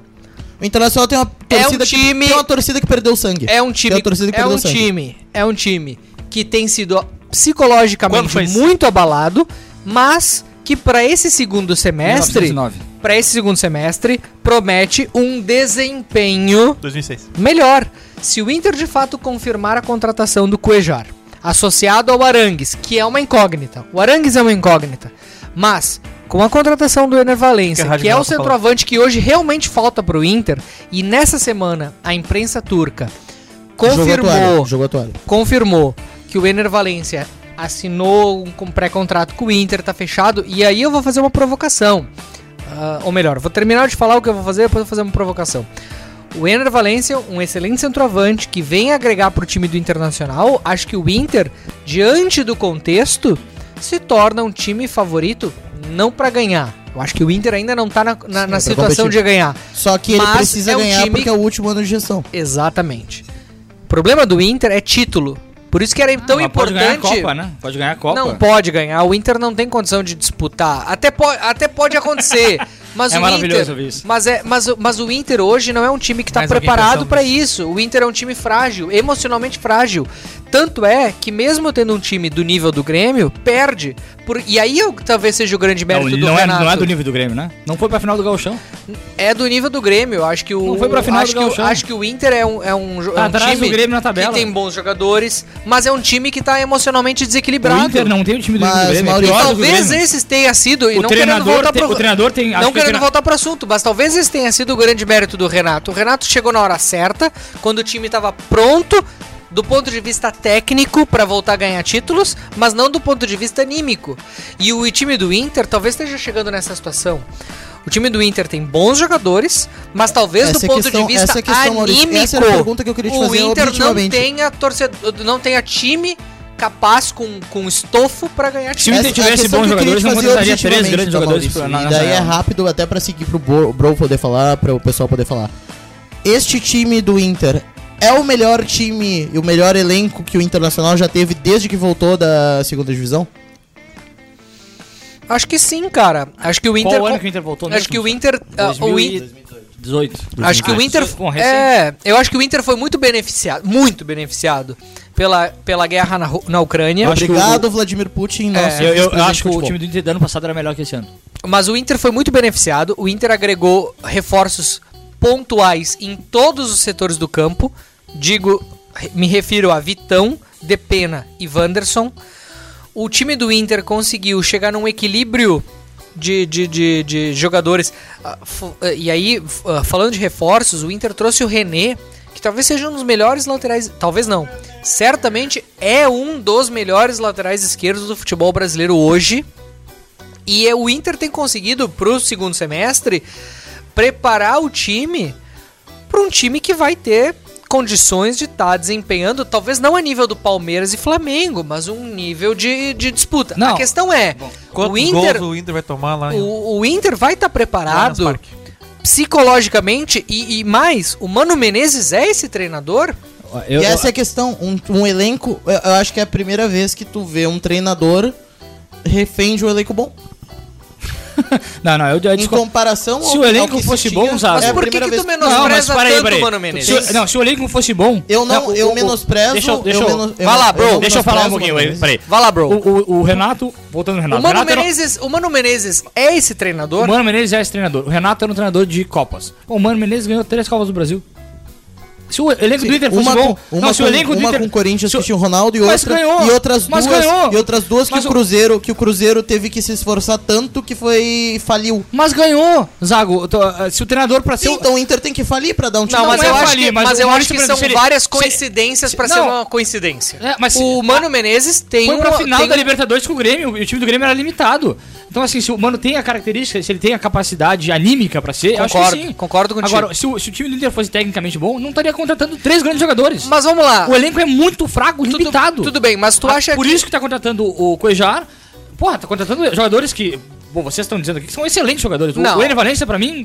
C: O Internacional tem uma torcida,
A: É um time-
C: que, tem uma torcida que perdeu sangue.
A: é um
C: Tem
A: time,
C: uma torcida que
A: é
C: perdeu
A: um
C: sangue.
A: time, é um time que tem sido psicologicamente muito abalado, mas que para esse segundo semestre,
L: 1909.
A: para esse segundo semestre promete um desempenho
F: 2006.
A: melhor. Se o Inter de fato confirmar a contratação do Cuejar, associado ao Arangues, que é uma incógnita. O Arangues é uma incógnita. Mas com a contratação do Ener Valencia,
F: Que a
A: que,
F: Rádio
A: é o
F: Grenal tá
A: centroavante que hoje realmente falta pro Inter, e nessa semana a imprensa turca
C: Jogou a
A: confirmou
C: toalha, Jogou a toalha.
A: confirmou que o Ener Valência assinou um com- pré-contrato com o Inter, tá fechado. E aí eu vou fazer uma provocação. Ah, ou melhor, vou terminar de falar o que eu vou fazer, depois eu vou fazer uma provocação. O Ener Valência, um excelente centroavante que vem agregar pro time do Internacional, acho que o Inter, diante do contexto, se torna um time favorito não pra ganhar. Eu acho que o Inter ainda não tá na, na- na
C: é pra
A: situação
C: competir.
A: de ganhar.
C: Só que ele
A: Mas
C: precisa
A: é um
C: ganhar
A: time-
C: porque é o último ano de gestão.
A: Exatamente. O problema do Inter é título. Por isso que era tão
L: Ah, Mas Pode ganhar a
A: importante.
L: Copa, né? Pode ganhar a Copa.
A: Não pode ganhar, o Inter não tem condição de disputar. Até, po até pode acontecer. Mas
H: é
A: o
H: maravilhoso
A: Inter,
H: ouvir isso.
A: Mas, é, mas, o- mas o Inter hoje não é um time que está
H: Mais alguém
A: preparado
H: pensando
A: para isso. O Inter é um time frágil, emocionalmente frágil. Tanto é que mesmo tendo um time do nível do Grêmio, perde. Por- e aí eu- talvez seja o grande
H: Não,
A: mérito do
H: não é,
A: Renato.
H: não é do nível do Grêmio, né? Não foi pra final do Gauchão.
A: É do nível do Grêmio. eu Acho que o
H: Não foi pra final
A: acho
H: do
A: que, o-
H: Gauchão.
A: acho que o Inter é um, é um, jo- é um
H: Atrás
A: time
H: do Grêmio na tabela.
A: que tem bons jogadores, mas é um time que tá emocionalmente desequilibrado.
H: O Inter não tem o time do
A: Mas,
H: nível do Grêmio. é
A: Mauri,
H: pior do que o
A: talvez
H: Grêmio.
A: esses tenha sido e
H: O
A: não querendo
H: treinador
A: voltar
H: tem-
A: pro
H: o treinador tem-
A: não
H: acho que o
A: querendo
H: treina-
A: voltar pro assunto, mas talvez esse tenha sido o grande mérito do Renato. O Renato chegou na hora certa, quando o time estava pronto do ponto de vista técnico para voltar a ganhar títulos, mas não do ponto de vista anímico. E o time do Inter talvez esteja chegando nessa situação. O time do Inter tem bons jogadores, mas talvez
C: Essa
A: do
C: é
A: ponto
C: questão-
A: de vista
C: essa é a questão, Maurício.
A: anímico,
C: Essa era a pergunta que eu queria te
A: o
C: fazer
A: Inter não
C: objetivamente.
A: tenha torcedor, não tenha time capaz com, com estofo para ganhar
H: Se o Inter
A: títulos.
H: tivesse bons jogadores, não contrataria três
C: objetivamente,
A: né,
C: tá,
H: grandes jogadores
C: Maurício?
H: pra- na
C: E daí é
H: nacional.
C: rápido até pra seguir pro Bo- Bro poder falar, para o pessoal poder falar. Este time do Inter é o melhor time e o melhor elenco que o Internacional já teve desde que voltou da segunda divisão?
A: Acho que sim, cara. Acho que o Inter.
H: ano que o Inter voltou
A: Acho
H: mesmo?
A: que o Inter. ah, o In-
H: 18.
A: Acho que o Inter. É, eu acho que o Inter foi muito beneficiado, muito beneficiado pela, pela guerra na, Ru- na Ucrânia.
C: Obrigado, Vladimir Putin. Nossa,
H: É, eu, eu
C: vice-presidente
H: acho
C: de
H: que o
C: futebol.
H: time do Inter do ano passado era melhor que esse ano.
A: Mas o Inter foi muito beneficiado. O Inter agregou reforços pontuais em todos os setores do campo. Digo, re- me refiro a Vitão, Depena e Wanderson. O time do Inter conseguiu chegar num equilíbrio de, de, de, de jogadores. Ah, fu- ah, E aí, f- ah, falando de reforços, o Inter trouxe o René, que talvez seja um dos melhores laterais. Talvez não. Certamente é um dos melhores laterais esquerdos do futebol brasileiro hoje. E é- o Inter tem conseguido, pro segundo semestre, preparar o time para um time que vai ter condições de estar desempenhando, talvez não a nível do Palmeiras e Flamengo, mas um nível de, de disputa. A questão é, o
F: Quantos
A: Inter,
F: gols o Inter vai tomar lá? em-
A: o, o Inter vai estar
F: Lá
A: preparado
F: nas
A: psicologicamente e, e mais, o Mano Menezes é esse treinador?
C: e essa é a questão. Um, um elenco. Eu, eu acho que é a primeira vez que tu vê um treinador refém de um elenco bom.
H: Não, não, eu, eu
C: Em
H: discordo.
C: comparação
H: É, Se o elenco fosse bom, Zago-
C: sabe?
H: Mas por que que tu menospreza tanto o Mano Menezes? Se o- não, se o elenco fosse bom.
C: Eu não, eu menosprezo.
H: Deixa eu, deixa
C: eu
H: eu,
C: menos- eu
H: vai lá,
C: men-
H: bro.
C: eu
H: deixa
C: menosprezo
H: eu falar um
C: o
H: pouquinho
C: Mano
H: aí. Peraí.
A: Vai lá, bro.
H: O, o- o Renato, voltando no Renato.
A: O Mano,
H: Renato era-
A: Menezes, o Mano Menezes é esse treinador?
H: O Mano Menezes é esse treinador. O Renato era um treinador de Copas. Pô, o Mano Menezes ganhou três Copas do Brasil. Se o elenco do Inter fosse
C: uma
H: bom.
C: com, uma
H: não, se o
C: com-
H: elenco do
C: uma
H: Inter.
C: com o Corinthians que tinha o Ronaldo e,
H: Mas
C: outra,
H: ganhou.
C: e outras
H: Mas
C: duas
H: ganhou.
C: e outras duas que
H: Mas
C: o
H: o-
C: Cruzeiro que o Cruzeiro teve que se esforçar tanto que foi faliu.
H: Mas ganhou, Zago. eu tô- eh, Se o treinador pra ser.
C: Sim,
H: o-
C: então o Inter tem que falir pra dar um time.
A: Não,
H: Não,
A: mas
H: é
A: eu acho
H: falir,
A: que,
H: mas
A: mas
H: o
A: eu acho
H: Maurício
A: que são
H: Brandão, se ele-
A: várias
H: se-
A: coincidências pra
H: não.
A: ser uma coincidência.
H: É, mas se-
A: o Mano Menezes tem
H: foi pra
A: uma-
H: final
A: tem
H: da
A: um-
H: Libertadores com o Grêmio e o time do Grêmio era limitado. Então, assim, se o Mano tem a característica, se ele tem a capacidade anímica pra ser, eu acho
A: Concordo,
H: que sim.
A: concordo contigo.
H: Agora, se o, se o time do Inter fosse tecnicamente bom, não estaria contratando três grandes jogadores.
A: Mas vamos lá.
H: O elenco é muito fraco, limitado.
A: Tudo bem, mas tu
H: Ah,
A: acha
H: Por
A: que
H: isso que tá contratando o Cuejar. Porra, tá contratando jogadores que. Bom, vocês estão dizendo aqui que são excelentes jogadores. O-
A: Não.
H: O Ener Valência, pra mim,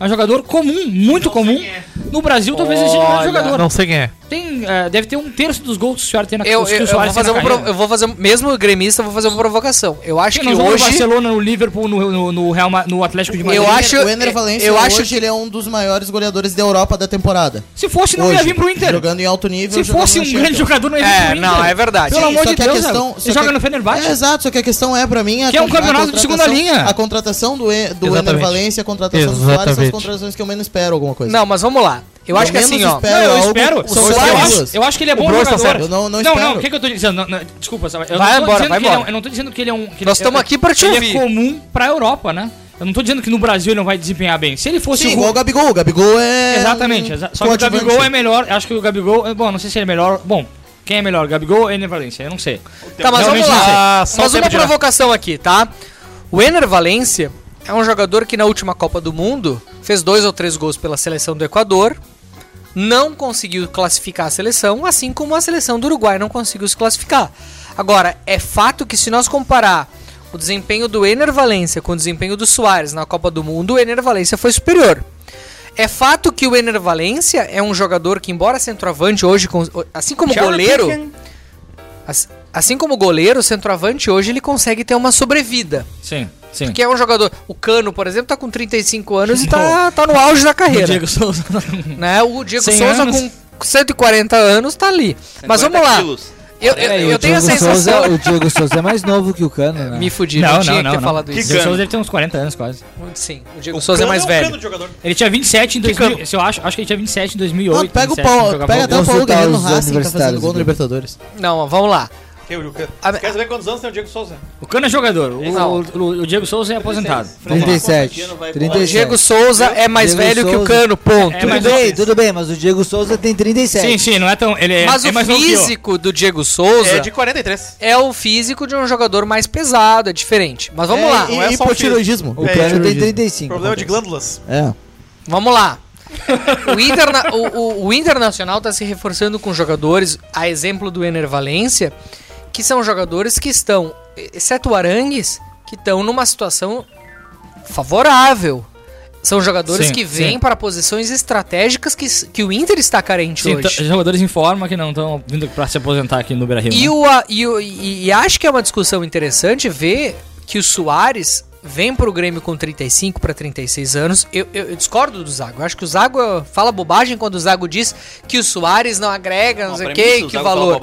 H: é um jogador comum, muito comum. No Brasil, talvez ele seja o melhor
A: Olha.
H: jogador.
F: Não sei quem é.
H: Tem, eh, deve ter um terço dos gols que o Suárez tem na
A: eu,
H: que o
A: eu, eu vou
H: Suárez tem
A: fazer
H: na
A: uma pro-
H: carreira.
A: eu vou fazer um- mesmo gremista, eu vou fazer uma provocação. Eu acho
H: Quem
A: que
H: não joga no
A: hoje
H: Barcelona, no Liverpool, no, no, no Real, Ma- no Atlético de Madrid.
A: Eu acho-
C: o Ener Valencia
A: eu acho
C: hoje ele é um dos maiores goleadores da Europa da temporada.
H: Se fosse, não
C: Hoje,
H: ia vir pro Inter.
C: Jogando em alto nível.
H: Se
C: jogando
H: fosse
C: no
H: um
C: Champions.
H: grande jogador, não ia vir
A: É,
H: pro Inter.
A: não, é verdade.
H: Pelo
C: Sim,
H: amor
C: só
H: de
C: que a
H: Deus,
C: questão-
H: Zago.
C: só
H: Ele joga
C: que-
H: no Fenerbahçe.
C: É, exato, só que a questão é, pra mim... A
H: Que é um
C: con- a
H: campeonato de segunda
C: contratação-
H: linha.
C: A contratação do, E- do Ener
F: Exatamente.
C: Valencia, a contratação do Suárez são as
F: Exatamente.
C: contratações que eu menos espero alguma coisa.
A: Não, mas vamos lá. Eu
C: Eu
A: acho que
C: menos
A: assim, ó.
C: espero.
H: Não, eu
C: algo-
H: espero.
C: são
H: eu,
C: duas.
H: acho, eu acho que ele é
F: O
H: bom
F: Bro está
H: jogador.
F: certo.
C: Eu não- não espero.
H: o que, que eu tô dizendo? Não, não, desculpa, Samuel, eu
A: Vai
H: não tô
A: embora,
H: dizendo
A: vai
H: que ele é
A: embora.
H: um- eu não tô dizendo que ele é um. que
A: Nós
H: ele- eu-
A: estamos aqui pra te
H: ele
A: ouvir.
H: é comum pra Europa, né? Eu não tô dizendo que no Brasil ele não vai desempenhar bem. Se ele fosse
C: Sim,
H: o Hulk-
C: igual o Gabigol. O Gabigol é...
H: Exatamente.
C: um
H: exa- Só que o
C: coadjuvante.
H: Gabigol é melhor. Acho que o Gabigol. é- Bom, não sei se ele é melhor. Bom, quem é melhor? Gabigol ou Ener Valencia? Eu não sei.
A: Tá, mas
H: Realmente
A: vamos
H: não sei.
A: lá.
F: Ah, só
A: mas
F: o tempo
A: uma
F: dirá.
A: provocação aqui, tá? O Ener Valência é um jogador que na última Copa do Mundo fez dois ou três gols pela seleção do Equador, não conseguiu classificar a seleção, assim como a seleção do Uruguai não conseguiu se classificar. Agora, é fato que se nós comparar o desempenho do Ener Valência com o desempenho do Soares na Copa do Mundo, o Ener Valência foi superior. É fato que o Ener Valência é um jogador que, embora centroavante hoje, cons- assim como goleiro, Ass- Assim como o goleiro, o centroavante hoje ele consegue ter uma sobrevida.
H: Sim.
L: Sim.
A: Porque é um jogador. O Cano, por exemplo, tá com 35 anos e tá, tá no auge da carreira.
L: O Diego Souza.
A: né? O Diego
L: 100
A: Souza
L: anos.
A: com 140 anos tá ali. Mas vamos lá. Eu, eu,
D: Peraí,
A: eu
D: o
A: tenho a
D: Diego
A: sensação.
D: Souza- o Diego Souza é mais novo que o Cano, né?
A: Me fudi, não, tinha que ter falado isso.
L: O Diego Souza deve ter uns 40 anos quase.
A: Sim, o Diego Souza é mais velho.
L: Ele tinha 27 em
A: Que
L: 2000,
A: cano?
L: se eu acho, acho que ele tinha 27 em 2008.
C: Não, pega o
L: 27,
H: um
C: Paulo-
L: quando jogava
C: pega
L: bola.
C: até o Paulo
L: Consultar
C: Guerreiro no
L: os
C: Racing, tá fazendo
L: universitários
C: gol no
L: do Grêmio.
C: Libertadores.
A: Não, mas vamos lá.
F: é Quer saber quantos anos tem o Diego Souza?
L: O Cano é jogador, o, o- o- o Diego Souza é aposentado.
D: 37.
A: O
D: 37.
A: Diego Souza é mais
D: Diego
A: velho que o
D: Souza-
A: Cano, ponto.
D: tudo bem, tudo bem, mas o Diego Souza tem 37.
L: Sim, sim, não é tão. Ele é,
A: Mas
L: é mais
A: o
L: novo que eu.
A: físico do Diego Souza
F: É de 43.
A: é o físico de um jogador mais pesado, é diferente. Mas vamos
F: É,
A: lá.
F: e- Não é e só o hipotiroidismo. físico. O Cano tem
C: hipotiroidismo.
D: 35.
F: Problema de glândulas.
C: É.
A: Vamos lá. O, interna- o- o- o Internacional está se reforçando com jogadores, a exemplo do Ener Valência, que são jogadores que estão, exceto o Arangues, que estão numa situação favorável. São jogadores
L: Sim,
A: que vêm
L: sim.
A: para posições estratégicas que, s- que o Inter está carente
L: Sim, então,
A: hoje.
L: t- jogadores em forma que não estão vindo pra se aposentar aqui no né? Brasil.
D: né?
A: E, o, a- e, o- e- e acho que é uma discussão interessante ver que o Soares vem pro Grêmio com 35 para 36 anos. Eu, eu- eu discordo do Zago. Eu acho que o Zago eh, fala bobagem quando o Zago diz que o Soares não agrega, não, sei o quê, que, o valor.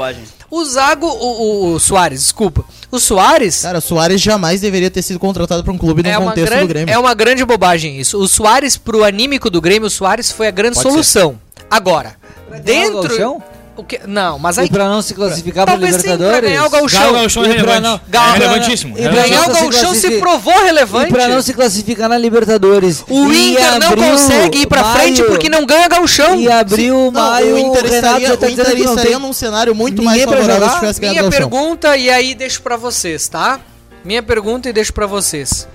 A: O Zago, o, o, o Soares, desculpa. O Soares.
C: Cara, o Soares jamais deveria ter sido contratado pra um clube no
A: É uma,
C: contexto do
A: grande,
C: Grêmio.
A: é uma grande bobagem isso. O Soares, pro anímico do Grêmio, o Soares foi a grande
C: Pode
A: solução. Agora,
D: ganhar o
A: dentro.
D: Gauchão?
A: O que, não, mas aí.
D: E pra não se classificar pra
A: Talvez sim, pra
D: Libertadores?
A: ganhar o Gauchão.
L: Ganhar o Gauchão é
D: E pra
L: relevante.
D: não-
L: É
D: Ga-
L: relevantíssimo.
D: E
L: É
D: pra
A: Ganhar
D: não
A: o Gauchão se
D: classificar-
A: provou relevante.
D: E pra não se classificar na Libertadores.
A: O
D: Em
A: Inter não
D: abril,
A: consegue ir pra
D: maio-
A: frente porque não ganha gauchão.
D: Em abril, maio,
C: o Inter
D: o Renato
C: estaria,
D: já tá
C: o Inter
D: dizendo que não
C: estaria
D: tem-
C: num cenário muito
D: ninguém
C: mais
D: pra
C: favorável se
D: jogar.
C: tivesse ganhado
A: Minha
C: o Gauchão.
A: pergunta, e aí deixo pra vocês, tá? Minha pergunta e deixo pra vocês.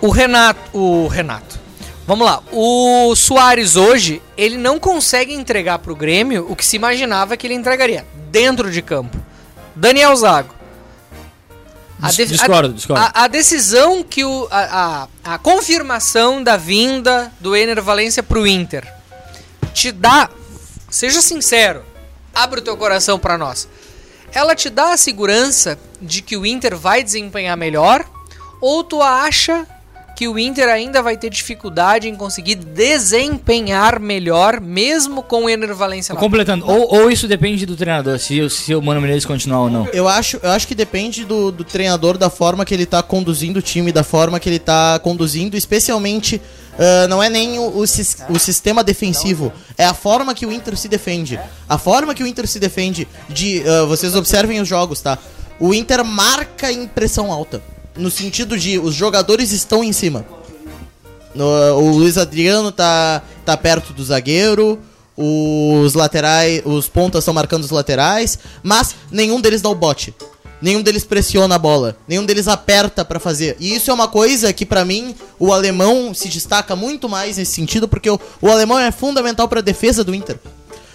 A: O Renato. O Renato. Vamos lá. O Soares hoje, ele não consegue entregar pro Grêmio o que se imaginava que ele entregaria dentro de campo. Daniel Zago.
L: Dis-
A: defi-
L: discordo, discordo.
A: a- a decisão que o. A, a, a confirmação da vinda do Ener Valência pro Inter te dá. Seja sincero, abre o teu coração pra nós. Ela te dá a segurança de que o Inter vai desempenhar melhor? Ou tu acha que o Inter ainda vai ter dificuldade em conseguir desempenhar melhor, mesmo com o Ener Valência lá?
L: Completando, ou, ou isso depende do treinador, se, o- se o Mano Menezes continuar ou não.
C: Eu acho, eu acho que depende do, do treinador, da forma que ele tá conduzindo o time, da forma que ele tá conduzindo, especialmente. ah, não é nem o, o sis- o sistema defensivo, é a forma que o Inter se defende. A forma que o Inter se defende de. ah, vocês observem os jogos, tá? O Inter marca em pressão alta. No sentido de os jogadores estão em cima. No- o Luiz Adriano tá, tá perto do zagueiro. Os laterais. Os pontas estão marcando os laterais. Mas nenhum deles dá o bote. Nenhum deles pressiona a bola. Nenhum deles aperta pra fazer. E isso é uma coisa que, pra mim, o alemão se destaca muito mais nesse sentido, porque o, o alemão é fundamental pra defesa do Inter.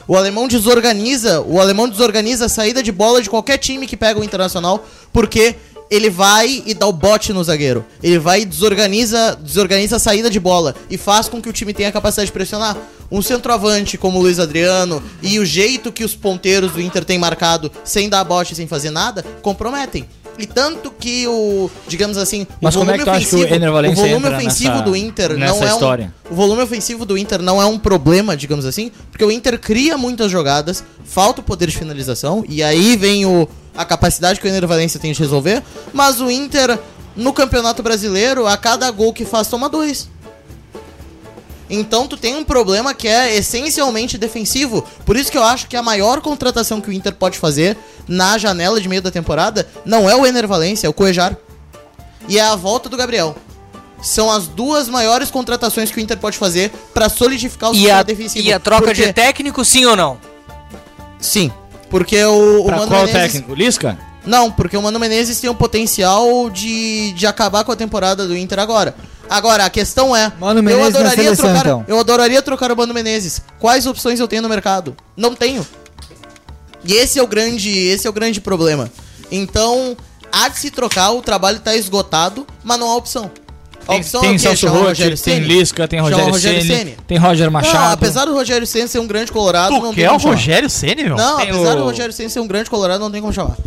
C: O alemão desorganiza, o alemão desorganiza a saída de bola de qualquer time que pega o Internacional, porque ele vai e dá o bote no zagueiro. Ele vai e desorganiza, desorganiza a saída de bola e faz com que o time tenha a capacidade de pressionar. Um centroavante como o Luiz Adriano e o jeito que os ponteiros do Inter têm marcado sem dar bote, sem fazer nada, comprometem. E tanto que o, digamos assim,
L: Mas
C: o
L: como é que tu acha que o Ener Valencia
C: o volume
L: entra
C: ofensivo
L: nessa-
C: do Inter
L: nessa
C: não é um,
L: história?
C: o volume ofensivo do Inter não é um problema, digamos assim, porque o Inter cria muitas jogadas, falta o poder de finalização, e aí vem o, a capacidade que o Ener Valencia tem de resolver, mas o Inter, no Campeonato Brasileiro, a cada gol que faz, toma dois. Então tu tem um problema que é essencialmente defensivo. Por isso que eu acho que a maior contratação que o Inter pode fazer na janela de meio da temporada não é o Ener Valencia, é o Coejar. E é a volta do Gabriel. São as duas maiores contratações que o Inter pode fazer pra solidificar o
A: E
C: sistema
A: a,
C: é defensivo.
A: e a troca
C: Porque-
A: de técnico, sim ou não?
C: Sim. Porque o, o
L: Pra
C: Mano
L: qual
C: Menezes-
L: técnico? Lisca?
C: Não, porque o Mano Menezes tem o potencial de, de acabar com a temporada do Inter agora. Agora, a questão é.
D: Mano Menezes na
C: eu adoraria
D: seleção,
C: trocar,
D: então.
C: Eu adoraria trocar o Mano Menezes. Quais opções eu tenho no mercado? Não tenho. E esse é o grande, esse é o grande problema. Então, há de se trocar, o trabalho tá esgotado, mas não há opção. A
L: Tem,
C: opção é
L: tem
C: o quê?
L: Celso
C: Chamar o Rogério
L: Rotti, tem
C: Ceni?
L: Lisca, tem
C: Chamar o
L: Rogério,
C: Rogério
L: Ceni,
C: Ceni?
L: tem Roger
C: Não,
L: Machado.
C: apesar do Rogério Ceni ser um grande colorado,
F: Tu
C: não
F: quer
C: como
F: o
C: chamar.
F: Rogério Ceni, meu?
C: Não,
L: Tem
C: apesar
L: o-
C: do Rogério Ceni ser um grande colorado, não tem como chamar.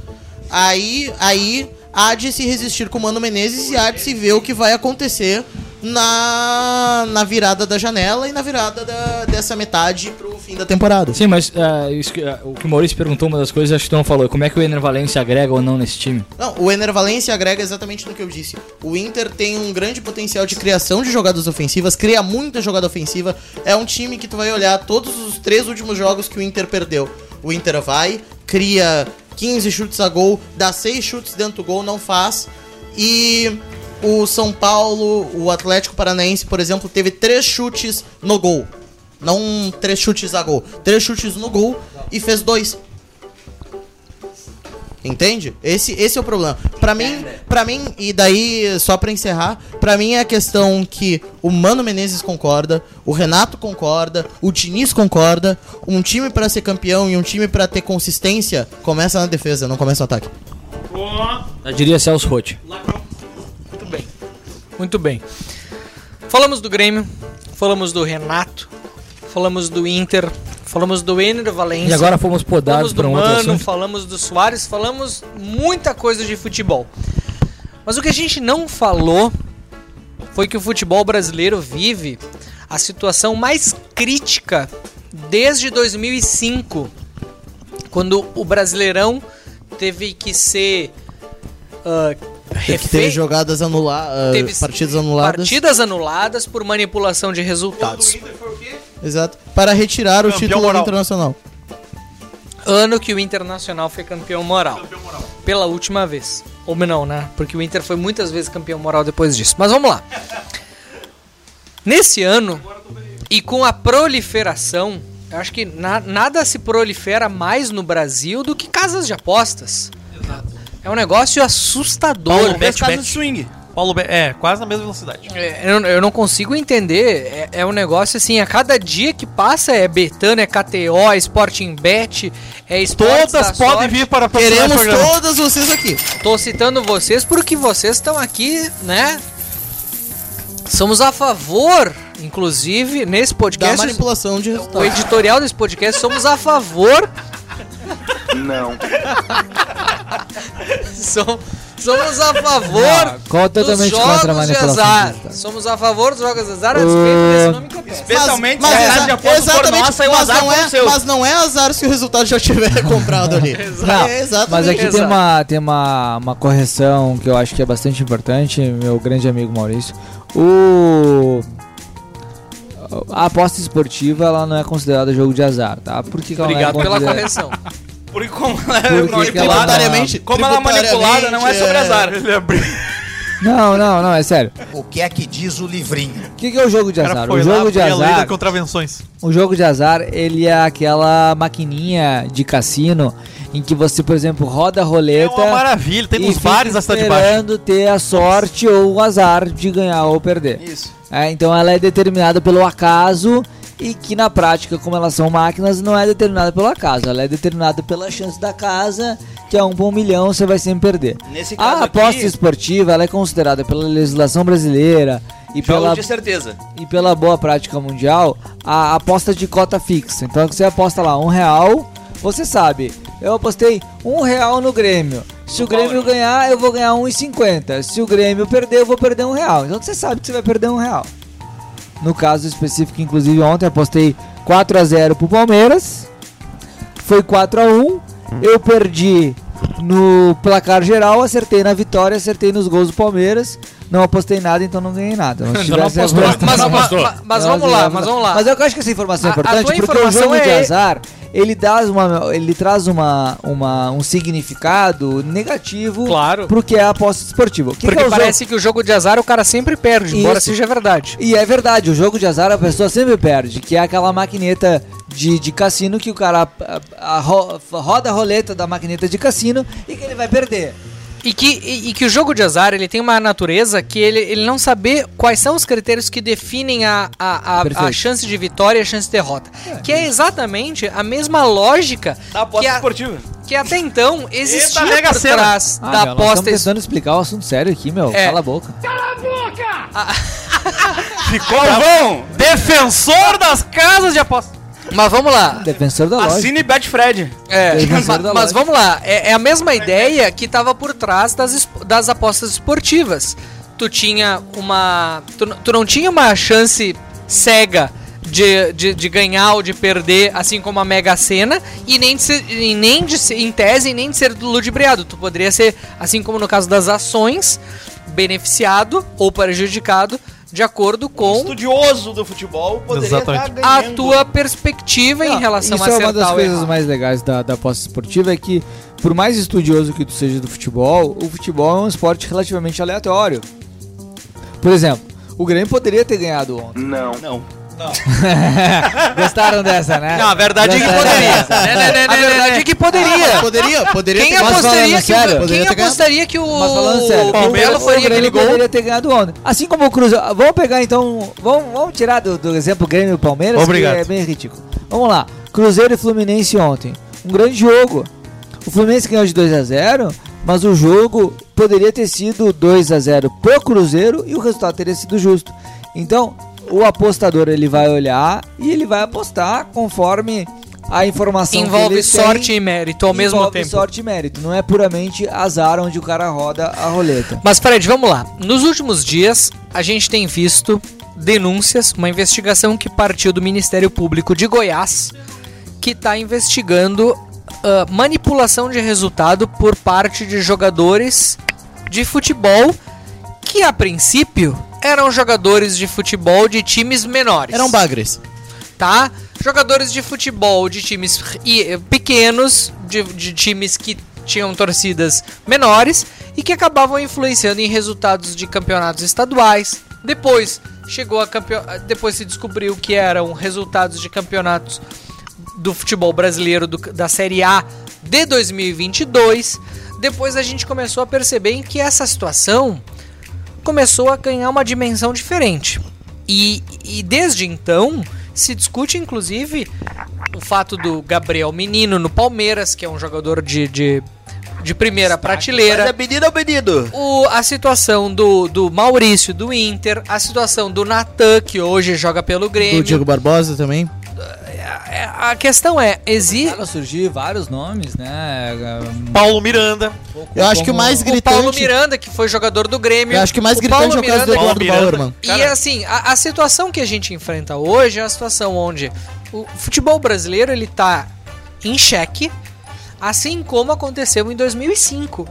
C: Aí, aí há de se resistir com o Mano Menezes e há de se ver o que vai acontecer na, na virada da janela e na virada da- dessa metade pro fim da temporada.
L: Sim, mas ah, isso que- ah, o que o Maurício perguntou, uma das coisas acho que tu não falou, como é que o Ener Valencia agrega ou não nesse time?
C: Não, o Ener Valencia agrega exatamente no que eu disse. O Inter tem um grande potencial de criação de jogadas ofensivas, cria muita jogada ofensiva. É um time que tu vai olhar todos os três últimos jogos que o Inter perdeu. O Inter vai, cria 15 chutes a gol, dá 6 chutes dentro do gol, não faz. E o São Paulo, o Atlético Paranaense, por exemplo, teve 3 chutes no gol. Não três chutes a gol, três chutes no gol e fez dois. Entende? Esse, esse é o problema. Pra mim, para mim e daí só pra encerrar, pra mim é a questão que o Mano Menezes concorda, o Renato concorda, o Diniz concorda, um time pra ser campeão e um time pra ter consistência começa na defesa, não começa no ataque.
L: Eu diria Celso Roth.
A: Muito bem. Falamos do Grêmio, falamos do Renato, falamos do Inter, falamos do Ener Valencia.
L: E agora fomos podados
A: falamos
L: por
A: do
L: um outro
A: Mano,
L: assunto.
A: falamos do Soares, falamos muita coisa de futebol. Mas o que a gente não falou foi que o futebol brasileiro vive a situação mais crítica desde 2005, quando o Brasileirão teve que ser ah,
C: Tem que ter
A: refei-
C: jogadas anuladas,
A: Teve s-
C: partidas anuladas.
A: Partidas anuladas por manipulação de resultados.
C: Exato. Para retirar o
A: Campeão
C: título
A: moral.
C: internacional.
A: Ano que o Internacional foi campeão moral. Pela última vez. Ou não, né? Porque o Inter foi muitas vezes campeão moral depois disso. Mas vamos lá. Nesse ano, e com a proliferação, eu acho que na- nada se prolifera mais no Brasil do que casas de apostas. É um negócio assustador.
F: Paulo Bet, Bet.
A: swing.
F: Paulo Be- é, quase na mesma velocidade.
A: É, Eu, eu não consigo entender. É, é um negócio assim, a cada dia que passa é Betano, é KTO, é Sporting Bet, é Esportes da
F: Todas podem
A: Sorte.
F: vir para patrocinar Queremos o programa. todas
C: vocês aqui.
A: Tô citando vocês porque vocês estão aqui, né? Somos a favor, inclusive, nesse podcast.
C: Da manipulação de
A: O
C: resultados.
A: editorial desse podcast, somos a favor
K: Não.
A: Som- somos a favor
D: Não, completamente
A: dos
D: contra a
A: jogos de
D: manipulação tá?
A: azar.
D: digital.
A: Somos a favor dos jogos de azar a despeito desse nome que eu disse.
G: Especialmente se a casa de apostas for nossa e o
C: mas
G: azar
C: não
G: for
C: é,
G: seu.
C: Mas não é azar se o resultado já tiver comprado ali.
D: Não,
C: É
G: Tá
C: exatamente.
D: mas aqui tem, uma, tem uma, uma correção que eu acho que é bastante importante, meu grande amigo Maurício. O. A aposta esportiva ela não é considerada jogo de azar, tá? Por que que ela não é
A: Obrigado pela
D: considerada-
A: correção.
G: Porque como ela
D: Porque
G: é
D: que ela-
G: manipulada,
D: Tributariamente-
G: como ela é manipulada, não é sobre azar.
F: Ele abriu.
D: Não, não, não, é sério.
K: O que é que diz o livrinho?
D: O que, que é o jogo de
F: O cara
D: azar?
F: foi
D: O
F: lá,
D: jogo de
F: abriu a lei
D: azar.
F: das contravenções.
D: O jogo de azar, ele é aquela maquininha de cassino em que você, por exemplo, roda a roleta.
F: É uma maravilha, tem
D: e
F: nos
D: fica
F: bares da Cidade Baixa.
D: esperando ter a sorte ou o azar de ganhar ou perder.
G: Isso.
D: É, então ela é determinada pelo acaso e que na prática, como elas são máquinas, não é determinada pelo acaso. Ela é determinada pela chance da casa, que é um bom milhão, você vai sempre perder.
G: Nesse caso
D: A aposta
G: aqui-
D: esportiva ela é considerada pela legislação brasileira e
G: Jogo
D: pela
G: de certeza.
D: e pela boa prática mundial, a aposta de cota fixa. Então você aposta lá um real, você sabe, eu apostei um real no Grêmio. Se o Grêmio ganhar, eu vou ganhar 1,50. Se o Grêmio perder, eu vou perder um real. Então você sabe que você vai perder um real. No caso específico, inclusive ontem, eu apostei 4 a 0 pro Palmeiras. Foi 4 a 1 Eu perdi no placar geral, acertei na vitória, acertei nos gols do Palmeiras. Não apostei nada, então não ganhei nada.
A: Então
D: Se tivesse
A: não apostou,
D: apostado-
A: mas- mas- mas- mas vamos lá, mas vamos lá.
D: Mas eu acho que essa informação é
A: A- a
D: importante,
A: tua
D: porque
A: informação
D: o jogo de
A: é-
D: azar, ele, dá uma, ele traz uma, uma, um significado negativo
A: Claro.
D: pro que é a aposta esportiva. O que
A: Porque
D: que é o jogo-
A: parece que o jogo de azar o cara sempre perde, embora
D: Isso.
A: seja verdade.
D: e é verdade, o jogo de azar a pessoa sempre perde, que é aquela maquineta de, de cassino que o cara a- a ro- roda a roleta da maquineta de cassino e que ele vai perder.
A: E que, e, e que o jogo de azar ele tem uma natureza que ele, ele não saber quais são os critérios que definem a, a, a,
D: Perfeito.
A: a chance de vitória e a chance de derrota. que é exatamente a mesma lógica
G: Da
A: que,
G: Tá, aposta
A: a-
G: esportiva.
A: que até então existia
G: Mega
A: por
G: Sena.
A: trás
D: Ah,
A: da
D: meu, nós
A: aposta
D: estamos tentando explicar o assunto sério aqui, meu.
A: É.
D: Cala a boca.
G: Ficou bom!
F: Defensor das casas de apostas.
A: Mas vamos lá.
D: Defensor
G: Assim
D: da loja.
G: Assine Betfred.
A: É, mas,
D: Defensor da
A: mas
D: loja.
A: vamos lá. É, é a mesma ideia que estava por trás das, es- das apostas esportivas. Tu tinha uma. Tu, n- tu não tinha uma chance cega de, de, de ganhar ou de perder, assim como a Mega Sena, e nem de ser, e nem de ser- em tese, e nem de ser ludibriado. Tu poderia ser, assim como no caso das ações, beneficiado ou prejudicado de acordo com
G: Estudioso do futebol poderia estar
F: Exatamente.
G: ganhando.
A: Um. a tua perspectiva em relação
D: Isso
A: a
D: é
A: acertar
D: uma das
A: ou
D: coisas
A: errar.
D: mais legais da, da aposta esportiva é que, por mais estudioso que tu seja do futebol, o futebol é um esporte relativamente aleatório. Por exemplo, o Grêmio poderia ter ganhado ontem.
G: Não. Não.
D: Gostaram dessa, né?
G: Não, a verdade é que
D: Gostaram
G: poderia.
D: dessa?
A: A verdade é que poderia.
C: Poderia, poderia
A: Quem é
C: ter ganhado.
A: apostaria
D: Mas
A: que
D: falando sério,
A: o, quem
C: poderia ter
A: apostaria que o,
D: Mas falando sério,
A: o Belo faria aquele
D: Grêmio
A: gol?
D: poderia ter ganhado ontem. Assim como o Cruzeiro. Vamos pegar então. Vamos, vamos tirar do, do exemplo o Grêmio e o Palmeiras,
F: Obrigado.
D: que é bem ridículo. Vamos lá. Cruzeiro e Fluminense ontem. Um grande jogo. O Fluminense ganhou de 2x0, mas o jogo poderia ter sido 2x0 pro Cruzeiro e o resultado teria sido justo. Então, o apostador ele vai olhar e ele vai apostar conforme a informação que
A: Envolve
D: ele tem
A: sorte e mérito ao mesmo
D: envolve
A: tempo.
D: sorte e mérito, não é puramente azar onde o cara roda a roleta.
A: Mas Fred, vamos lá. Nos últimos dias, a gente tem visto denúncias, uma investigação que partiu do Ministério Público de Goiás, que está investigando ah, manipulação de resultado por parte de jogadores de futebol que a princípio eram jogadores de futebol de times menores.
C: Eram bagres.
A: tá? Jogadores de futebol de times e- eh, pequenos, de, de times que tinham torcidas menores e que acabavam influenciando em resultados de campeonatos estaduais. Depois chegou a campeon... eh, depois se descobriu que eram resultados de campeonatos do futebol brasileiro do- da Série A de 2022. Depois a gente começou a perceber que essa situação começou a ganhar uma dimensão diferente. E, e desde então se discute, inclusive, o fato do Gabriel Menino no Palmeiras, que é um jogador de, de, de primeira prateleira.
G: Mas é pedido ou pedido?
A: O- a situação do, do Maurício, do Inter, a situação do Natan, que hoje joga pelo
C: O Diego
A: Grêmio.
C: Barbosa também.
A: É, A questão é,
C: Tá
A: existe.
D: Começaram a surgir vários nomes, né?
F: Paulo Miranda.
C: Eu acho que o mais
A: O Paulo
C: gritante.
A: Miranda, que foi jogador do Grêmio.
C: Eu acho que o mais
A: o Paulo
C: gritante é o caso do
A: Miranda,
C: Eduardo
F: Paulo
C: Bauerman.
A: E é assim, a, a situação que a gente enfrenta hoje é uma situação onde o futebol brasileiro ele tá em xeque, assim como aconteceu em 2005.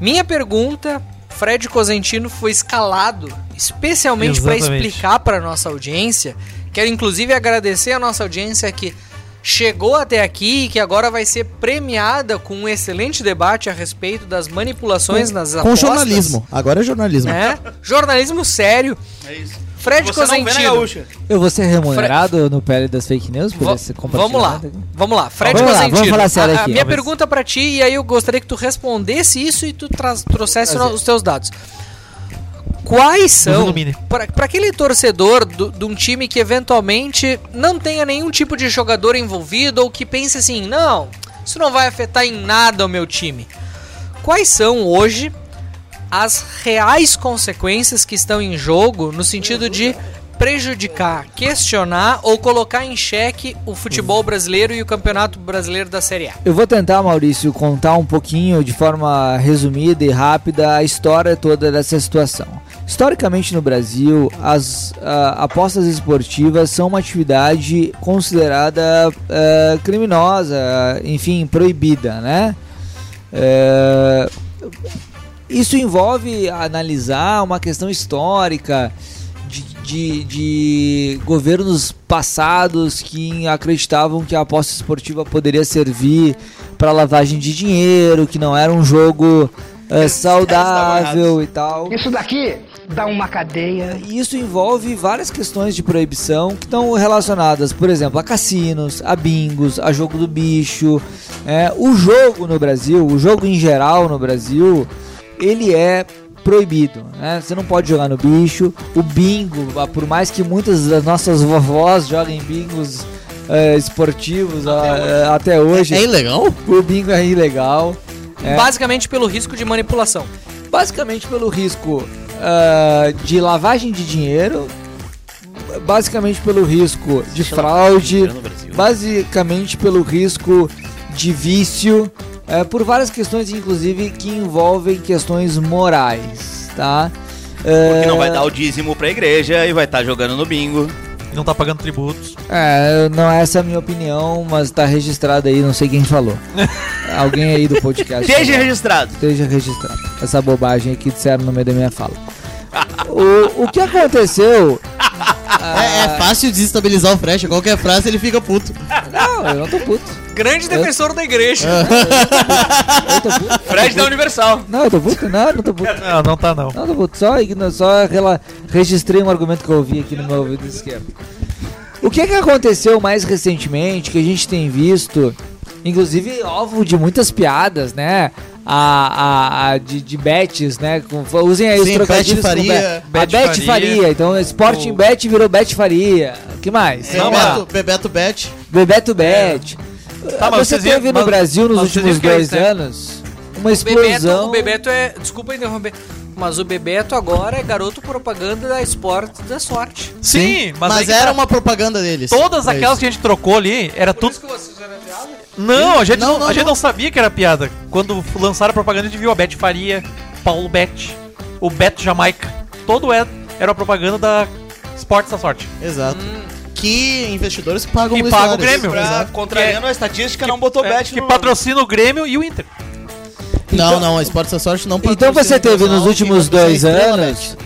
A: Minha pergunta, Fred Cosentino foi escalado especialmente para
F: Exatamente.
A: explicar para nossa audiência. Quero inclusive agradecer a nossa audiência que chegou até aqui e que agora vai ser premiada com um excelente debate a respeito das manipulações nas
C: Com
A: apostas
C: jornalismo. Agora é jornalismo.
A: né? Jornalismo sério.
G: É isso.
A: Fred
G: Você não vê na
A: Cosentino.
G: gaúcha.
D: Eu vou ser remunerado no pele das fake news por
A: Va-
D: esse
A: Vamos lá,
D: compartilhamento?
A: vamos lá. Fred
D: Vamos lá,
A: Cosentino.
D: vamos falar sério
A: a- a
D: aqui.
A: minha
D: Vamos.
A: pergunta pra ti, e aí eu gostaria que tu respondesse isso e tu traz- trouxesse
D: Prazer.
A: no- os teus dados. Quais
F: Usa o
A: são,
F: domínio.
A: pra pra aquele torcedor do- de um time que eventualmente não tenha nenhum tipo de jogador envolvido ou que pense assim, não, isso não vai afetar em nada o meu time. Quais são hoje as reais consequências que estão em jogo no sentido de prejudicar, questionar ou colocar em xeque o futebol brasileiro e o campeonato brasileiro da Série A.
D: Eu vou tentar, Maurício, contar um pouquinho de forma resumida e rápida a história toda dessa situação. Historicamente no Brasil, as ah, apostas esportivas são uma atividade considerada ah, criminosa, enfim, proibida, né? É, isso envolve analisar uma questão histórica de, de- de governos passados que acreditavam que a aposta esportiva poderia servir para lavagem de dinheiro, que não era um jogo eh, saudável e tal.
B: Isso daqui dá uma cadeia.
D: E isso envolve várias questões de proibição que estão relacionadas, por exemplo, a cassinos, a bingos, a jogo do bicho. É, o jogo no Brasil, o jogo em geral no Brasil, ele é proibido. Né? Você não pode jogar no bicho. O bingo, ah, por mais que muitas das nossas vovós joguem bingos eh, esportivos ah, eh, até hoje,
C: É ilegal?
D: o bingo é ilegal. É.
A: Basicamente pelo risco de manipulação.
D: basicamente pelo risco ah, de lavagem de dinheiro, basicamente pelo risco de fraude, basicamente pelo risco de vício, é, por várias questões, inclusive, que envolvem questões morais, tá?
G: Porque não vai dar o dízimo pra igreja e vai estar jogando no bingo.
F: Não tá pagando tributos.
D: É, não essa é a minha opinião, mas tá registrado aí, não sei quem falou. Alguém aí do podcast.
G: Esteja
D: falou.
G: registrado.
D: Esteja registrado. Essa bobagem aí que disseram no meio da minha fala. O, o que aconteceu?
C: É, é fácil desestabilizar o Fresh. Qualquer frase ele fica puto.
D: Não, eu não tô puto.
A: Grande defensor da igreja.
G: Fred da Universal.
D: Não, eu tô puto, não, não tô puto.
F: Não, não tá não.
D: Não, tô puto, só, igno- só rela- registrei um argumento que eu ouvi aqui no meu ouvido esquerdo. O que que aconteceu mais recentemente, que a gente tem visto, inclusive alvo de muitas piadas, né? A, a, a de, de bets, né? Com- usem aí os
C: Sim,
D: trocadilhos
C: Bet Faria.
D: com bet. A
F: Bet
D: bet
F: Faria.
D: faria. Então, Sporting Bet virou bet faria. O que mais?
F: Não,
C: Bebeto, Bebeto Bet.
D: Bebeto Bet.
F: Tá, mas
D: Você
F: vocês viram-
D: teve no
F: mas-
D: Brasil nos
F: mas vocês
D: últimos
F: viram que
D: dois
F: eles, né?
D: anos uma
A: O Bebeto, o
D: explosão.
A: Bebeto é. Desculpa interromper. Mas o Bebeto agora é garoto propaganda da esporte da sorte.
F: Sim, mas,
C: Mas,
F: aí que
C: era
F: tá.
C: uma propaganda deles.
F: Todas
C: É
F: aquelas
C: isso.
F: que a gente trocou ali, era tudo.
A: que vocês eram piada?
F: Não, a gente não,
C: Não, não,
F: a gente
C: não.
F: não sabia que era piada. Quando lançaram a propaganda, a gente viu a Bet Faria, Paulo Bet, o Bet Jamaica. Todo é, era a propaganda da Sports da Sorte.
C: Exato. Hum. Que investidores que pagam
F: Que
C: Luiz
F: paga o
C: Soares.
F: Grêmio.
G: Pra,
C: Exato.
G: contrariando a estatística, não Então botou
F: É,
G: bet
F: que
G: no-
F: patrocina o Grêmio e o Inter.
D: Então-
C: Não, não, a Esporte da Sorte não
D: Então
C: patrocina
D: você
C: o
D: teve nos
C: Nacional,
D: últimos
C: quem patrocina
D: dois
C: é Estrela
D: anos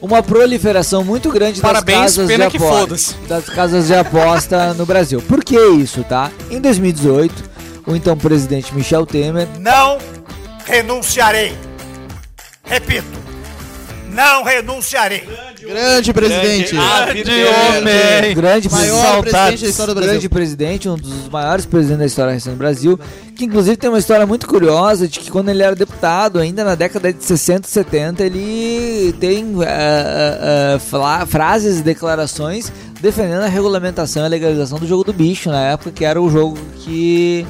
D: uma proliferação muito grande
A: Parabéns,
D: das casas
A: pena
D: de
A: que
D: aposta,
A: foda-se.
D: das casas de aposta no Brasil. Por que isso, tá? Em 2018, o então presidente Michel Temer
N: Não renunciarei. Repito, não renunciarei.
C: Bet. Grande presidente.
F: homem.
D: É, grande
C: É, Maior
D: presidente,
C: presidente da história do Brasil.
D: grande presidente, um dos maiores presidentes da história recente do Brasil, que inclusive tem uma história muito curiosa de que quando ele era deputado, ainda na década de 60 e 70, ele tem ah, ah, ah, fla- frases e declarações defendendo a regulamentação e a legalização do jogo do bicho na época, que era o jogo que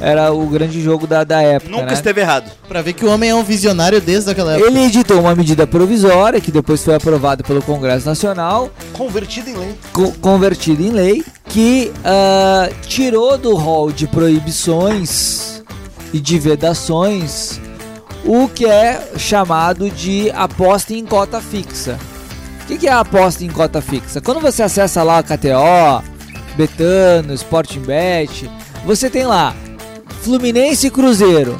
D: era o grande jogo da, da época.
G: Nunca
D: né?
G: esteve errado.
C: Pra ver que o homem é um visionário desde aquela época.
D: Ele editou uma medida provisória que depois foi aprovada pelo Congresso Nacional
G: Convertido em lei.
D: co- convertido em lei que ah, tirou do rol de proibições e de vedações o que é chamado de aposta em cota fixa. O que, que é a aposta em cota fixa? Quando você acessa lá a KTO, Betano, Sporting Bet, você tem lá Fluminense e Cruzeiro.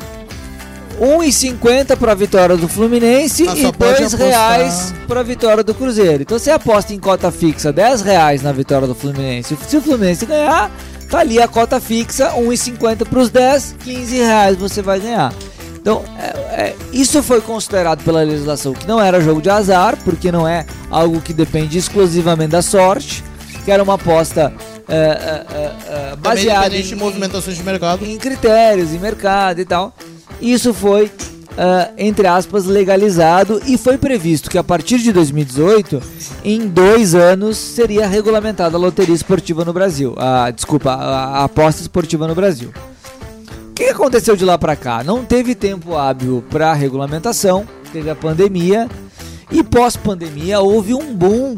D: 1,50 para a vitória do Fluminense
C: Ah,
D: e
C: só pode
D: dois
C: apostar.
D: reais para a vitória do Cruzeiro. Então você aposta em cota fixa 10 reais na vitória do Fluminense. Se o Fluminense ganhar, tá ali a cota fixa, 1,50 para os 10, 15 reais você vai ganhar. Então, é- é, isso foi considerado pela legislação que não era jogo de azar, porque não é algo que depende exclusivamente da sorte, que era uma aposta é, é, é, é,
C: Também
D: baseada
C: dependente de
D: em-
C: movimentações de mercado.
D: em critérios, em mercado e tal. Isso foi, ah, entre aspas, legalizado e foi previsto que a partir de 2018, em dois anos, seria regulamentada a loteria esportiva no Brasil. Ah, desculpa, a, a aposta esportiva no Brasil. O que aconteceu de lá pra cá? Não teve tempo hábil para regulamentação, teve a pandemia e pós-pandemia houve um boom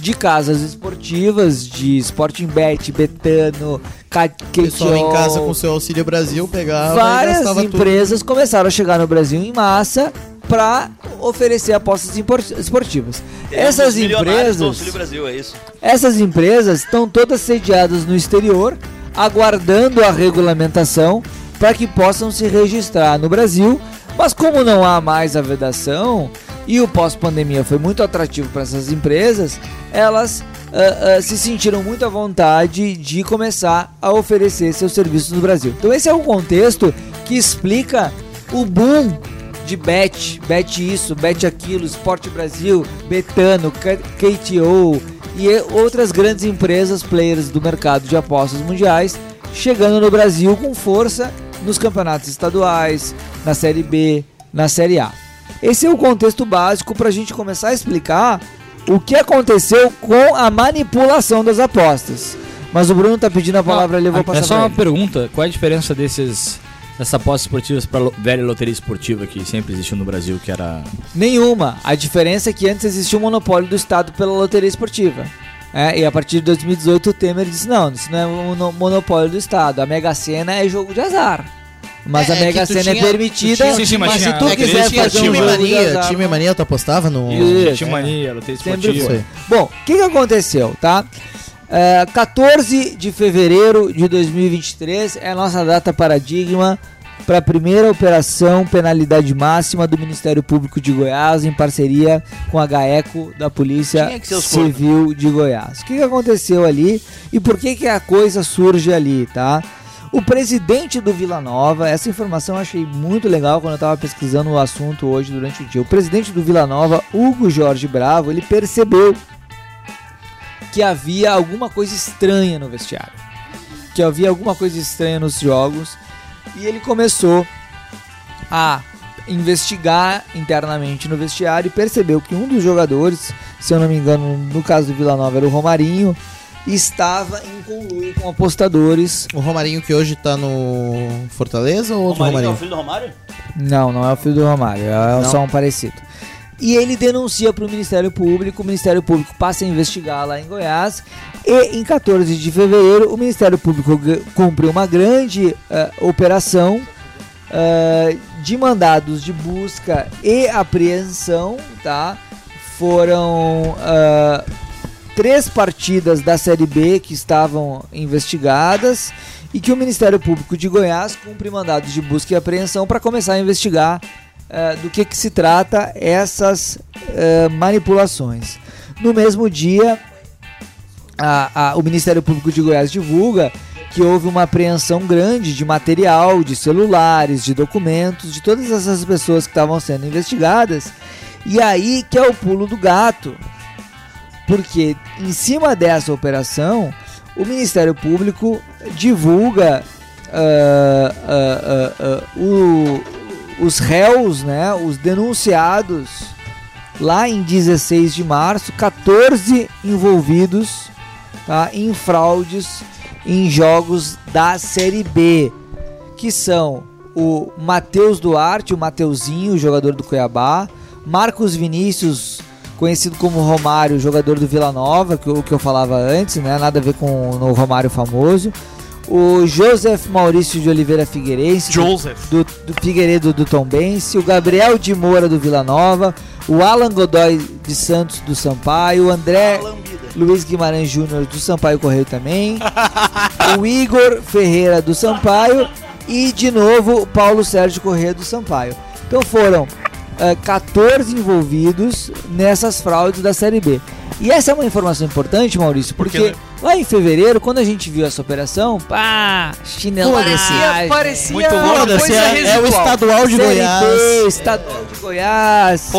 D: de casas esportivas, de Sporting Bet, Betano,
C: O
D: Caquetio,
C: pessoal em casa com seu Auxílio Brasil pegava e
D: várias
C: gastava
D: empresas começaram a chegar no Brasil em massa para oferecer apostas impor- esportivas. Essas
G: Os um milionários do
D: empresas,
G: Auxílio Brasil, é isso.
D: essas empresas estão todas sediadas no exterior, aguardando a regulamentação para que possam se registrar no Brasil. Mas como não há mais a vedação e o pós-pandemia foi muito atrativo para essas empresas, elas ah, ah, se sentiram muito à vontade de começar a oferecer seus serviços no Brasil. Então esse é o contexto que explica o boom de bet, bet isso, bet aquilo, Esporte Brasil, Betano, K- KTO e outras grandes empresas players do mercado de apostas mundiais chegando no Brasil com força nos campeonatos estaduais, na Série B, na Série A. Esse é o contexto básico para a gente começar a explicar o que aconteceu com a manipulação das apostas. Mas o Bruno tá pedindo a palavra ali, eu vou
L: Ah,
D: passar
L: É só
D: pra
L: uma
D: ele.
L: pergunta: qual é a diferença desses, dessas apostas esportivas para velha loteria esportiva que sempre existiu no Brasil, que era.
D: Nenhuma. A diferença é que antes existia um monopólio do Estado pela loteria esportiva. É, e a partir de 2018 o Temer disse: não, isso não é um no- monopólio do Estado. A Mega Sena é jogo de azar. Mas
C: É,
D: a
C: é
D: Mega
C: que tu
D: Sena é
C: tinha-
D: permitida.
C: tu tinha- sim, sim, mas
D: mas se
C: tinha-
D: tu
C: é que tu
D: quiser
C: tinha
D: fazer um
C: time
D: jogo de
C: mania,
D: azar,
C: time mania tu apostava no
D: Isso,
C: Time
D: é.
C: mania, loteria
D: Sempre
C: esportiva.
D: foi.
C: Isso
D: Bom, o que, que aconteceu, tá? É, 14 de fevereiro de 2023 é a nossa data paradigma para a primeira operação penalidade máxima do Ministério Público de Goiás em parceria com a GAECO da Polícia
G: Tinha que ser os cornos.
D: Civil de Goiás. O que, que aconteceu ali e por que, que a coisa surge ali, tá? O presidente do Vila Nova, essa informação eu achei muito legal quando eu estava pesquisando o assunto hoje durante o dia. O presidente do Vila Nova, Hugo Jorge Bravo, ele percebeu que havia alguma coisa estranha no vestiário. Que havia alguma coisa estranha nos jogos. E ele começou a investigar internamente no vestiário e percebeu que um dos jogadores, se eu não me engano, no caso do Vila Nova era o Romarinho, estava em conluio com apostadores.
C: O Romarinho que hoje tá no Fortaleza ou outro
G: Romarinho é o
C: Romarinho? tá
G: filho do Romário?
D: Não, não é o filho do Romário, é
C: Não?
D: só um parecido. E ele denuncia para o Ministério Público, o Ministério Público passa a investigar lá em Goiás, e em 14 de fevereiro o Ministério Público g- cumpre uma grande eh, operação eh, de mandados de busca e apreensão, tá? Foram ah, três partidas da Série B que estavam investigadas e que o Ministério Público de Goiás cumpre mandados de busca e apreensão para começar a investigar eh, do que, que se trata essas eh, manipulações. No mesmo dia, a- a- o Ministério Público de Goiás divulga que houve uma apreensão grande de material, de celulares, de documentos, de todas essas pessoas que estavam sendo investigadas. E aí que é o pulo do gato, porque em cima dessa operação, o Ministério Público divulga ah, ah, ah, ah, o- os réus, né, os denunciados, lá em 16 de março, 14 envolvidos tá, em fraudes em jogos da Série B, que são o Matheus Duarte, o Mateuzinho, jogador do Cuiabá, Marcos Vinícius, conhecido como Romário, jogador do Vila Nova, que, o que eu falava antes, né? Nada a ver com o Romário famoso. O Joseph Maurício de Oliveira Figueirense,
F: Joseph.
D: do, do Figueiredo do Tombense, o Gabriel de Moura do Vila Nova, o Alan Godoy de Santos do Sampaio, o André Luiz Guimarães Júnior do Sampaio Correio também, o Igor Ferreira do Sampaio e de novo o Paulo Sérgio Correia do Sampaio. Então foram eh, 14 envolvidos nessas fraudes da Série B. E essa é uma informação importante, Maurício, porque
A: quê, né?
D: lá em fevereiro, quando a gente viu essa operação, pá, assim, chinelagem.
A: Parecia, parecia
D: Muito
A: uma
D: foda-se,
A: coisa
D: é- é o
A: residual.
D: estadual de
A: Série
D: Goiás.
A: B,
D: estadual de Goiás.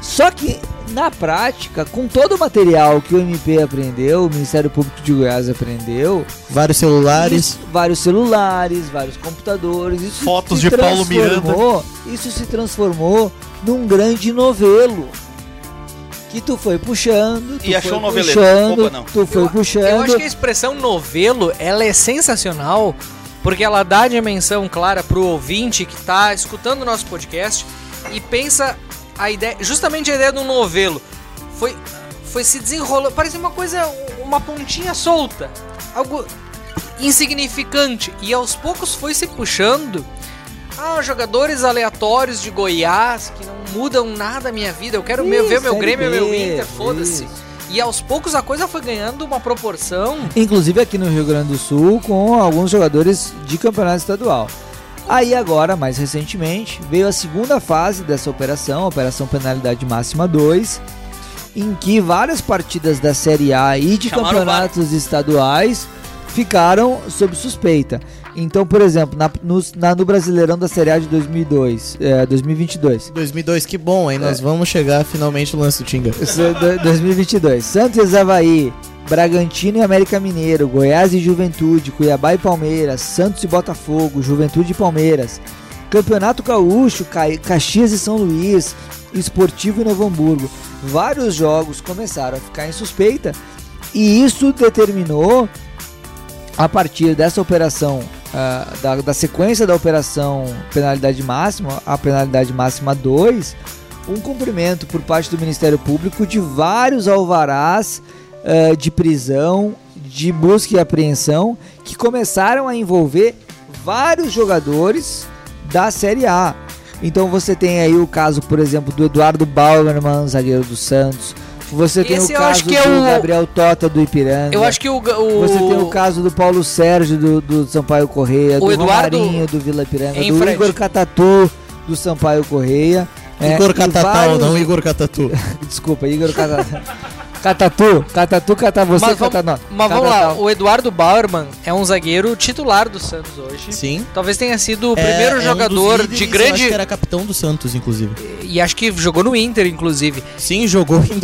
D: Só que, na prática, com todo o material que o MP apreendeu, o Ministério Público de Goiás apreendeu.
C: Vários celulares.
D: isso- vários celulares, vários computadores. Isso
C: Fotos
D: se
C: de Paulo
D: transformou- Isso se transformou num grande novelo. Que tu foi puxando, tu
G: E achou
D: foi
G: um noveleiro.
D: puxando,
G: Opa, não.
D: tu foi puxando.
A: Eu acho que a expressão novelo, ela é sensacional, porque ela dá dimensão clara pro ouvinte que tá escutando o nosso podcast e pensa a ideia, justamente a ideia do novelo. Foi foi se desenrolando, parecia uma coisa, uma pontinha solta, algo insignificante e aos poucos foi se puxando ah, jogadores aleatórios de Goiás que não mudam nada a minha vida. Eu quero me-
D: Ih,
A: ver é meu
D: Série
A: Grêmio,
D: B,
A: meu Inter, foda-se. E aos poucos a coisa foi ganhando uma proporção.
D: inclusive aqui no Rio Grande do Sul, com alguns jogadores de campeonato estadual. Aí agora, mais recentemente, veio a segunda fase dessa operação, a Operação Penalidade Máxima 2, em que várias partidas da Série A e de
G: Chamaram o
D: campeonatos estaduais ficaram sob suspeita. Então, por exemplo, na, no, na- no Brasileirão da Série A de 2002, é, 2022,
C: 2002, que bom, hein? Nós
D: É.
C: vamos chegar finalmente no lance do Tinga.
D: Isso, é do- 2022. Santos e Havaí, Bragantino e América Mineiro, Goiás e Juventude, Cuiabá e Palmeiras, Santos e Botafogo, Juventude e Palmeiras. Campeonato Gaúcho, Ca- Caxias e São Luís, Esportivo e Novo Hamburgo. Vários jogos começaram a ficar em suspeita e isso determinou a partir dessa operação, ah, da, da sequência da operação penalidade máxima, a penalidade máxima 2, um cumprimento por parte do Ministério Público de vários alvarás eh, de prisão, de busca e apreensão, que começaram a envolver vários jogadores da Série A. Então você tem aí o caso, por exemplo, do Eduardo Bauerman, zagueiro do Santos. Você tem
A: Esse
D: o
A: eu
D: caso
A: acho que é
D: do
A: o-
D: Gabriel Tota do Ipiranga.
C: É.
A: Eu acho que o. ga- o
D: Você tem o caso do Paulo Sérgio, do, do Sampaio Correia,
A: O
D: do
A: Eduardo-
D: Romarinho, do Vila Piranga,
A: Em
D: do
A: frente.
D: Igor Catatu, do Sampaio Correia.
C: Igor Catatau, não,
D: Igor Catatu. Desculpa, Igor Catatu. Catatu, Catatu, Catá
C: é
D: você,
A: mas
D: Catá nós.
A: vamos, mas vamos lá, o Eduardo Bauerman é um zagueiro titular do Santos hoje.
C: Sim.
A: Talvez tenha sido o
C: É, é
A: primeiro
C: um
A: jogador
C: dos líderes,
A: de
C: Eu acho
A: grande.
C: que era capitão do Santos, inclusive.
A: E acho que jogou no Inter, inclusive.
C: Sim, jogou em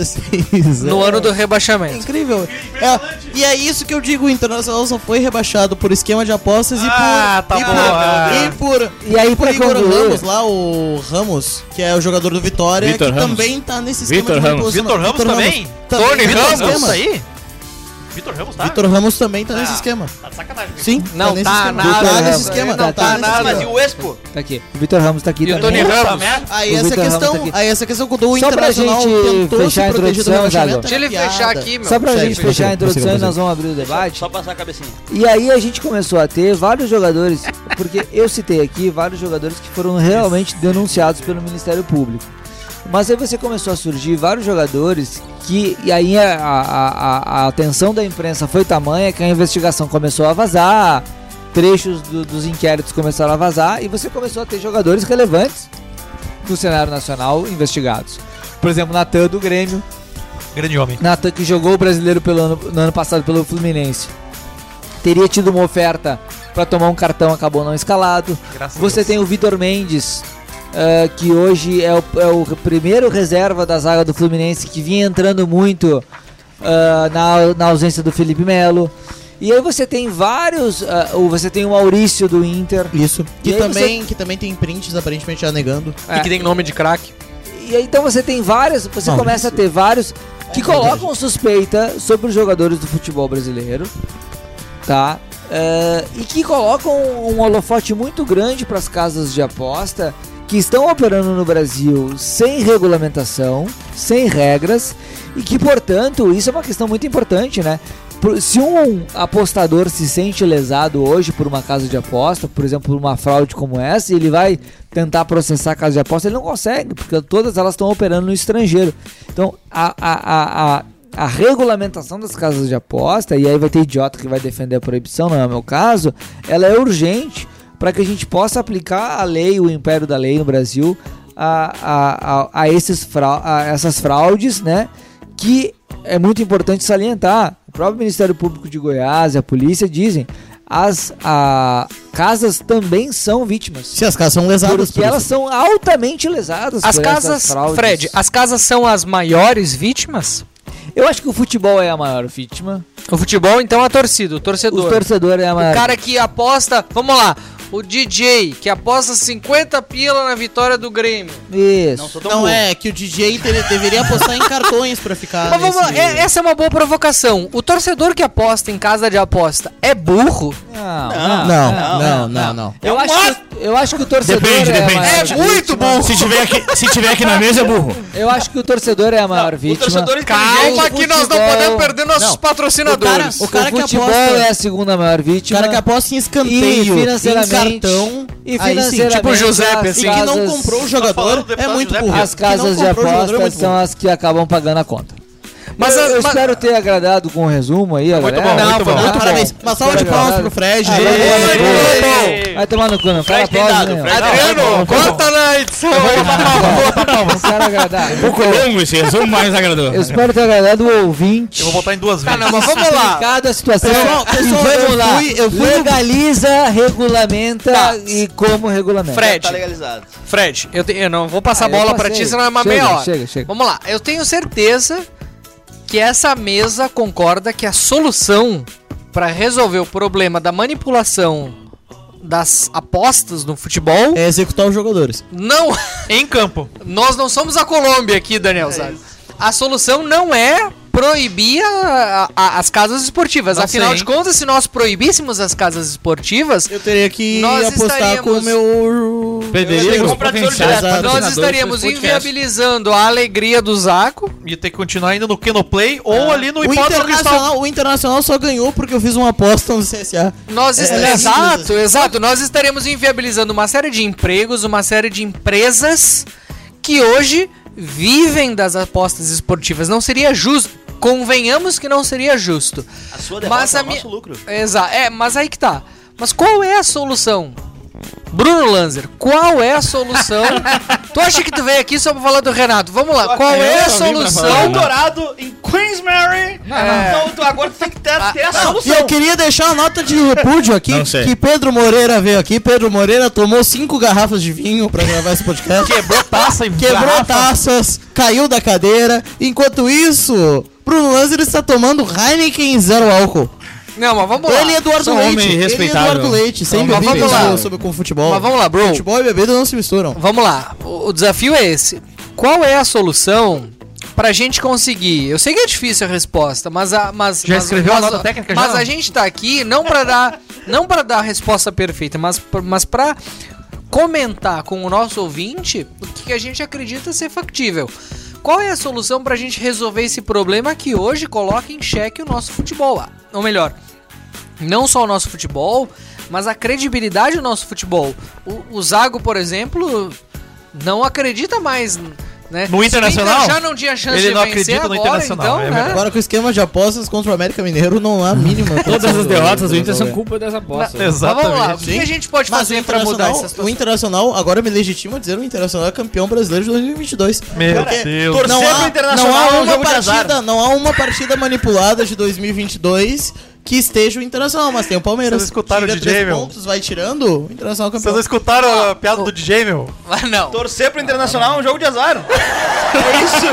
C: 2016.
A: No
C: é.
A: ano do rebaixamento.
C: Incrível. É, e é isso que eu digo, o Internacional só foi rebaixado por esquema de apostas e
F: Ah,
C: por...
F: tá
C: e
F: bom,
C: por-
F: ah.
C: E por,
D: e aí,
C: por
D: pra
C: Igor
D: concluir-
C: Ramos lá, o Ramos, que é o jogador do Vitória,
O: Vitor
C: que
O: Ramos.
C: também tá nesse esquema
O: Vitor
C: de
O: Ramos.
C: reposicionamento.
O: Vitor Ramos também? Tony
C: tá nesse
O: Ramos,
C: esquema.
O: isso aí?
F: Vitor Ramos tá?
C: Vitor Ramos também tá nesse
F: Ah,
C: esquema.
F: Tá de sacanagem.
C: Sim,
A: Não,
C: nesse
A: tá
C: esquema.
A: nada,
C: Tá nesse
A: Ramos.
C: esquema,
A: Não,
C: tá,
A: tá
C: nesse
A: nada.
C: esquema.
G: Mas e o Expo?
D: Tá aqui. O Vitor Ramos tá aqui
G: E
D: também.
G: o Tony Ramos?
C: Aí
D: O
C: essa
D: Vitor
C: questão,
D: Ramos tá aqui.
C: aí essa questão quando o
D: Só pra
C: Internacional
D: gente
C: tentou se
D: fechar a
C: proteger do
D: introdução,
C: rebaixamento,
D: Zago.
C: era
D: Deixa
A: ele fechar
C: piada.
A: aqui, meu.
D: Só pra
C: Consegue,
D: gente fechar a
C: consegue,
D: introdução e
C: consegue.
D: nós vamos abrir o debate.
G: Só passar a cabecinha.
D: E aí a gente começou a ter vários jogadores, porque eu citei aqui vários jogadores que foram realmente denunciados pelo Ministério Público. Mas aí você começou a surgir vários jogadores que. E aí a, a- a- a atenção da imprensa foi tamanha que a investigação começou a vazar, trechos do- dos inquéritos começaram a vazar, e você começou a ter jogadores relevantes no cenário nacional investigados. Por exemplo, Natan do Grêmio,
F: Grande homem.
D: Natan que jogou o brasileiro pelo ano, no ano passado pelo Fluminense. Teria tido uma oferta pra tomar um cartão, acabou não escalado.
F: Graças a
D: Você
F: Deus.
D: tem o Vitor Mendes, eh, que hoje é o, é o primeiro reserva da zaga do Fluminense, que vinha entrando muito ah, na, na ausência do Felipe Melo. E aí você tem vários. ah, ou você tem o Maurício do Inter.
C: Isso.
D: E
C: Que
D: aí você-
C: também, que também tem prints aparentemente já negando.
D: É. E que tem
A: nome de craque.
D: E aí então você tem vários, você
C: Não,
D: começa a ter vários que colocam suspeita sobre os jogadores do futebol brasileiro, tá? É, e que colocam um holofote muito grande para as casas de aposta que estão operando no Brasil sem regulamentação, sem regras e que, portanto, isso é uma questão muito importante, né? Por- Se um apostador se sente lesado hoje por uma casa de aposta, por exemplo, por uma fraude como essa, e ele vai tentar processar a casa de aposta, ele não consegue, porque todas elas estão operando no estrangeiro. Então, a, a, a, a, a regulamentação das casas de aposta, e aí vai ter idiota que vai defender a proibição, não é o meu caso, ela é urgente para que a gente possa aplicar a lei, o império da lei no Brasil, a, a, a, a esses frau- a essas fraudes, né? que é muito importante salientar. O próprio Ministério Público de Goiás e a polícia dizem as a, casas também são vítimas.
C: Se as casas são lesadas,
D: porque
C: por
D: elas são altamente lesadas.
A: As
D: por essas
A: casas,
D: fraudes.
A: Fred, as casas são as maiores vítimas?
D: Eu acho que o futebol é a maior vítima.
A: O futebol, então, é a torcida, o
D: O
A: torcedor.
D: torcedor é a maior.
A: O cara que aposta, vamos lá, o DJ que aposta 50 pila na vitória do Grêmio.
D: Isso.
A: Não, sou tão
C: Não
A: burro.
C: é, que o DJ teria- deveria apostar em cartões pra ficar.
A: Mas vamos, lá,
C: nesse-
A: é- essa é uma boa provocação. O torcedor que aposta em casa de aposta é burro?
D: Não, É um
C: Não, não, não, não.
D: Eu, acho que, eu acho que o torcedor
O: Depende,
D: é a
O: depende.
D: maior vítima.
O: Se tiver, aqui, se tiver aqui na mesa, é burro.
D: Eu acho que o torcedor é a maior vítima.
G: torcedor
A: Calma que nós não podemos perder nossos
C: Não.
A: patrocinadores.
D: O,
C: O cara que
D: futebol
C: aposta-
D: é a segunda maior
C: O
D: vítima.
C: cara que aposta em escanteio,
D: E
C: em
D: financeiramente-
C: cartão,
D: e
C: aí sim, tipo o
D: financeiramente
C: Giuseppe,
D: as
C: assim. E que não
D: casas-
C: comprou o
F: Tá falando
C: jogador
F: do
C: é
F: deputado
C: muito
F: Giuseppe.
C: burro.
D: As
C: Que não
D: casas de
C: comprou o jogador é
D: apostas
C: muito
D: são
C: burro.
D: as que acabam pagando a conta.
A: Mas
D: eu,
A: as-
D: eu
A: mas-
D: espero ter agradado com o resumo aí,
F: Muito
D: agora.
F: bom, muito bom.
C: Ah, Parabéns. Uma salva de palmas pro Fred.
F: Muito
G: Tá
F: bom.
D: Vai tomar no cu, não. Fala
G: Fred tem
D: aplauso,
G: dado,
D: né?
G: Fred-
F: Adriano,
A: Conta na edição.
D: Espero agradar.
O: Um pouco longo esse resumo, mas agradou.
D: Eu espero ter agradado o ouvinte.
F: Eu vou botar em duas
A: Tá,
F: vezes.
A: não, mas vamos lá.
D: Explicado a situação.
C: Pessoal, pessoal,
D: e vamos
C: eu
D: lá.
C: fui- eu fui no-
D: Legaliza, regulamenta
A: Tá.
D: e como regulamenta.
A: Fred.
G: Tá legalizado.
A: Fred, eu, te- eu não vou passar
D: Ah,
A: a
D: eu
A: bola pra
D: passei.
A: ti, senão é uma
D: Chega,
A: meia hora.
D: chega, chega.
A: Vamos lá, eu tenho certeza que essa mesa concorda que a solução pra resolver o problema da manipulação das apostas no futebol
C: É executar os jogadores.
A: não
F: Em campo.
A: nós não somos a Colômbia aqui, Daniel Zago. A solução não é proibir a- a- as casas esportivas.
C: Não
A: Afinal
C: sei,
A: de
C: hein?
A: contas, se nós proibíssemos as casas esportivas, eu
C: teria que
A: nós
C: apostar com o
A: estaríamos,
C: meu.
F: Pederico, potenciais
A: nós
F: patrocinadores
A: estaríamos
F: desse podcast.
A: inviabilizando a alegria do Zaco.
F: Ia ter que continuar indo no Kenoplay ou ali no
C: o
F: Hipódromo Cristal.
C: internacional, o Internacional só ganhou porque eu fiz uma aposta no CSA.
A: Nós
C: É,
A: est-
C: é assim,
A: exato, exato. Nós estaremos inviabilizando uma série de empregos, uma série de empresas que hoje vivem das apostas esportivas. Não seria justo. Convenhamos que não seria justo.
G: A sua derrota
A: Mas a
G: é o
A: mi-
G: nosso lucro.
A: Exato. É, mas aí que tá. Mas qual é a solução? Bruno Lanzer, qual é a solução? tu acha que tu veio aqui só pra falar do Renato? Vamos lá, qual é a solução?
G: Doutorado em Queensmary. Então tu agora tu tem que ter, ter a
C: E
G: solução.
C: eu queria deixar uma nota de repúdio aqui,
O: Não sei.
C: que Pedro Moreira veio aqui. Pedro Moreira tomou cinco garrafas de vinho pra gravar esse podcast.
F: Quebrou taça e
C: Quebrou
F: garrafa.
C: taças, caiu da cadeira. Enquanto isso, Bruno Lanzer está tomando Heineken zero álcool.
A: Não, mas vamos lá.
C: Ele é Eduardo
A: Só um
C: Leite.
A: homem
C: Ele é
A: respeitável. Então,
C: Eduardo Leite, sem
A: Mas
C: bebida
A: vamos lá.
C: sobre com futebol.
A: Mas vamos lá, bro.
C: Futebol e bebida não se misturam.
A: Vamos lá. O o desafio é esse. Qual é a solução pra gente conseguir? Eu sei que é difícil a resposta, mas a mas
F: Já
A: mas-
F: escreveu
A: mas-
F: a nota técnica já?
A: Mas a gente tá aqui não pra dar não para dar a resposta perfeita, mas pra- mas para comentar com o nosso ouvinte o que a gente acredita ser factível. Qual é a solução pra gente resolver esse problema que hoje coloca em xeque o nosso futebol? Ah, Ou melhor, não só o nosso futebol, mas a credibilidade do nosso futebol. O, o Zago, por exemplo, não acredita mais. Né?
F: No
A: Se o
F: Internacional?
A: Inter já não tinha chance
F: Ele
A: de
F: não
A: vencer
F: acredita no
A: agora,
F: Internacional,
A: Então,
F: é
A: né?
C: Agora com o esquema de apostas contra o América Mineiro não há mínima.
L: Todas as derrotas do Inter são
C: culpa
L: culpa é das apostas.
A: Mas vamos lá, o que
C: Sim.
A: a gente pode
C: Mas o
A: fazer pra mudar essa
C: Internacional, o
A: situação?
C: Internacional, agora me legitima dizer, o Internacional é campeão brasileiro de 2022.
F: Meu
C: Porque
F: Deus.
C: Não
G: Torcer pro
C: há,
G: Internacional
C: não há
G: é um
C: uma
G: jogo de
C: partida,
G: azar.
C: não há uma partida manipulada de 2022 que esteja o Internacional, mas tem o Palmeiras.
F: Vocês escutaram
C: Tira
F: o DJ,
C: três
F: meu?
C: pontos, vai tirando o Internacional é campeão.
F: Vocês não escutaram a piada do DJ, meu?
A: Mas Ah, não.
G: Torcer pro Internacional é um jogo de azar. É isso.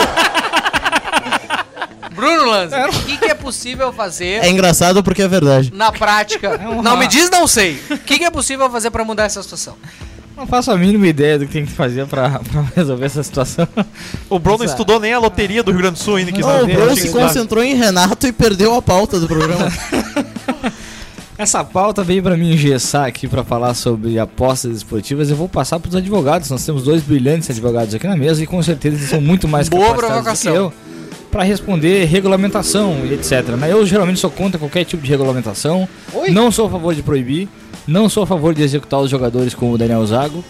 A: Bruno Lanza, o que, que é possível fazer
C: É engraçado porque é verdade.
A: na prática? não, me diz não sei. O que, que é possível fazer pra mudar essa situação?
L: Não faço a mínima ideia do que tem que fazer pra, pra resolver essa situação.
F: O Bruno não estudou nem a loteria do Rio Grande do Sul ainda. Que
C: Não, Oh, o Bruno se concentrou em Renato e perdeu a pauta do programa.
L: Essa pauta veio pra me engessar aqui pra falar sobre apostas esportivas. Eu vou passar pros advogados. Nós temos dois brilhantes advogados aqui na mesa e com certeza eles são muito mais
A: Boa
L: capacitados do que
A: provocação.
L: eu para responder regulamentação e etc. né? Eu geralmente sou contra qualquer tipo de regulamentação. Não sou a favor de proibir. Não sou a favor de executar os jogadores como o Daniel Zago.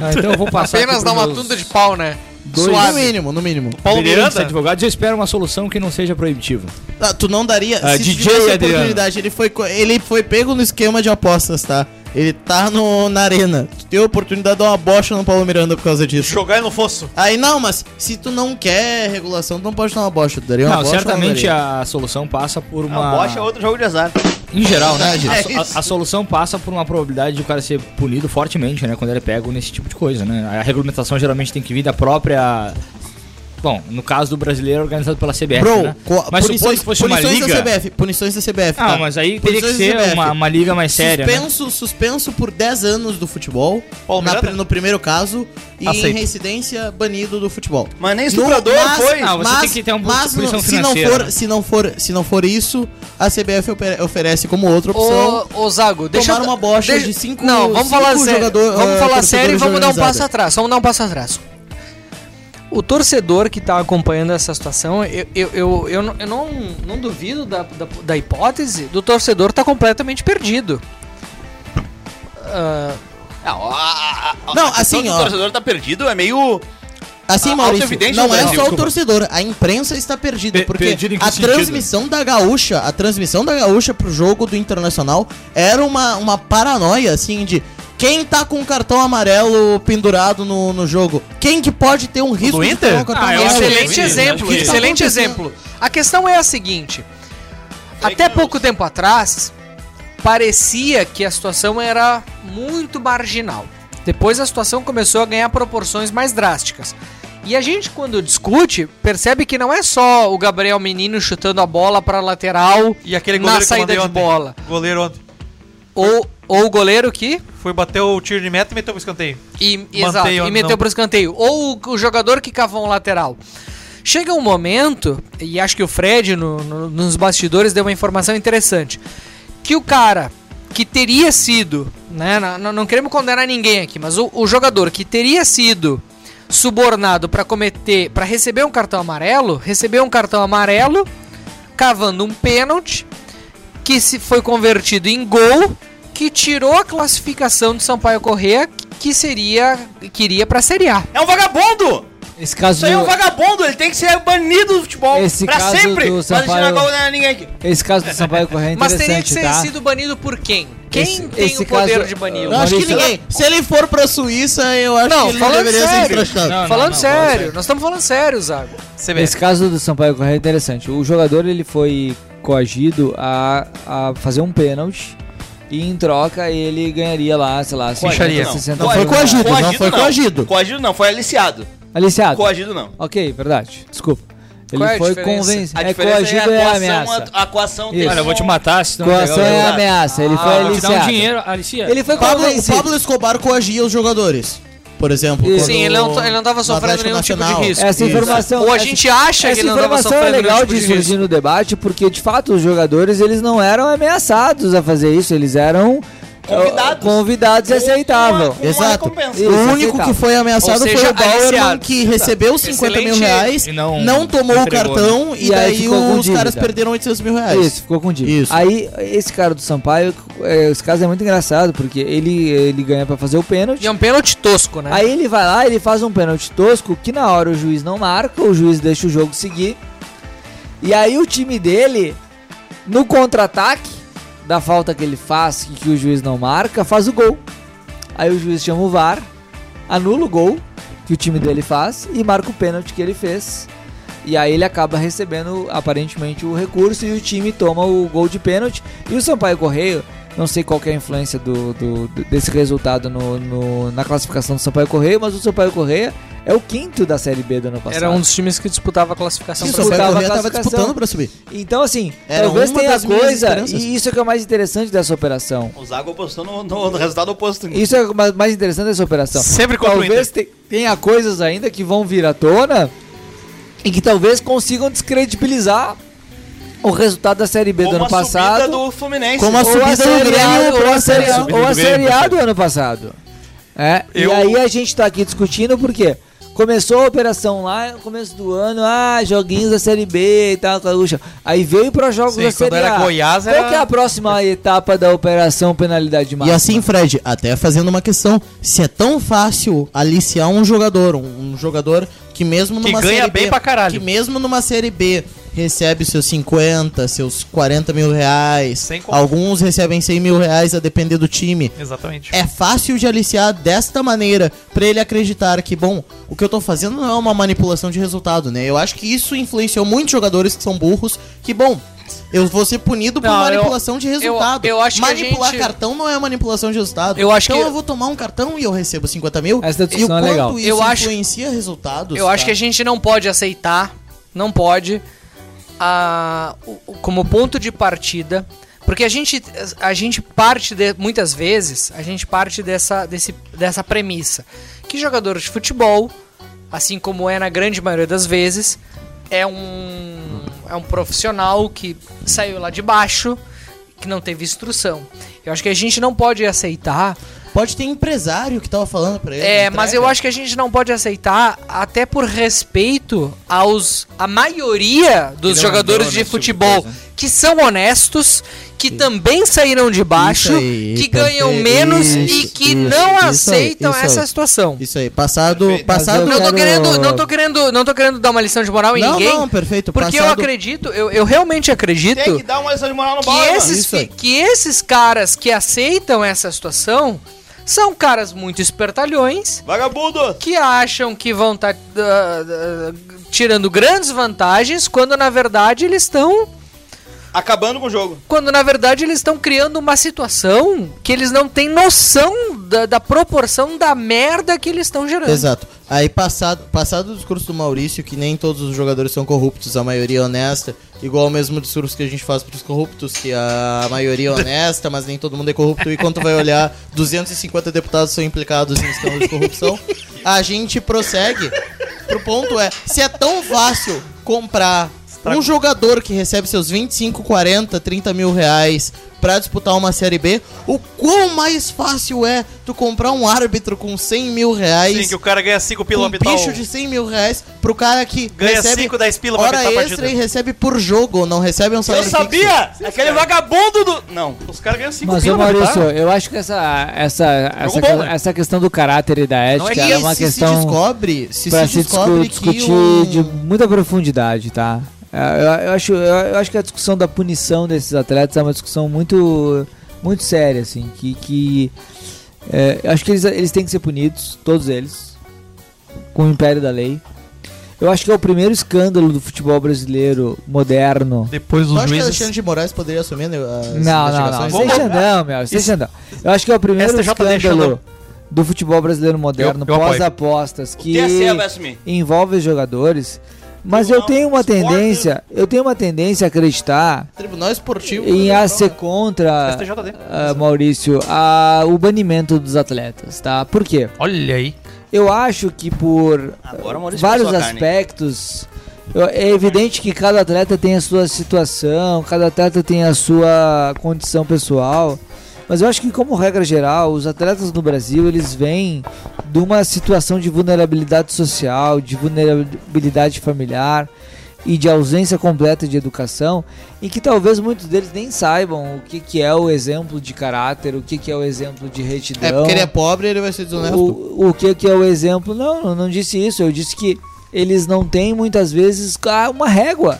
L: Ah, então eu vou passar aqui
A: Apenas
L: pros
A: dar uma
L: meus
A: tunda de pau, né?
L: dois
C: No mínimo, no mínimo.
F: Paulo
L: brilhantes
F: Miranda?
L: advogados. Eu espero uma solução que não seja proibitiva.
C: Ah, tu não daria.
L: Ah,
C: se
L: DJ
C: tivesse a
L: Adriano.
C: oportunidade, ele foi, co- ele foi pego no esquema de apostas, tá? Ele tá no, na arena. Tu tem a oportunidade de dar uma bocha no Paulo Miranda por causa disso.
F: Jogar no fosso.
C: Aí não, mas se tu não quer regulação, tu não pode dar uma bocha. Tu daria uma
L: Não,
C: bocha. ou
L: certamente
C: não daria?
L: a solução passa por
G: Uma
L: uma.
G: bocha é outro jogo de azar.
L: Em geral, né?
C: Verdade.
L: A-
C: É
L: a- a, solução passa por uma probabilidade de o cara ser punido fortemente, né? Quando ele é pego nesse tipo de coisa, né? A regulamentação geralmente tem que vir da própria. Bom, no caso do brasileiro, organizado pela CBF.
C: Bro,
L: né?
C: co-
L: Mas supondo
C: punições,
L: que fosse uma
C: punições
L: liga.
C: da CBF. Punições da CBF.
L: Ah,
C: tá?
L: mas aí teria que
C: Punições da
L: ser
C: CBF.
L: uma, uma liga mais séria. né?
C: Suspenso, suspenso por 10 anos do futebol.
F: Paulo
C: na-
F: Miranda?
C: no primeiro caso. E
F: Aceito.
C: em reincidência, banido do futebol.
G: Mas nem
C: No-
G: estuprador
C: mas-
G: foi.
L: Ah, você
C: mas,
L: tem que ter uma
C: mas
L: punição
C: no- se não
L: financeira,
C: for,
L: né?
C: se não for, se não for isso, a CBF opere- oferece como outra opção
A: Ô, ô Zago, deixa
C: tomar uma bocha de cinco-
A: Não, vamos
C: cinco
A: falar sério.
C: jogador-
A: vamos
C: eh,
A: falar sério e
C: torcedores
A: vamos dar um
C: organizados.
A: passo atrás. Vamos dar um passo atrás. O torcedor que tá acompanhando essa situação, eu, eu, eu, eu, não- eu não, não duvido da, da, da hipótese do torcedor tá completamente perdido. Ah,
G: Não, a- a- a- a
C: Não,
G: questão
C: assim,
G: do
C: ó.
G: torcedor tá perdido é meio.
C: Assim,
G: A-
C: Maurício,
G: autoevidência
C: não
G: do
C: é
G: Brasil,
C: só o
G: desculpa.
C: torcedor, a imprensa está perdida,
L: Pe-
C: porque
L: perdida em que
C: a
L: sentido?
C: transmissão da gaúcha, a transmissão da gaúcha pro jogo do Internacional era uma, uma paranoia, assim, de quem tá com o cartão amarelo pendurado no, no jogo? Quem que pode ter um risco de
F: Inter?
C: tomar um cartão
L: Ah, eu
C: amarelo?
L: acho que
A: excelente
F: né?
L: eu
A: exemplo,
L: acho que-
A: excelente
C: Tá acontecendo.
A: exemplo. A questão é a seguinte: até pouco tempo atrás, parecia que a situação era muito marginal. Depois a situação começou a ganhar proporções mais drásticas. E a gente, quando discute, percebe que não é só o Gabriel Menino chutando a bola para lateral
F: E aquele
A: na
F: goleiro que eu
A: saída
F: mandei
A: de
F: ontem.
A: bola.
F: Goleiro ontem.
A: Ou, ou o goleiro que.
F: Foi bater o tiro de meta e meteu pro escanteio.
A: E,
F: Mantei
A: exato,
F: ou
A: e meteu
F: não.
A: pro escanteio. Ou o, o jogador que cavou um lateral. Chega um momento, e acho que o Fred no- no- nos bastidores deu uma informação interessante, que o cara que teria sido, né, na- não, não queremos condenar ninguém aqui, mas o, o jogador que teria sido subornado para cometer, para receber um cartão amarelo, recebeu um cartão amarelo, cavando um pênalti, que se foi convertido em gol, que tirou a classificação de Sampaio Corrêa, que seria que iria para a Série A.
G: É um vagabundo!
D: Esse caso
G: Isso aí é um
D: do-
G: vagabundo, ele tem que ser banido do futebol.
D: Esse
G: pra
D: caso
G: sempre!
D: do
G: Pra não tirar
D: Sampaio-
G: gol de ninguém aqui.
D: Esse caso do Sampaio Correia é
A: Mas
D: interessante,
A: teria que ser
D: tá?
A: sido banido por quem? Quem
D: Esse-
A: tem
D: esse
A: o poder
D: caso-
A: de banir?
C: Eu acho que ninguém. Se ele for pra Suíça, eu acho
A: tá- Não,
C: que ele não
A: falando
C: deveria ser
A: sério.
C: extraditado.
A: falando sério, nós estamos falando sério, Zago.
D: Esse caso do Sampaio Correia é interessante. O jogador ele foi coagido a, a fazer um pênalti e em troca ele ganharia lá, sei lá, 50, 60 mil reais.
G: Coagido não, foi aliciado.
D: Aliciado.
G: Coagido não.
D: Ok, verdade. Desculpa. Ele
G: Qual é a
D: foi
G: diferença?
D: convencido.
G: A
D: É
G: diferença é
D: coagido
G: a
D: é
G: coação,
D: ameaça.
G: a- a coação tem
D: Isso.
G: Olha, eu vou te
L: matar se
C: não
D: Coação
C: pegar o
D: é
C: resultado.
D: ameaça. Ele foi
C: vou te dar um
D: aliciado.
C: dinheiro,
L: alicia.
D: Ele foi
C: Pablo, o
D: convencido.
C: Pablo Escobar coagia os jogadores. Por exemplo.
D: Isso.
C: quando
D: Sim,
A: Ele não, tá-
C: o-
A: ele não tava
C: no
A: sofrendo
C: Atlético
A: nenhum tipo de
C: Nacional.
A: risco.
D: Essa informação.
A: Ou a
D: essa-
A: gente acha
D: essa
A: que ele não tava
D: informação
A: sofrendo
D: é legal
A: nenhum tipo
D: de,
A: de
D: surgir
A: risco.
D: no debate, porque de fato os jogadores eles não eram ameaçados a fazer isso, eles eram convidados, convidados e aceitavam.
C: Exato.
D: Isso,
C: o único
D: aceitavam.
C: que foi ameaçado
D: Ou
C: foi
D: seja,
C: o Bauerman,
D: aliciado.
C: que
D: Exato.
C: recebeu os 50 mil
D: Excelente.
C: reais,
D: E
C: não,
D: não
C: tomou
D: entregou,
C: o cartão
D: né?
C: e,
D: E aí
C: daí
D: ficou com
C: os
D: dívida.
C: caras perderam 800 mil reais.
D: Isso, ficou com dívida.
C: Isso.
D: Aí, esse cara do Sampaio, é, esse caso é muito engraçado, porque ele, ele ganha pra fazer o pênalti.
A: E é um pênalti tosco, né?
D: Aí ele vai lá, ele faz um pênalti tosco, que na hora o juiz não marca, o juiz deixa o jogo seguir. E aí o time dele, no contra-ataque, da falta que ele faz e que o juiz não marca, faz o gol. Aí o juiz chama o VAR, anula o gol que o time dele faz e marca o pênalti que ele fez. E aí ele acaba recebendo aparentemente o recurso e o time toma o gol de pênalti. E o Sampaio Correio, não sei qual que é a influência do, do- do- desse resultado no- no- na classificação do Sampaio Correio, mas o Sampaio Correia é o quinto da Série B do ano passado.
A: Era um dos times que disputava a classificação.
D: Sim,
A: pra
D: o Sampaio
A: subir.
D: Corrêa tava Classificação. disputando pra
C: subir.
D: Então, assim,
C: Era
D: talvez
C: uma
D: tenha
C: das minhas
D: coisa,
C: esperanças.
D: e isso é que é o mais interessante dessa operação.
G: O Zago apostou no, no- no resultado oposto.
D: Isso é o mais- mais interessante dessa operação.
G: Sempre contra o
D: Talvez
G: Inter.
D: te- tenha coisas ainda que vão vir à tona e que talvez consigam descredibilizar o resultado da Série B do ano
G: subida
D: passado.
G: do Fluminense.
D: Como a subida do Grêmio ou a Série A, ou a Série A do ano passado. É,
G: Eu-
D: E aí a gente tá aqui discutindo porque começou a operação lá no começo do ano, ah, joguinhos da Série B e tal, Gaúcha. Aí veio para jogos
F: Sim,
D: da
F: quando
D: Série A.
F: era Goiás,
D: Qual
F: era-
D: que é a próxima etapa da operação penalidade
C: E
D: máxima?
C: assim, Fred, até fazendo uma questão, se é tão fácil aliciar um jogador, um, um jogador que mesmo
F: Que
C: numa
F: ganha
C: série
F: bem
C: B,
F: pra caralho.
C: que mesmo numa série B recebe seus 50, seus 40 mil reais,
F: conta.
C: alguns recebem 100 mil reais a depender do time.
F: Exatamente.
C: É fácil de aliciar desta maneira pra ele acreditar que, bom, o que eu tô fazendo não é uma manipulação de resultado, né? Eu acho que isso influenciou muitos jogadores que são burros, que, bom, eu vou ser punido por
A: Não, eu-
C: manipulação de
A: eu-
C: resultado.
A: eu acho que a
C: Manipular
A: gente-
C: cartão não é manipulação de resultado.
A: Eu acho
C: então
A: que-
C: eu vou tomar um cartão e eu recebo 50 mil.
D: Essa
C: e o
D: discussão é legal.
C: isso
A: Eu acho-
C: influencia resultados.
A: Eu acho que a gente não pode aceitar, não pode, a- o- o- como ponto de partida, porque a gente, a gente parte, de, muitas vezes, a gente parte dessa, desse, dessa premissa, que jogador de futebol, assim como é na grande maioria das vezes, é um, é um profissional que saiu lá de baixo, que não teve instrução. Eu acho que a gente não pode aceitar
C: Pode ter empresário que tava falando pra ele.
A: é, mas eu acho que a gente não pode aceitar, até por respeito aos a maioria
C: é
A: dos
C: um
B: Que não
A: jogadores
B: andou,
A: de
B: né, tipo de
A: futebol que são honestos, que também saíram de baixo,
C: aí,
A: que ganham
C: perfeito.
A: menos e
C: Isso,
A: que
C: isso,
A: não
C: isso aí,
A: aceitam
C: isso aí.
A: essa situação.
C: Isso aí, passado. passado
A: Não tô querendo, não tô querendo, não tô querendo dar uma lição de moral em
C: Não,
A: ninguém.
C: não, perfeito,
A: Porque eu
C: passado-
A: acredito, eu, eu realmente acredito
G: Tem que dar uma lição de moral no
A: que
G: bola.
A: esses, fi- que esses caras que aceitam essa situação são caras muito espertalhões.
G: Vagabundo!
A: Que acham que vão estar tirando grandes vantagens quando na verdade eles estão.
G: Acabando com o jogo.
A: Quando na verdade eles estão criando uma situação que eles não têm noção da, da proporção da merda que eles estão gerando.
C: Exato. Aí passado, passado o discurso do Maurício, que nem todos os jogadores são corruptos, a maioria é honesta, igual o mesmo discurso que a gente faz pros corruptos, que a maioria é honesta, mas nem todo mundo é corrupto, e quando tu vai olhar, 250 deputados são implicados em escândalo de corrupção, a gente prossegue pro ponto é, se é tão fácil comprar um jogador que recebe seus 25, 40, 30 mil reais pra disputar uma Série B, o quão mais fácil é tu comprar um árbitro com 100 mil reais
F: Sim, que o cara ganha 5 pila
C: um
F: pra apitar
C: bicho
F: o-
C: de 100 mil reais pro cara que
F: Ganha
C: recebe
F: cinco, dez pila pra
C: hora
F: apitar a
C: extra
F: partida.
C: e recebe por jogo, não recebe um salário fixo.
F: é.
G: Aquele vagabundo do. Não. Os caras ganham 5
D: Mas, ô
C: né,
D: Maurício, eu acho que essa, essa, essa,
G: bom, né?
D: essa questão do caráter e da
C: É um Não é
D: ética
C: que
D: é uma
C: se
D: questão
C: se descobre, se
D: pra
C: se
D: se
C: descobre
D: discu-
C: que
D: discutir
C: um-
D: de muita profundidade, tá? É, Eu, eu acho, eu, eu acho que a discussão da punição desses atletas é uma discussão muito, muito séria, assim, que, que é, eu acho que eles, eles têm que ser punidos, todos eles, com o império da lei. Eu acho que é o primeiro escândalo do futebol brasileiro moderno.
F: Depois
C: Tu acha que Alexandre de Moraes poderia assumir né, as
D: Não, não, não.
C: investigações?
D: Seja não, meu. Seja não. Eu acho que é o primeiro
C: STJD,
D: escândalo
C: Xandão.
D: do futebol brasileiro moderno,
C: Eu- eu apoio.
D: pós-apostas, que
G: TSE vai assumir.
D: envolve os jogadores. Mas eu tenho uma tendência, eu tenho uma tendência a acreditar
C: Tribunal Esportivo. né?
D: em a ser contra,
F: STJD.
D: ah, Maurício, a- o banimento dos atletas, tá? Por quê?
F: Olha aí.
D: Eu acho que por
G: Agora o
D: eh,
G: Maurício
D: vários
G: passou a carne.
D: aspectos. eu- É evidente que cada atleta tem a sua situação, cada atleta tem a sua condição pessoal, mas eu acho que como regra geral, os atletas no Brasil, eles vêm de uma situação de vulnerabilidade social, de vulnerabilidade familiar e de ausência completa de educação, e que talvez muitos deles nem saibam o que, que é o exemplo de caráter, o que, que é o exemplo de retidão.
C: É porque ele é pobre ele vai ser desonesto.
D: O, o que, que é o exemplo? Não, eu não disse isso. Eu disse que eles não têm muitas vezes ah, uma régua.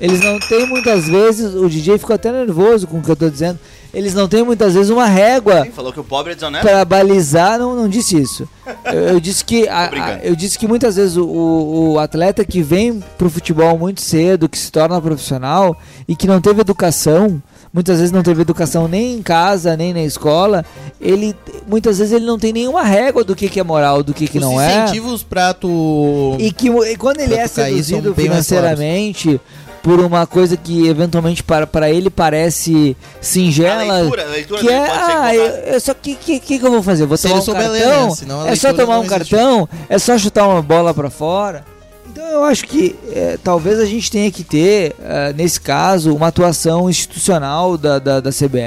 D: Eles não têm muitas vezes. O DJ ficou até nervoso com o que eu tô dizendo. Eles não têm muitas vezes uma régua
G: Falou que o pobre é desonesto?
D: para balizar. Não, não disse isso. Eu, eu disse que a- a-
G: brincando.
D: eu disse que muitas vezes o, o- o atleta que vem pro futebol muito cedo, que se torna profissional e que não teve educação, muitas vezes não teve educação nem em casa, nem na escola, ele muitas vezes ele não tem nenhuma régua do que, que é moral, do que, que
C: Os
D: não é.
C: incentivos pra tu.
D: E que e quando ele
C: pra
D: é
C: tu cair são
D: seduzido
C: bem mais claros.
D: financeiramente por uma coisa que eventualmente para, para ele parece singela,
G: A leitura, a leitura
D: que
G: dele
D: é,
G: pode ser
D: ah, eu, eu só que, que que que eu vou fazer? Eu Vou
C: Se
D: tomar
C: ele
D: um
C: souber
D: cartão?
C: ler, né? Senão a
D: é só
C: leitura
D: tomar
C: não
D: um
C: existe.
D: cartão? É só chutar uma bola pra fora? Então eu acho que é, talvez a gente tenha que ter, eh, nesse caso, uma atuação institucional da, da, da CBF,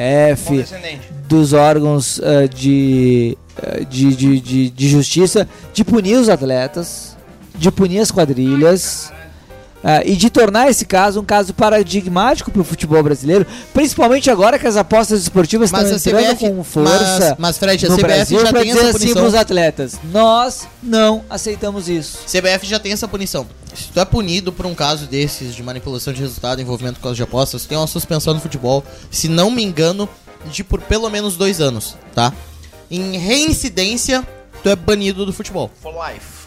G: é
D: dos órgãos eh, de, eh, de, de, de, de justiça, de punir os atletas, de punir as quadrilhas. ah, e de tornar esse caso um caso paradigmático para o futebol brasileiro, principalmente agora que as apostas esportivas estão
C: Mas a
D: entrando
C: CBF
D: com força.
C: mas- mas, Fred, a
D: no
C: CBF
D: Brasil
C: já
D: pra
C: tem
D: dizer
C: essa
D: assim
C: punição.
D: pros atletas: nós não aceitamos isso.
C: CBF já tem essa punição. Se tu é punido por um caso desses de manipulação de resultado, envolvimento com causa de apostas, tem uma suspensão no futebol, se não me engano, de por pelo menos dois anos, tá? Em reincidência, tu é banido do futebol.
G: For life.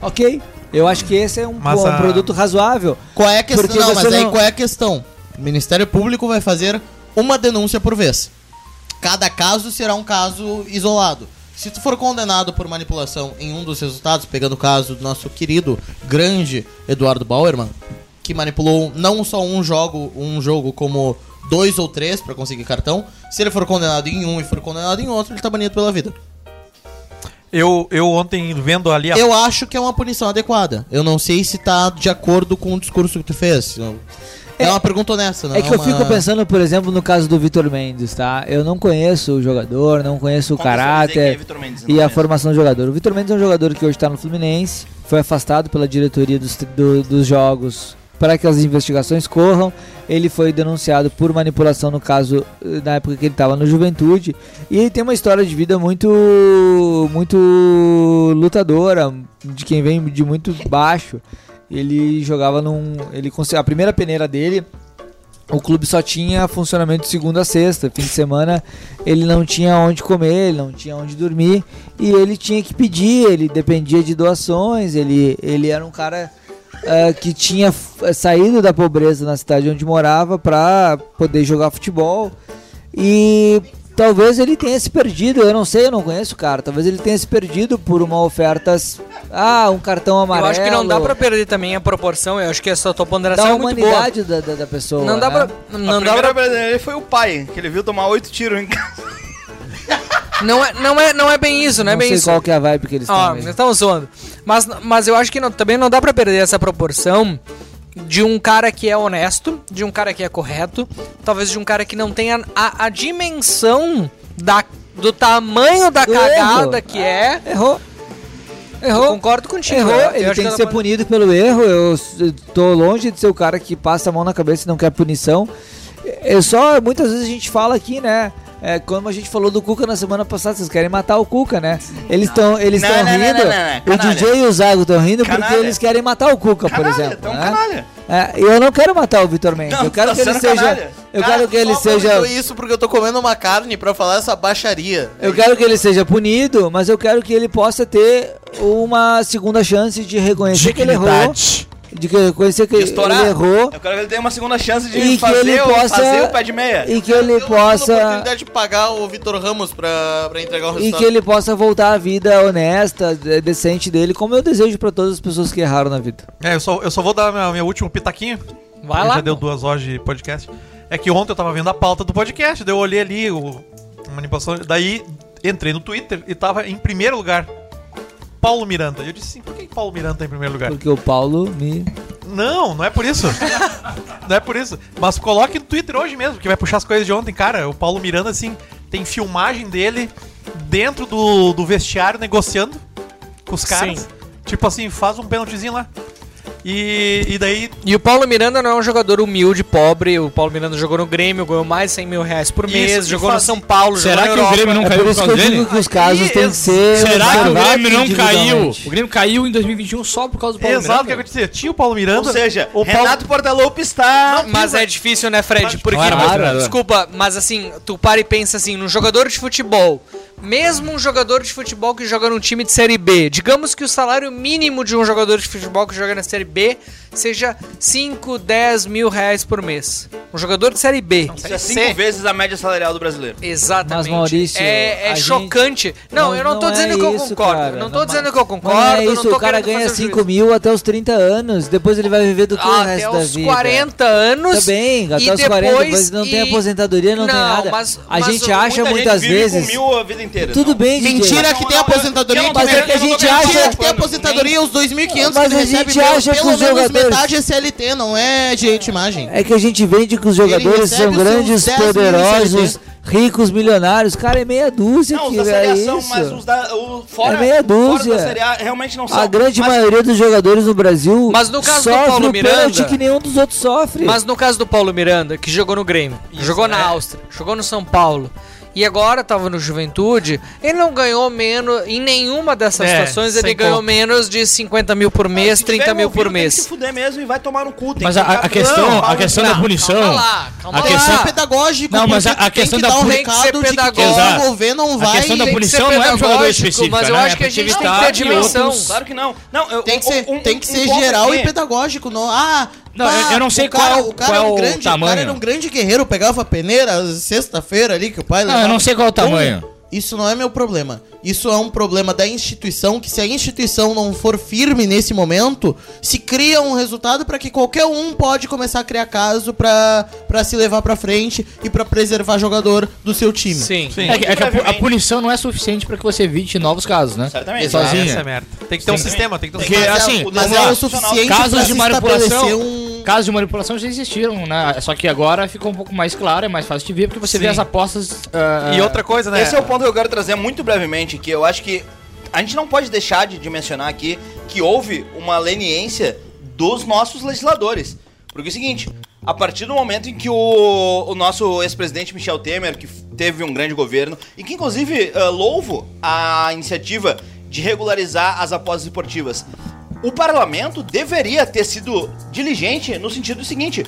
D: Ok? Eu acho que esse é um,
C: Mas
D: bom
C: a-
D: produto razoável.
C: Qual é a questão?
D: Porque
C: não,
D: você
C: mas aí
D: não-
C: qual é a questão? O Ministério Público vai fazer uma denúncia por vez. Cada caso será um caso isolado. Se tu for condenado por manipulação em um dos resultados, pegando o caso do nosso querido, grande Eduardo Bauerman, que manipulou não só um jogo, um jogo como dois ou três pra conseguir cartão, se ele for condenado em um e for condenado em outro, ele tá banido pela vida.
F: Eu, eu ontem vendo ali a.
C: Eu acho que é uma punição adequada. Eu não sei se tá de acordo com o discurso que tu fez. Eu- É, uma pergunta honesta, não
D: é que eu
C: uma-
D: fico pensando, por exemplo, no caso do Vitor Mendes, tá? Eu não conheço o jogador, não conheço o
G: Como você vai dizer quem é
D: caráter
G: Vitor Mendes? Eu não
D: e a
G: conheço.
D: formação do jogador. O Vitor Mendes é um jogador que hoje tá no Fluminense, foi afastado pela diretoria dos, do- dos jogos para que as investigações corram. Ele foi denunciado por manipulação no caso eh, na época que ele estava no Juventude e ele tem uma história de vida muito muito lutadora, de quem vem de muito baixo. Ele jogava num, ele conse- a primeira peneira dele o clube só tinha funcionamento de segunda a sexta. Fim de semana ele não tinha onde comer, ele não tinha onde dormir e ele tinha que pedir, ele dependia de doações, ele, ele era um cara ah, que tinha f- saído da pobreza na cidade onde morava para poder jogar futebol. E talvez ele tenha se perdido, eu não sei, eu não conheço o cara. Talvez ele tenha se perdido por uma oferta. s- Ah, um cartão amarelo.
A: Eu acho que não dá pra perder também a proporção. Eu acho que essa tua ponderação
D: Da
A: é muito boa.
D: humanidade da, da, da pessoa.
A: Não dá
D: né?
A: pra. Não
G: a
A: dá
G: primeira
A: pra.
G: vez dele foi o pai, que ele viu tomar oito tiros em casa.
A: Não é, não é, não é bem isso, não, é
D: Não
A: bem
D: sei
A: isso.
D: qual que é a vibe que eles
A: Ó, tá
D: têm,
A: nós
D: mas-
A: estamos zoando. Mas, mas eu acho que não- também não dá pra perder essa proporção de um cara que é honesto, de um cara que é correto, talvez de um cara que não tenha a, a dimensão da, do tamanho da
D: Do
A: cagada
D: erro.
A: que é.
D: Errou.
A: Errou. concordo contigo.
D: Errou,
A: né? Eu
D: É, ele
A: acho
D: tem que
A: ela
D: ser
A: pode-
D: punido pelo erro. Eu s- tô longe de ser o cara que passa a mão na cabeça e não quer punição. É só, muitas vezes a gente fala aqui, né? É, como a gente falou do Cuca na semana passada, vocês querem matar o Cuca, né? Eles estão eles
G: Não,
D: tão
G: não, não,
D: rindo.
G: não, não, não,
D: o
G: canalha.
D: DJ e o Zago estão rindo
G: Canalha.
D: porque eles querem matar o Cuca, por exemplo. né?
G: canalha.
D: É, eu não quero matar o Vitor Mendes. É, eu quero
K: tá
D: que ele
K: sendo
D: seja.
K: canalha.
D: Eu
K: Cara,
D: quero que ele
K: só aproveitou
D: seja.
K: isso porque eu tô comendo uma carne pra falar essa baixaria.
D: Eu quero que ele seja punido, mas eu quero que ele possa ter uma segunda chance de reconhecer que ele errou.
G: Dignidade.
D: De que- reconhecer que
G: De estourar.
D: ele errou.
G: Eu quero que ele tenha uma segunda chance de
D: E que
G: fazer,
D: ele
G: o,
D: possa-
G: fazer o pé de meia.
D: E que ele
K: A
D: possa.
K: oportunidade de pagar o Vitor Ramos pra, pra entregar o
D: E
K: resultado.
D: que ele possa voltar à vida honesta, de- decente dele, como eu desejo pra todas as pessoas que erraram na vida.
F: É, eu só, eu só vou dar meu, meu último pitaquinho.
A: Vai
F: Eu
A: lá,
F: Já deu
A: pô.
F: duas horas de podcast. É que ontem eu tava vendo a pauta do podcast, daí eu olhei ali o a manipulação. Daí entrei no Twitter e tava em primeiro lugar. Paulo Miranda. E Eu disse assim, por que Paulo Miranda tá em primeiro lugar?
D: Porque o Paulo me.
F: Não, não é por isso. não é por isso. Mas coloque no Twitter hoje mesmo, que vai puxar as coisas de ontem, cara. O Paulo Miranda, assim, tem filmagem dele dentro do, do vestiário negociando com os caras.
A: Sim.
F: Tipo assim, faz um pênaltizinho lá. E, e daí.
A: E o Paulo Miranda não é um jogador humilde, pobre. O Paulo Miranda jogou no Grêmio, ganhou mais 100 mil reais por
F: Isso,
A: mês,
F: e
A: jogou
F: faz-
A: no São Paulo,
O: Será
A: jogou
O: que
A: na
O: o
A: Europa.
O: Grêmio não
D: É
O: caiu
D: por
O: por
D: isso que
O: causa
D: eu
O: dele?
D: digo que os casos têm que ser.
O: Será que o
D: observados
O: Grêmio não caiu?
D: individualmente.
L: O Grêmio caiu em 2021 só por causa do Paulo
F: Exato o que eu
L: Miranda.
F: ia dizer. Tinha o Paulo Miranda.
G: Ou seja,
F: o Paulo-
G: Renato Portaluppi está...
A: Mas é difícil, né, Fred? Porque,
O: Claro, claro.
A: desculpa, mas assim, tu para e pensa assim, num jogador de futebol, mesmo um jogador de futebol que joga num time de Série B, digamos que o salário mínimo de um jogador de futebol que joga na Série B seja 5, 10 mil reais por mês. Um jogador de Série B.
G: Isso é cinco vezes a média salarial do brasileiro.
A: Exatamente.
D: Mas, Maurício,
A: é é
D: a gente-
A: chocante. Não,
D: Mas
A: eu não tô
D: não é
A: dizendo que eu
D: isso,
A: concordo.
D: cara.
A: Não tô
D: Não,
A: dizendo que eu
D: Mas
A: concordo.
D: não é
A: não
D: isso,
A: tô
D: o cara
A: querendo
D: ganha
A: fazer juízo.
D: 5 mil até os 30 anos, depois ele vai viver do que o
A: Até
D: resto da
A: os
D: vida?
A: 40 anos.
D: Também, até
A: e
D: os 40,
A: depois-
D: depois não tem
A: e-
D: aposentadoria, não, tem
A: Não,
D: nada.
A: mas-
D: a
A: mas
D: gente
A: o-
D: acha
G: Muita
D: muitas
G: gente vive
D: vezes.
G: com mil a vida inteira.
D: Tudo
G: não.
D: bem, DJ.
C: Mentira que tem aposentadoria.
G: Não, não,
D: mas é que a
G: não, não,
D: gente
G: não, não,
D: acha-
G: não,
C: Mentira
G: não,
C: que tem
G: não, não,
C: aposentadoria. Os 2.500 que
D: Mas
C: ele
D: a gente
C: recebe, pelo,
D: acha que
C: pelo
D: os
C: menos
D: jogadores-
C: metade é CLT, não é direito de imagem.
D: É que a gente vende que os
C: Ele
D: jogadores
C: recebe
D: são
C: os seus
D: grandes,
C: 10 mil
D: poderosos,
C: CLT.
D: ricos, milionários. Cara, é meia dúzia
G: Não, os
D: que
G: da
D: é
G: Série A são,
D: isso.
G: mas os da... O, fora,
D: É meia
G: Fora
D: dúzia.
G: da Série A realmente não são.
D: A grande
G: Mas-
D: maioria dos jogadores no Brasil
A: Mas no caso do
D: sofre
A: Paulo
D: o pênalti
A: Miranda-
D: que nenhum dos outros sofre.
A: Mas no caso do Paulo Miranda, que jogou no Grêmio, jogou na Áustria, jogou no São Paulo e agora tava no Juventude, ele não ganhou menos, em nenhuma dessas
F: É,
A: situações ele
F: sem
A: ganhou
F: conta.
A: menos de 50 mil por mês,
G: Ah, Se tiver
A: 30 mil
G: envolvido,
A: por
G: Tem que
A: mês.
G: se fuder mesmo e vai tomar no cu. tem
O: Mas
G: que
O: a, a-
G: ficar- tá
O: a questão,
G: Não,
O: a
G: Paulo,
O: questão
H: é
O: da punição.
A: calma lá, calma
O: a
A: lá.
O: questão.
K: Ah.
C: pedagógico.
O: Não, mas a-
C: porque
O: a questão
C: tem que
O: da
C: dar um
O: puni-
K: é
A: tem que
C: recado
A: ser
C: de que quem
A: pedagógico.
C: envolver não
O: A
C: vai.
O: questão da
C: Tem que
O: punição.
C: ser-
O: não é um jogador
A: pedagógico,
O: específico,
A: Mas eu
O: né?
A: acho que a gente tem que
O: Atividade
A: ter
O: e
A: dimensão.
O: outros-
G: Claro que não. Não, eu,
C: Tem que ser,
G: um-
C: tem que
G: um-
C: ser
G: um ponto
C: geral
G: aqui.
C: e pedagógico. Não, ah,
O: Não, eu- eu não sei
C: o cara,
O: qual-
C: o cara
O: qual
C: era
O: o
C: um grande, O
O: tamanho.
C: cara era um grande guerreiro, pegava peneira sexta-feira ali que o pai
O: Não, eu não sei qual é o tamanho.
C: Isso não é meu problema. Isso é um problema da instituição, que se a instituição não for firme nesse momento, se cria um resultado para que qualquer um pode começar a criar caso pra pra se levar pra frente e pra preservar jogador do seu time.
A: Sim.
L: É que, é que a, pu- a punição não é suficiente pra que você evite novos casos, né?
G: Certamente.
O: Sozinho.
F: Essa é a merda. Tem que ter um sistema, tem que ter um
O: Porque,
F: sistema.
O: assim,
G: o
C: Mas
G: Vamos
C: é
G: lá.
C: o suficiente pra
L: Casos
C: se
L: de manipulação.
C: estabelecer um...
L: Casos de manipulação já existiram, né? Só que agora ficou um pouco mais claro, é mais fácil de ver, porque você vê
F: Sim.
L: as apostas. ah,
F: E outra coisa, né?
G: Esse é o ponto que eu quero trazer muito brevemente, que eu acho que a gente não pode deixar de dimensionar aqui que houve uma leniência dos nossos legisladores. Porque é o seguinte, a partir do momento em que o, o nosso ex-presidente Michel Temer, que f- teve um grande governo, e que inclusive eh, louvo a iniciativa de regularizar as apostas esportivas, o parlamento deveria ter sido diligente no sentido seguinte: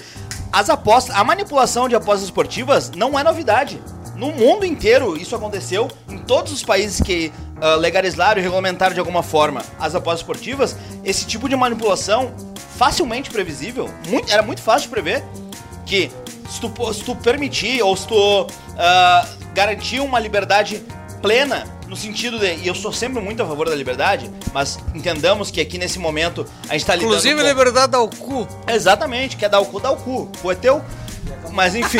G: as apostas, a manipulação de apostas esportivas não é novidade. No mundo inteiro isso aconteceu, em todos os países que ah, legalizaram e regulamentaram de alguma forma as apostas esportivas, esse tipo de manipulação facilmente previsível, muito- era muito fácil de prever que se tu, po- se tu permitir ou se tu ah, garantir uma liberdade plena no sentido de, e eu sou sempre muito a favor da liberdade, mas entendamos que aqui nesse momento a gente tá lidando
A: Inclusive,
G: com-
A: liberdade ao cu.
G: Exatamente, quer dar o cu, dá o cu. O cu é teu. Mas enfim.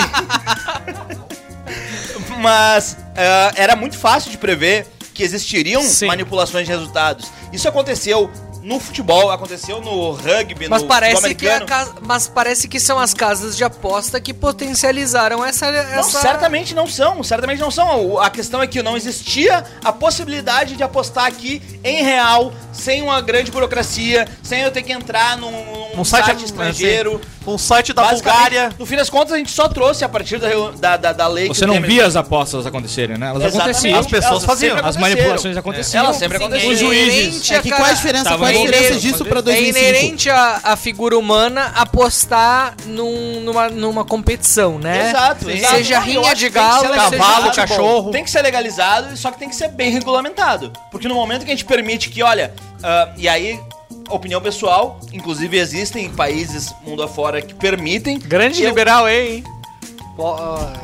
G: mas ah, era muito fácil de prever que existiriam manipulações de resultados. Isso aconteceu no futebol, aconteceu no rugby,
A: Mas
G: no
A: parece,
G: futebol
A: que é a
G: americano.
A: casa- mas parece que são as casas de aposta que potencializaram essa.
G: Não,
A: essa...
G: certamente não são, certamente não são. O- A questão é que não existia a possibilidade de apostar aqui em real, sem uma grande burocracia, sem eu ter que entrar num, num
F: Um site,
A: é,
G: estrangeiro.
F: assim, um site da
G: Basicamente,
F: Bulgária.
G: No fim das contas, a gente só trouxe a partir da, reu- da, da, da lei que
L: Você não
G: teve-
L: via as apostas acontecerem, né? Elas
G: Exatamente.
L: aconteciam.
G: As pessoas
L: Elas
G: faziam.
L: sempre As
G: aconteceram.
L: manipulações
G: É.
L: aconteciam.
G: Elas sempre aconteceram.
L: Os juízes.
A: É inerente
C: É
A: a cada-
L: Estavam
A: é
L: envolvidos.
A: inerente- É inerente à, à figura humana apostar num- numa, numa competição, né?
G: Exato, exato.
A: Seja
G: Não, eu
A: rinha
G: acho
A: de
G: que tem que
A: galo,
G: ser
A: seja-
G: legalizado, bom,
A: cachorro.
G: Tem que ser legalizado, só que tem que ser bem regulamentado. Porque no momento que a gente permite que, olha, ah, e aí, opinião pessoal, inclusive existem países mundo afora que permitem.
F: Grande
G: eu-
F: liberal, hein?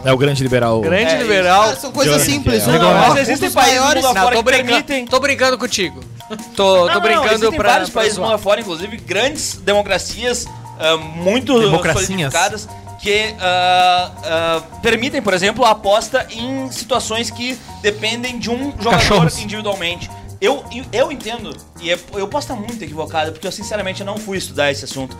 L: É o grande liberal.
F: Grande
G: É,
F: liberal.
G: isso. Ah, são
A: coisa
L: Grande
A: simples,
C: né?
L: liberal.
A: não, não,
G: Mas existem países mundo
A: um Não,
G: afora
A: tô
G: que
A: brincando,
G: permitem.
A: tô brincando contigo. Tô, tô
G: Não, não,
A: brincando
G: existem
A: pra.
G: vários
A: pra
G: países
A: zoar.
G: mundo afora, inclusive grandes democracias ah, muito
F: Democracinhas.
G: solidificadas que ah, ah, permitem, por exemplo, a aposta em situações que dependem de um jogador
F: Cachorros.
G: individualmente. Eu, eu entendo, e eu, eu posso estar muito equivocado, porque eu sinceramente não fui estudar esse assunto.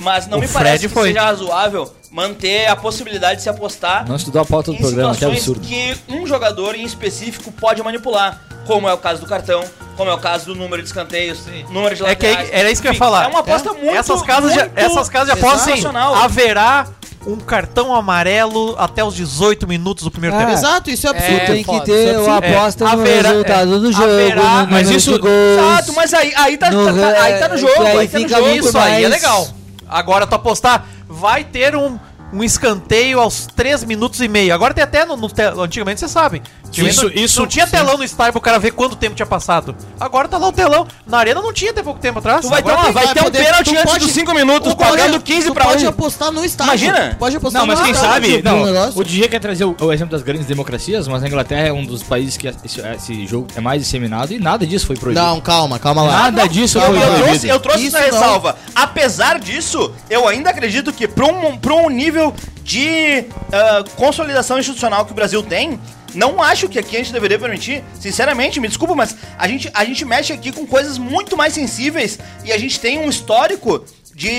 G: Mas não
L: O
G: me
L: Fred
G: parece que
L: foi.
G: seja razoável manter a possibilidade de se apostar
L: Não estudou a pauta do
G: em
L: programa, que é
G: situações
L: absurdo.
G: que um jogador em específico pode manipular, como é o caso do cartão, como é o caso do número de escanteios, número de
F: É que aí-
G: laterais.
F: era isso que eu ia
G: Enfim,
F: falar.
G: É uma aposta
F: É.
G: muito
F: Essas casas de,
G: muito
F: essas casas de aposta, assim,
G: sensacional.
F: haverá um cartão amarelo até os 18 minutos do primeiro
C: Ah,
F: tempo.
C: exato, isso é absurdo.
D: tem que ter
F: isso é
D: uma
F: absurdo.
D: aposta
F: É.
D: no
F: Haverá-
D: resultado do
F: é.
D: jogo.
F: Haverá-
D: no número de gols.
G: Exato, mas aí, aí, tá,
D: No
G: tá- tá- aí tá no
D: re-
G: jogo,
D: que aí
G: aí, tá no
D: fica
G: jogo.
D: muito
F: Isso aí é
D: mais-
F: legal. Agora tu apostar, vai ter um, um escanteio aos 3 minutos e meio. Agora tem até no, no te- antigamente vocês sabem. Antigamente
O: Isso-
F: não-
O: isso-
F: não tinha
O: sim.
F: telão no estádio pro cara ver quanto tempo tinha passado. Agora tá lá o telão. Na arena não tinha até pouco tempo atrás.
G: Tu vai ter,
F: Agora
G: uma,
F: tem-
G: vai ter um
F: poder-
G: pênalti
F: tu
G: antes
F: pode-
G: dos 5 minutos,
F: tu pode-
G: pagando 15
C: Tu
G: pra
C: pode
G: 1.
C: apostar no estádio.
G: Imagina.
C: Tu Pode apostar
L: Não, mas
C: no
L: quem
C: estádio,
L: sabe,
C: tipo, um
L: não,
C: negócio.
L: o DJ quer trazer o, o exemplo das grandes democracias, mas a Inglaterra é um dos países que esse, esse jogo é mais disseminado e nada disso foi proibido.
C: Não, calma, calma lá.
L: Nada
C: Não,
L: disso foi
C: calma lá.
G: Eu
L: proibido.
G: trouxe, eu trouxe
C: Isso
G: na
C: não.
G: ressalva. Apesar disso, eu ainda acredito que para um, pra um nível de ah, consolidação institucional que o Brasil tem, não acho que aqui a gente deveria permitir. Sinceramente, me desculpa, mas a gente, a gente mexe aqui com coisas muito mais sensíveis e a gente tem um histórico de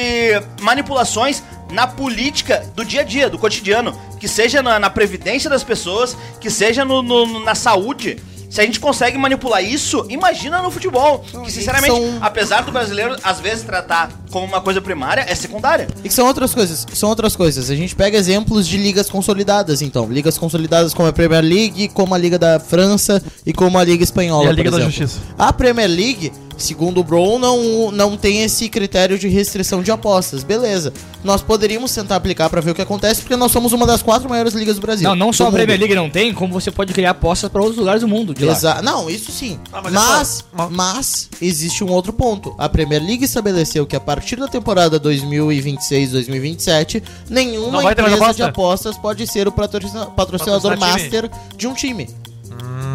G: manipulações na política do dia a dia, do cotidiano, que seja na, na previdência das pessoas, que seja no- no- na saúde. Se a gente consegue manipular isso, imagina no futebol. Que sinceramente,
C: são-
G: Apesar do brasileiro, às vezes, tratar como uma coisa primária, é secundária.
C: E que são outras coisas, são outras coisas. A gente pega exemplos de ligas consolidadas, então. Ligas consolidadas como a Premier League, como a Liga da França e como a Liga Espanhola,
F: E a
C: por
F: Liga da
C: exemplo.
F: Justiça.
C: A Premier League, segundo o Brown, não, não tem esse critério de restrição de apostas. Beleza. Nós poderíamos tentar aplicar pra ver o que acontece, porque nós somos uma das quatro maiores ligas do Brasil.
L: Não, não só
C: Do
L: a
C: mundo.
L: Premier League não tem, como você pode criar apostas para outros lugares do mundo. De lá.
C: Exa- Não, isso sim.
F: Ah, mas
C: mas,
F: é
C: mas, existe um outro ponto. A Premier League estabeleceu que a partir da temporada 2026-2027, nenhuma
F: Não vai ter mais
C: empresa
F: aposta?
C: de apostas pode ser o patrocina- patrocinador
F: Patrocinar
C: master de um time.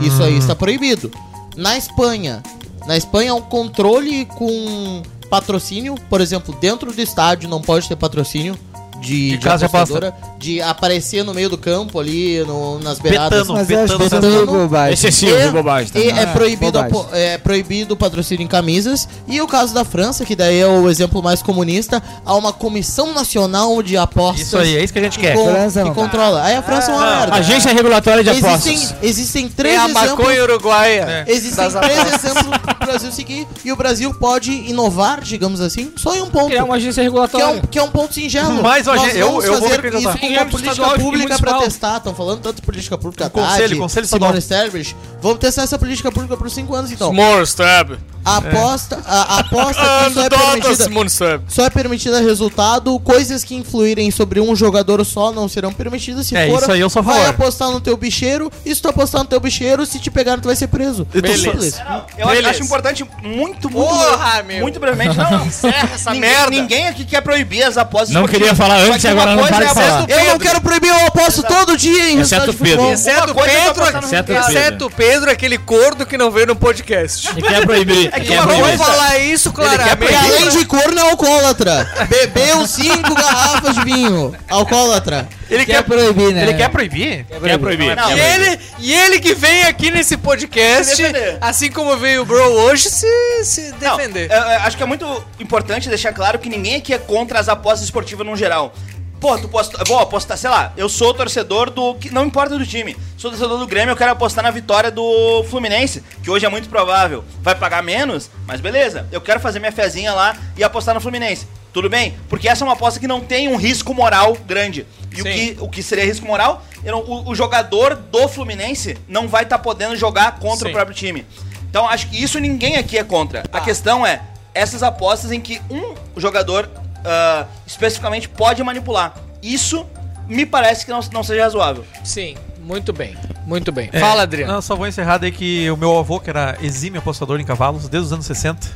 C: Isso aí está proibido. Na Espanha, na Espanha é um controle com patrocínio, por exemplo, dentro do estádio não pode ter patrocínio. De, de,
F: casa de aposta.
C: apostadora, de aparecer no meio do campo ali, no- nas beiradas.
F: Mas eu acho é
A: assim,
C: Betano.
D: Meio tá bobagem.
L: Excessivo de bobagem.
C: E
L: também.
C: é, proibido a
D: bobagem.
C: po- é proibido o patrocínio em camisas. E o caso da França, que daí é o exemplo mais comunista, há uma comissão nacional de apostas
F: Isso aí, é isso que a gente
C: que,
F: quer.
C: con-
D: França
C: que
D: não.
C: controla. Aí a França é uma merda.
L: Agência regulatória Ah, de apostas. É
C: Existem, existem
A: Tem
C: três
A: É a
C: exemplos.
A: maconha
G: É.
A: uruguaia.
C: Existem três exemplos pro Brasil seguir e o Brasil pode inovar, digamos assim, só em um ponto.
L: Criar uma agência
C: Que é,
L: regulatória.
C: um, que é um ponto singelo.
F: Mais uma
C: Nós
F: agência- eu-
C: vamos
F: eu vou
C: fazer
F: representar. é
C: isso com
L: Tem
C: uma
L: âmbito estadual
C: política
L: e
C: pública pra
L: municipal.
C: testar. Estão falando tanto de política pública.
F: conselho,
C: Haddad,
F: conselho
C: Simone Sterbridge. Vamos testar essa política pública por cinco anos, então.
O: More stab.
C: A aposta, a, a aposta que só é
O: Anedota,
C: permitida...
O: Simone Stab.
C: Só é permitida resultado, coisas que influírem sobre um jogador só não serão permitidas. Se
F: É,
C: for,
F: isso aí eu sou a
C: vai
F: favor.
C: apostar no teu bicheiro, e se tu apostar no teu bicheiro, se te pegar, tu vai ser preso.
F: Então,
O: Beleza.
C: Simples.
G: Eu acho,
O: Beleza.
G: acho importante, muito, muito.
A: Porra, meu.
G: Muito brevemente, não, não.
A: Encerra essa
G: ninguém,
A: merda.
G: ninguém aqui quer proibir as apostas.
L: Não
G: esportivas.
L: queria falar
G: Só
L: antes,
G: que
L: agora
G: uma
L: não
G: coisa
L: para
G: é
L: de
G: apostar-
L: falar.
C: Eu não quero proibir, eu aposto todo dia em
L: Exceto
C: resultado de futebol.
L: Pedro.
A: Exceto
G: coisa eu tô
A: Pedro,
G: passando no
A: exceto
L: mercado.
A: Pedro, aquele cordo que não veio no podcast.
L: E quer proibir.
G: É que
C: É
G: uma
C: ruim.
G: coisa...
A: falar isso claramente.
C: Porque além de corno, é alcoólatra. Bebeu cinco garrafas de vinho. Alcoólatra.
F: Ele
A: quer
C: proibir, né?
F: Ele quer proibir? Quer proibir.
A: e, ele, e ele que vem aqui nesse podcast,
G: Se defender.
A: assim como veio o Bro hoje, se, se
G: Não,
A: defender.
G: eu- eu acho que é muito importante deixar claro que ninguém aqui é contra as apostas esportivas no geral. Pô, tu posta, vou apostar, sei lá, eu sou torcedor do. que Não importa do time. Sou torcedor do Grêmio, eu quero apostar na vitória do Fluminense, que hoje é muito provável. Vai pagar menos, mas beleza. Eu quero fazer minha fezinha lá e apostar no Fluminense. Tudo bem? Porque essa é uma aposta que não tem um risco moral grande. E o que, o que seria risco moral? eu não- o, o jogador do Fluminense não vai estar podendo jogar contra
F: Sim.
G: o próprio time. Então acho que isso ninguém aqui é contra.
F: Ah.
G: A questão é essas apostas em que um jogador ah, especificamente pode manipular. Isso me parece que não, não seja razoável.
A: Sim, muito bem. Muito bem.
F: É,
A: Fala, Adriano.
F: Não, só vou encerrar daí que o meu avô, que era exímio apostador em cavalos desde os anos 60.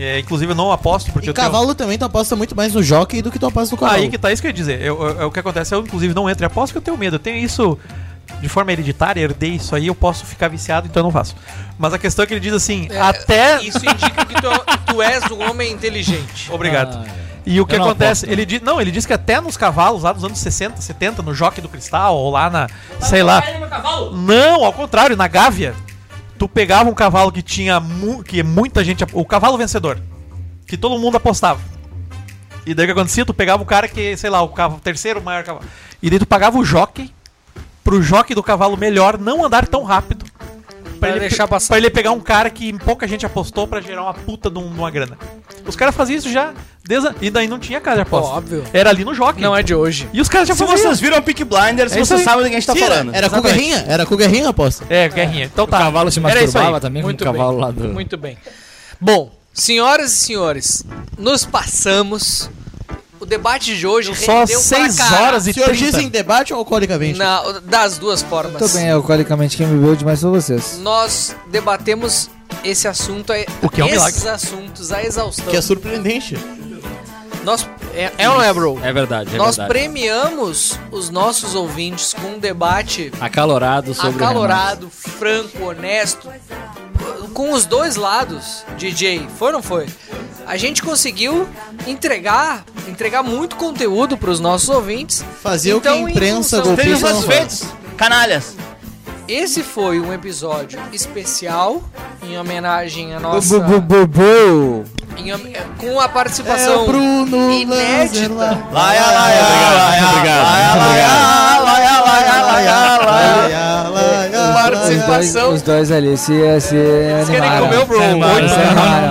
F: É, inclusive eu não aposto porque
C: E
F: eu tenho-
C: cavalo também tu aposta muito mais no jockey do que tu aposta no cavalo.
F: Aí que tá isso que eu ia dizer. Eu- eu- eu- o que acontece é eu, inclusive, não entro em aposta porque eu tenho medo. Eu tenho isso de forma hereditária, herdei isso aí, eu posso ficar viciado, então eu não faço. Mas a questão é que ele diz assim, até.
A: Isso indica que tu, tu és um homem inteligente.
F: Obrigado. E o que
A: Ah, Eu não
F: acontece?
A: aposto, né?
F: ele diz, não, ele diz que até nos cavalos lá dos anos 60, 70, no Jockey do Cristal ou lá na, sei lá. Não, ao contrário, na Gávea, tu pegava um cavalo que tinha mu- que muita gente, ap- o cavalo vencedor, que todo mundo apostava. E daí o que acontecia? Tu pegava o cara que, sei lá, o cavalo, terceiro maior cavalo. E daí tu pagava o jockey pro jockey do cavalo melhor não andar tão rápido. Pra
A: Pra
F: ele, pe-
A: deixar passar.
F: pra ele pegar um cara que pouca gente apostou pra gerar uma puta de, um- de uma grana. Os caras faziam isso já. Desde, a- e daí não tinha cara de aposta.
A: Óbvio.
F: Era ali no jockey.
A: Não é de hoje.
F: E os caras já
G: Se
F: faziam.
G: vocês viram Peak Blinders,
F: É isso
G: vocês
F: aí. É,
G: sabem do que a gente tá
F: Sim,
G: falando.
C: Era com
F: Exatamente.
C: guerrinha? Era com guerrinha a aposta.
F: É, guerrinha. Então tá.
L: O cavalo se
F: Era isso
L: masturbava
F: aí.
H: um
L: também
A: Muito
L: com o
A: bem.
L: cavalo lá do...
A: Muito bem. Bom, senhoras e senhores, nos passamos. O debate de hoje
F: Só seis horas
A: e
C: O senhor diz em debate ou alcoolicamente?
A: Na, das duas formas.
D: Muito bem, alcoolicamente, quem bebeu demais foi vocês.
A: Nós debatemos esse assunto, aí-
D: O que é um
A: esses
D: milagre.
A: assuntos, a exaustão.
C: Que é surpreendente.
A: Nós, é, é ou não é, bro?
L: É verdade, é
A: Nós
L: verdade.
A: premiamos os nossos ouvintes com um debate
L: Acalorado
A: Ah,
L: sobre o Renato.
A: acalorado, franco, honesto, com os dois lados, DJ, foi ou não foi? A gente conseguiu entregar, entregar muito conteúdo para os nossos ouvintes.
C: Fazer o que
A: Então,
C: a
A: em
C: imprensa
A: função-
C: golpista
G: Estejam
C: não
G: satisfeitos, canalhas.
A: Esse foi um episódio especial em homenagem à
D: Bu,
A: nossa,
D: bu, bu, bu, bu.
A: em hom- com
F: Tá
A: a
C: É
A: participação inédita.
G: Ah,
A: Participação.
D: Os dois ali se, se
A: Eles querem comer o Bro.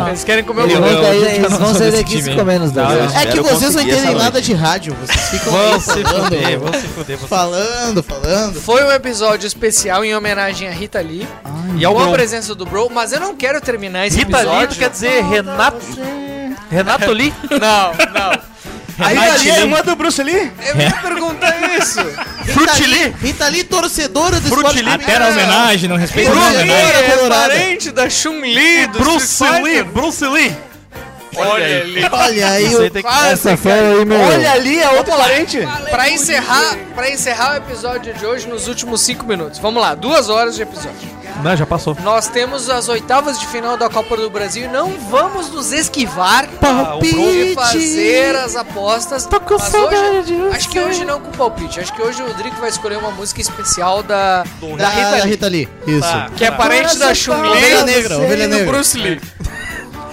A: Eles querem comer o
D: Eles
A: Bro.
D: vão daí- eles vão sair daqui se comendo os dois.
C: É que
G: espero
C: vocês não
G: conseguir
C: entendem
G: essa
C: nada de rádio. Vocês ficam
F: Vão
C: aí
F: se
C: falando,
F: fuder, vão se fuder. vocês.
C: falando, falando.
A: Foi um episódio especial em homenagem a Rita Lee.
F: E ao
A: com a
F: Bro.
A: presença do Bro, mas eu não quero terminar esse
F: Rita
A: episódio.
F: Lee, tu quer dizer Renato. Renato Lee?
A: Não, não.
G: A
A: Renate
G: Rita Lee é
A: Lee.
G: irmã do Bruce Lee?
A: Eu ia perguntar isso.
C: Rita Lee, Rita Lee, torcedora do esporte.
O: Até na homenagem, não respeita
A: Bruce
O: a
A: Lee
O: homenagem.
C: Colorado,
A: é
C: Colorado.
A: parente da Chun Li, do
F: né? É, Bruce
A: Street
F: Lee,
A: Fighter.
F: Bruce Lee.
A: Olha ali.
C: Olha aí,
F: Isso aí tem que-
D: Essa foi aí, meu.
G: Olha ali, é outro parente.
A: Pra encerrar, pra encerrar o episódio de hoje nos últimos cinco minutos. Vamos lá, duas horas de episódio.
F: Não, já passou.
A: Nós temos as oitavas de final da Copa do Brasil e não vamos nos esquivar de fazer as apostas. Tô com
B: saudade de
A: Acho que hoje não com palpite. Acho que hoje o Rodrigo vai escolher uma música especial da,
C: da
A: da Rita
C: da
A: Lee.
C: Rita Lee. Isso.
F: Tá.
A: Que é parente da
C: Ovelha
A: Chun-Li
C: Negra, Ovelha
A: e do
C: Negra.
A: Bruce Lee. É.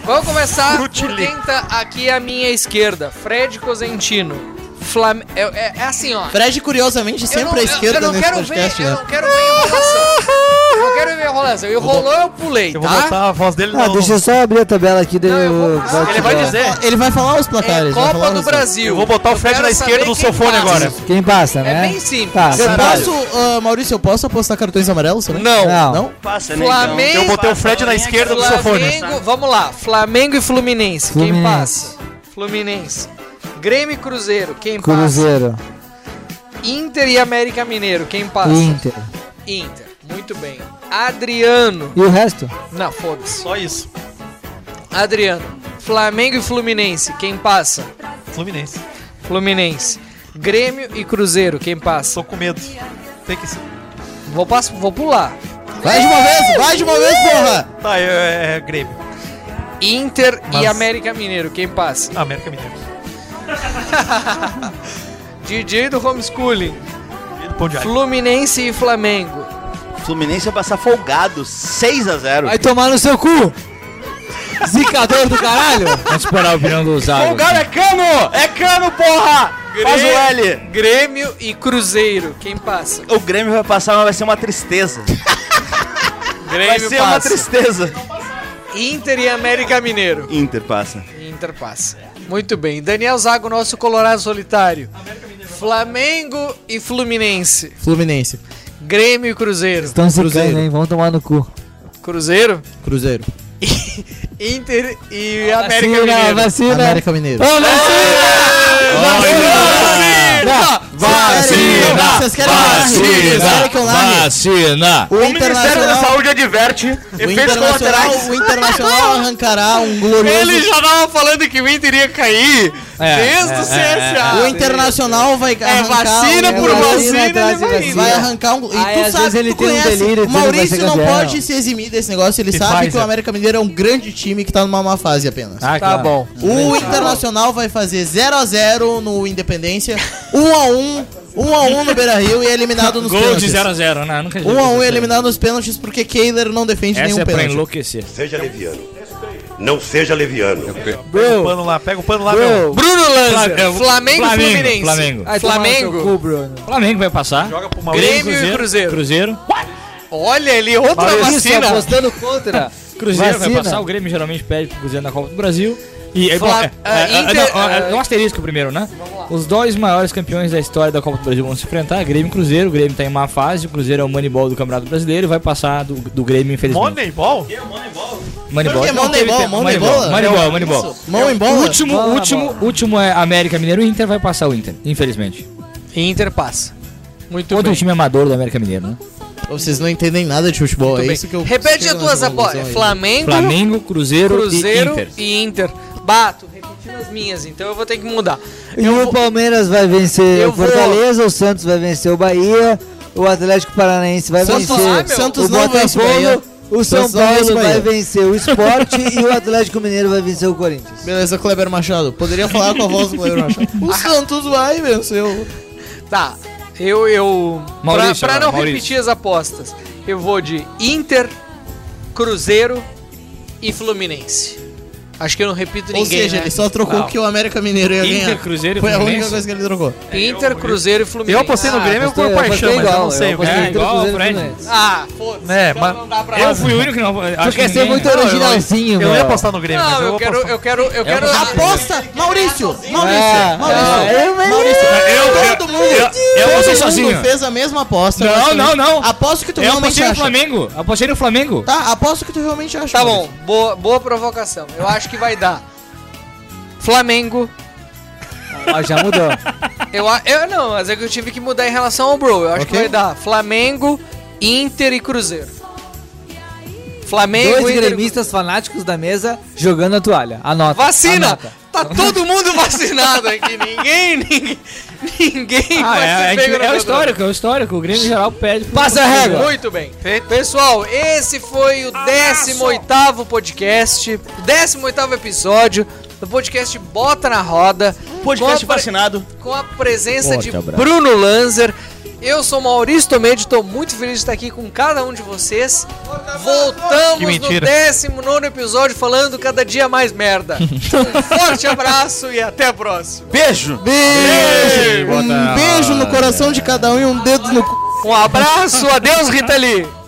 A: Vamos começar por
F: Brute Lee.
A: quem tá aqui à minha esquerda. Fred Cosentino. Flam... É, é- é assim, ó.
C: Fred, curiosamente,
A: Eu não-
C: sempre à
A: eu-
C: esquerda
A: eu não
C: nesse
A: quero
C: podcast,
A: ver, Eu
C: né?
A: não quero ver enrolação. Eu não quero ver enrolação. E rolou, eu pulei,
F: Eu vou
A: tá?
F: botar a voz dele
D: Ah,
F: no.
D: deixa eu só abrir a tabela aqui. daí eu vou te
F: Ele vai
D: dar.
F: dizer.
C: Ele vai falar os
A: É
C: placares. vai falar
A: Copa do
C: os-
A: Brasil.
F: Eu vou botar o
A: Eu
F: Fred
A: quero
F: na esquerda
A: saber
F: do
A: quem
F: sofone
A: passa.
F: agora.
D: Quem passa,
A: É
D: né?
A: bem simples.
D: Tá.
C: Eu
D: Caralho.
C: posso, ah, Maurício, eu posso apostar cartões amarelos também?
A: Não.
D: Não.
C: Não?
G: Passa,
A: Flamengo-
G: Eu
F: botei o Fred na esquerda do sofone.
A: Flamengo, vamos lá. Flamengo e Fluminense, quem
D: Fluminense.
A: passa? Fluminense. Grêmio e Cruzeiro, quem
D: Cruzeiro.
A: passa? Inter e América Mineiro, quem passa?
D: Inter.
A: Inter. Muito bem. Adriano.
D: E o resto?
A: Não, foda-se.
F: Só isso.
A: Adriano. Flamengo e Fluminense, quem passa?
F: Fluminense.
A: Fluminense. Grêmio e Cruzeiro, quem passa?
F: Tô com medo. Tem que ser.
A: Vou, pass- vou pular.
C: Vai de uma vez, vai de uma vez, porra!
F: Tá, é, é, é Grêmio.
A: Inter
F: Mas-
A: e América Mineiro. Quem passa?
F: Ah, América Mineiro.
A: DJ do homeschooling.
F: Pão de alho.
A: Fluminense e Flamengo.
G: Fluminense vai passar folgado, 6x0.
D: Vai tomar no seu cu! Zicador do caralho!
H: Vamos esperar a opinião do Zago.
G: Folgado é cano! É cano, porra! Faz o L!
A: Grêmio e Cruzeiro. Quem passa?
G: O Grêmio vai passar, mas vai ser uma tristeza.
A: Grêmio
G: vai ser uma tristeza.
A: Inter e América Mineiro.
G: Inter passa.
A: Inter passa. Muito bem. Daniel Zago, nosso Colorado Solitário. Flamengo e Fluminense.
C: Fluminense.
A: Grêmio e Cruzeiro.
D: Estão zicando,
A: Cruzeiro.
D: hein? Vamos tomar no cu.
A: Cruzeiro?
C: Cruzeiro.
A: Inter e América
D: Vacina,
A: Mineiro.
D: vacina.
C: América Mineiro.
D: Ô,
C: Vacina! Vocês querem que eu largue?
H: Vacina!
C: O Internacional-
G: adverte
C: O internacional, o internacional arrancará um glorioso.
A: Ele já tava falando que o Inter ia cair
C: É,
A: desde
C: é,
A: o CSA.
D: Ah,
C: O Internacional vai
A: É
C: arrancar
A: vacina
C: um-
A: por
C: é,
A: vacina, ele
C: atrás de
A: vai
C: vacina.
A: indo.
C: vai arrancar um. E
D: né, Aí,
C: tu
D: às
C: sabe,
D: vezes ele
C: tu
D: tem um
C: conhece.
D: delírio,
C: o
D: ele vai ser
C: Maurício não
D: campeão.
C: pode se eximir desse negócio. Ele
D: E
C: sabe
D: faz,
C: que o
D: é.
C: América Mineiro é um grande time que tá numa má fase apenas.
D: Ah, Tá claro. bom.
C: O Internacional vai fazer 0x0 no Independência, 1x1, 1x1 no Beira Rio e é eliminado nos
H: Gol de
C: pênaltis.
H: 0x0, né? Nunca
C: 1x1 é eliminado nos pênaltis porque Kehler não defende
H: Essa
C: nenhum
H: é pra
C: pênalti.
H: enlouquecer.
E: Seja leviano. Não seja leviano.
F: Pega o pano lá, pega o pano lá,
H: Bro.
F: meu.
A: Bruno Lanza,
H: Fla- é,
A: Flamengo, e Fluminense.
H: Flamengo. Tá
A: Ai, Flamengo.
H: Flamengo. Flamengo vai passar. Joga pro
A: Grêmio e Cruzeiro.
H: Cruzeiro.
A: Olha ele, outra
H: Maurício,
A: vacina.
H: apostando
A: contra.
H: Cruzeiro
A: Vacina.
H: vai passar, o Grêmio geralmente pede pro Cruzeiro na Copa do Brasil. E é,
A: Fla-
H: é,
A: ah,
H: é, é,
A: Inter-
H: não, ah,
A: ah,
H: é um asterisco primeiro, né? Os dois maiores campeões da história da Copa do Brasil vão se enfrentar, Grêmio e Cruzeiro. O Grêmio tá em má fase, o Cruzeiro é o Moneyball do Campeonato Brasileiro e vai passar do, do Grêmio, infelizmente.
F: Moneyball?
H: Moneyball.
C: Porque
H: não teve
C: Moneyball,
H: tempo.
C: Moneyball,
H: Moneyball,
C: Isso.
H: Moneyball.
C: Moneyball.
H: O último,
C: Bola
H: o
C: na
H: último,
C: bola.
H: último é América Mineiro e Inter vai passar o Inter, infelizmente.
A: Inter passa. Muito
H: Outro
A: bem.
H: time amador do América Mineiro, né?
C: Vocês não entendem nada de futebol,
A: Muito
C: é
A: bem.
C: isso que eu
A: Repete
C: chego
A: as duas
C: nessa conclusão
A: apostas.
C: aí.
A: Flamengo,
H: Flamengo, Cruzeiro,
A: Cruzeiro
H: e Inter.
A: e Inter. Bato, repetindo as minhas, então eu vou ter que mudar.
D: E o Palmeiras vai vencer
A: Eu
D: o Fortaleza, o Santos vai vencer o Bahia, o Atlético Paranaense vai
C: Santos-
D: vencer
C: Ah, meu. Santos
D: o
C: não vence o Bahia.
D: Botafogo, o São
C: Santos não vence
D: Paulo
C: o Bahia.
D: vai vencer o Sport e o Atlético Mineiro vai vencer o Corinthians.
C: Beleza, Kleber Machado. Poderia falar com a voz do Kleber Machado. O Santos vai venceu.
A: Tá, eu. eu
C: Maurício
A: pra pra
C: agora,
A: não
C: Maurício.
A: repetir as apostas, eu vou de Inter, Cruzeiro e Fluminense. Acho que eu não repito
C: Ou
A: ninguém.
C: seja,
A: né?
C: ele só trocou
A: Não.
C: que o América Mineiro ia
A: Inter,
C: ganhar.
A: Cruzeiro e
C: Foi a única
A: Fluminense?
C: coisa que ele trocou.
A: Inter, Cruzeiro e Fluminense.
F: Eu apostei no Grêmio
A: apostei-
F: por paixão,
A: apostei
F: mas eu não sei.
A: apostei
F: É,
A: Inter,
F: igual
A: Cruzeiro
F: o
A: e
F: Fred.
A: Fluminense. Ah, foda-se.
F: É,
A: então
F: mas-
A: não dá pra
F: Eu fui o único que não. acho que
D: quer ser
F: ninguém-
D: É
F: é.
D: muito
F: Não, eu- eu-
D: originalzinho,
F: Eu ia
D: meu.
F: apostar no Grêmio, mas
A: Não,
F: eu
A: eu
F: vou
A: quero, eu quero, eu quero. assim,
C: Aposta! Maurício!
A: É,
C: Maurício! Maurício! Maurício! Todo mundo!
H: eu apostei
C: todo mundo
H: sozinho.
C: fez a mesma aposta.
H: Não,
C: Maurício.
H: não, não.
C: Aposto que tu
H: Eu
C: realmente
H: apostei no
C: acha.
H: Flamengo. Apostei no Flamengo.
C: Tá, aposto que tu realmente acha.
A: Tá bom,
C: Maurício.
A: boa, boa provocação. Eu acho que vai dar. Flamengo.
D: Ah, já mudou.
A: Eu, a- eu não, mas é que eu tive que mudar em relação ao Bro. Eu acho que vai dar Flamengo, Inter e Cruzeiro. Flamengo,
D: Dois
A: Inter e
D: gremistas fanáticos da mesa jogando a toalha. Anota.
A: Vacina!
D: anota.
A: Tá todo mundo vacinado aqui. Ninguém, ninguém, ninguém
H: Ah,
A: vai
H: é,
A: ser
H: é,
A: pego na
H: é o
A: pedra.
H: histórico, é o histórico. O Grêmio em geral pede. pro-
G: é
A: Passa a régua. Muito bem. Pessoal, esse foi o 18º podcast, 18º episódio do podcast Bota na Roda. com
G: Podcast
A: a pre-
G: vacinado.
A: Com a presença
G: Forte
A: de
G: abraço.
A: Bruno Lanzer. Eu sou Maurício Tomedi, estou muito feliz de estar aqui com cada um de vocês.
F: Que
A: Voltamos no
F: mentira.
A: 19 episódio falando cada dia mais merda. um forte abraço e até a próxima.
G: Beijo!
H: Tá
C: Beijo! Um beijo no coração de cada um e um dedo no cu.
A: Um abraço, adeus Rita Lee.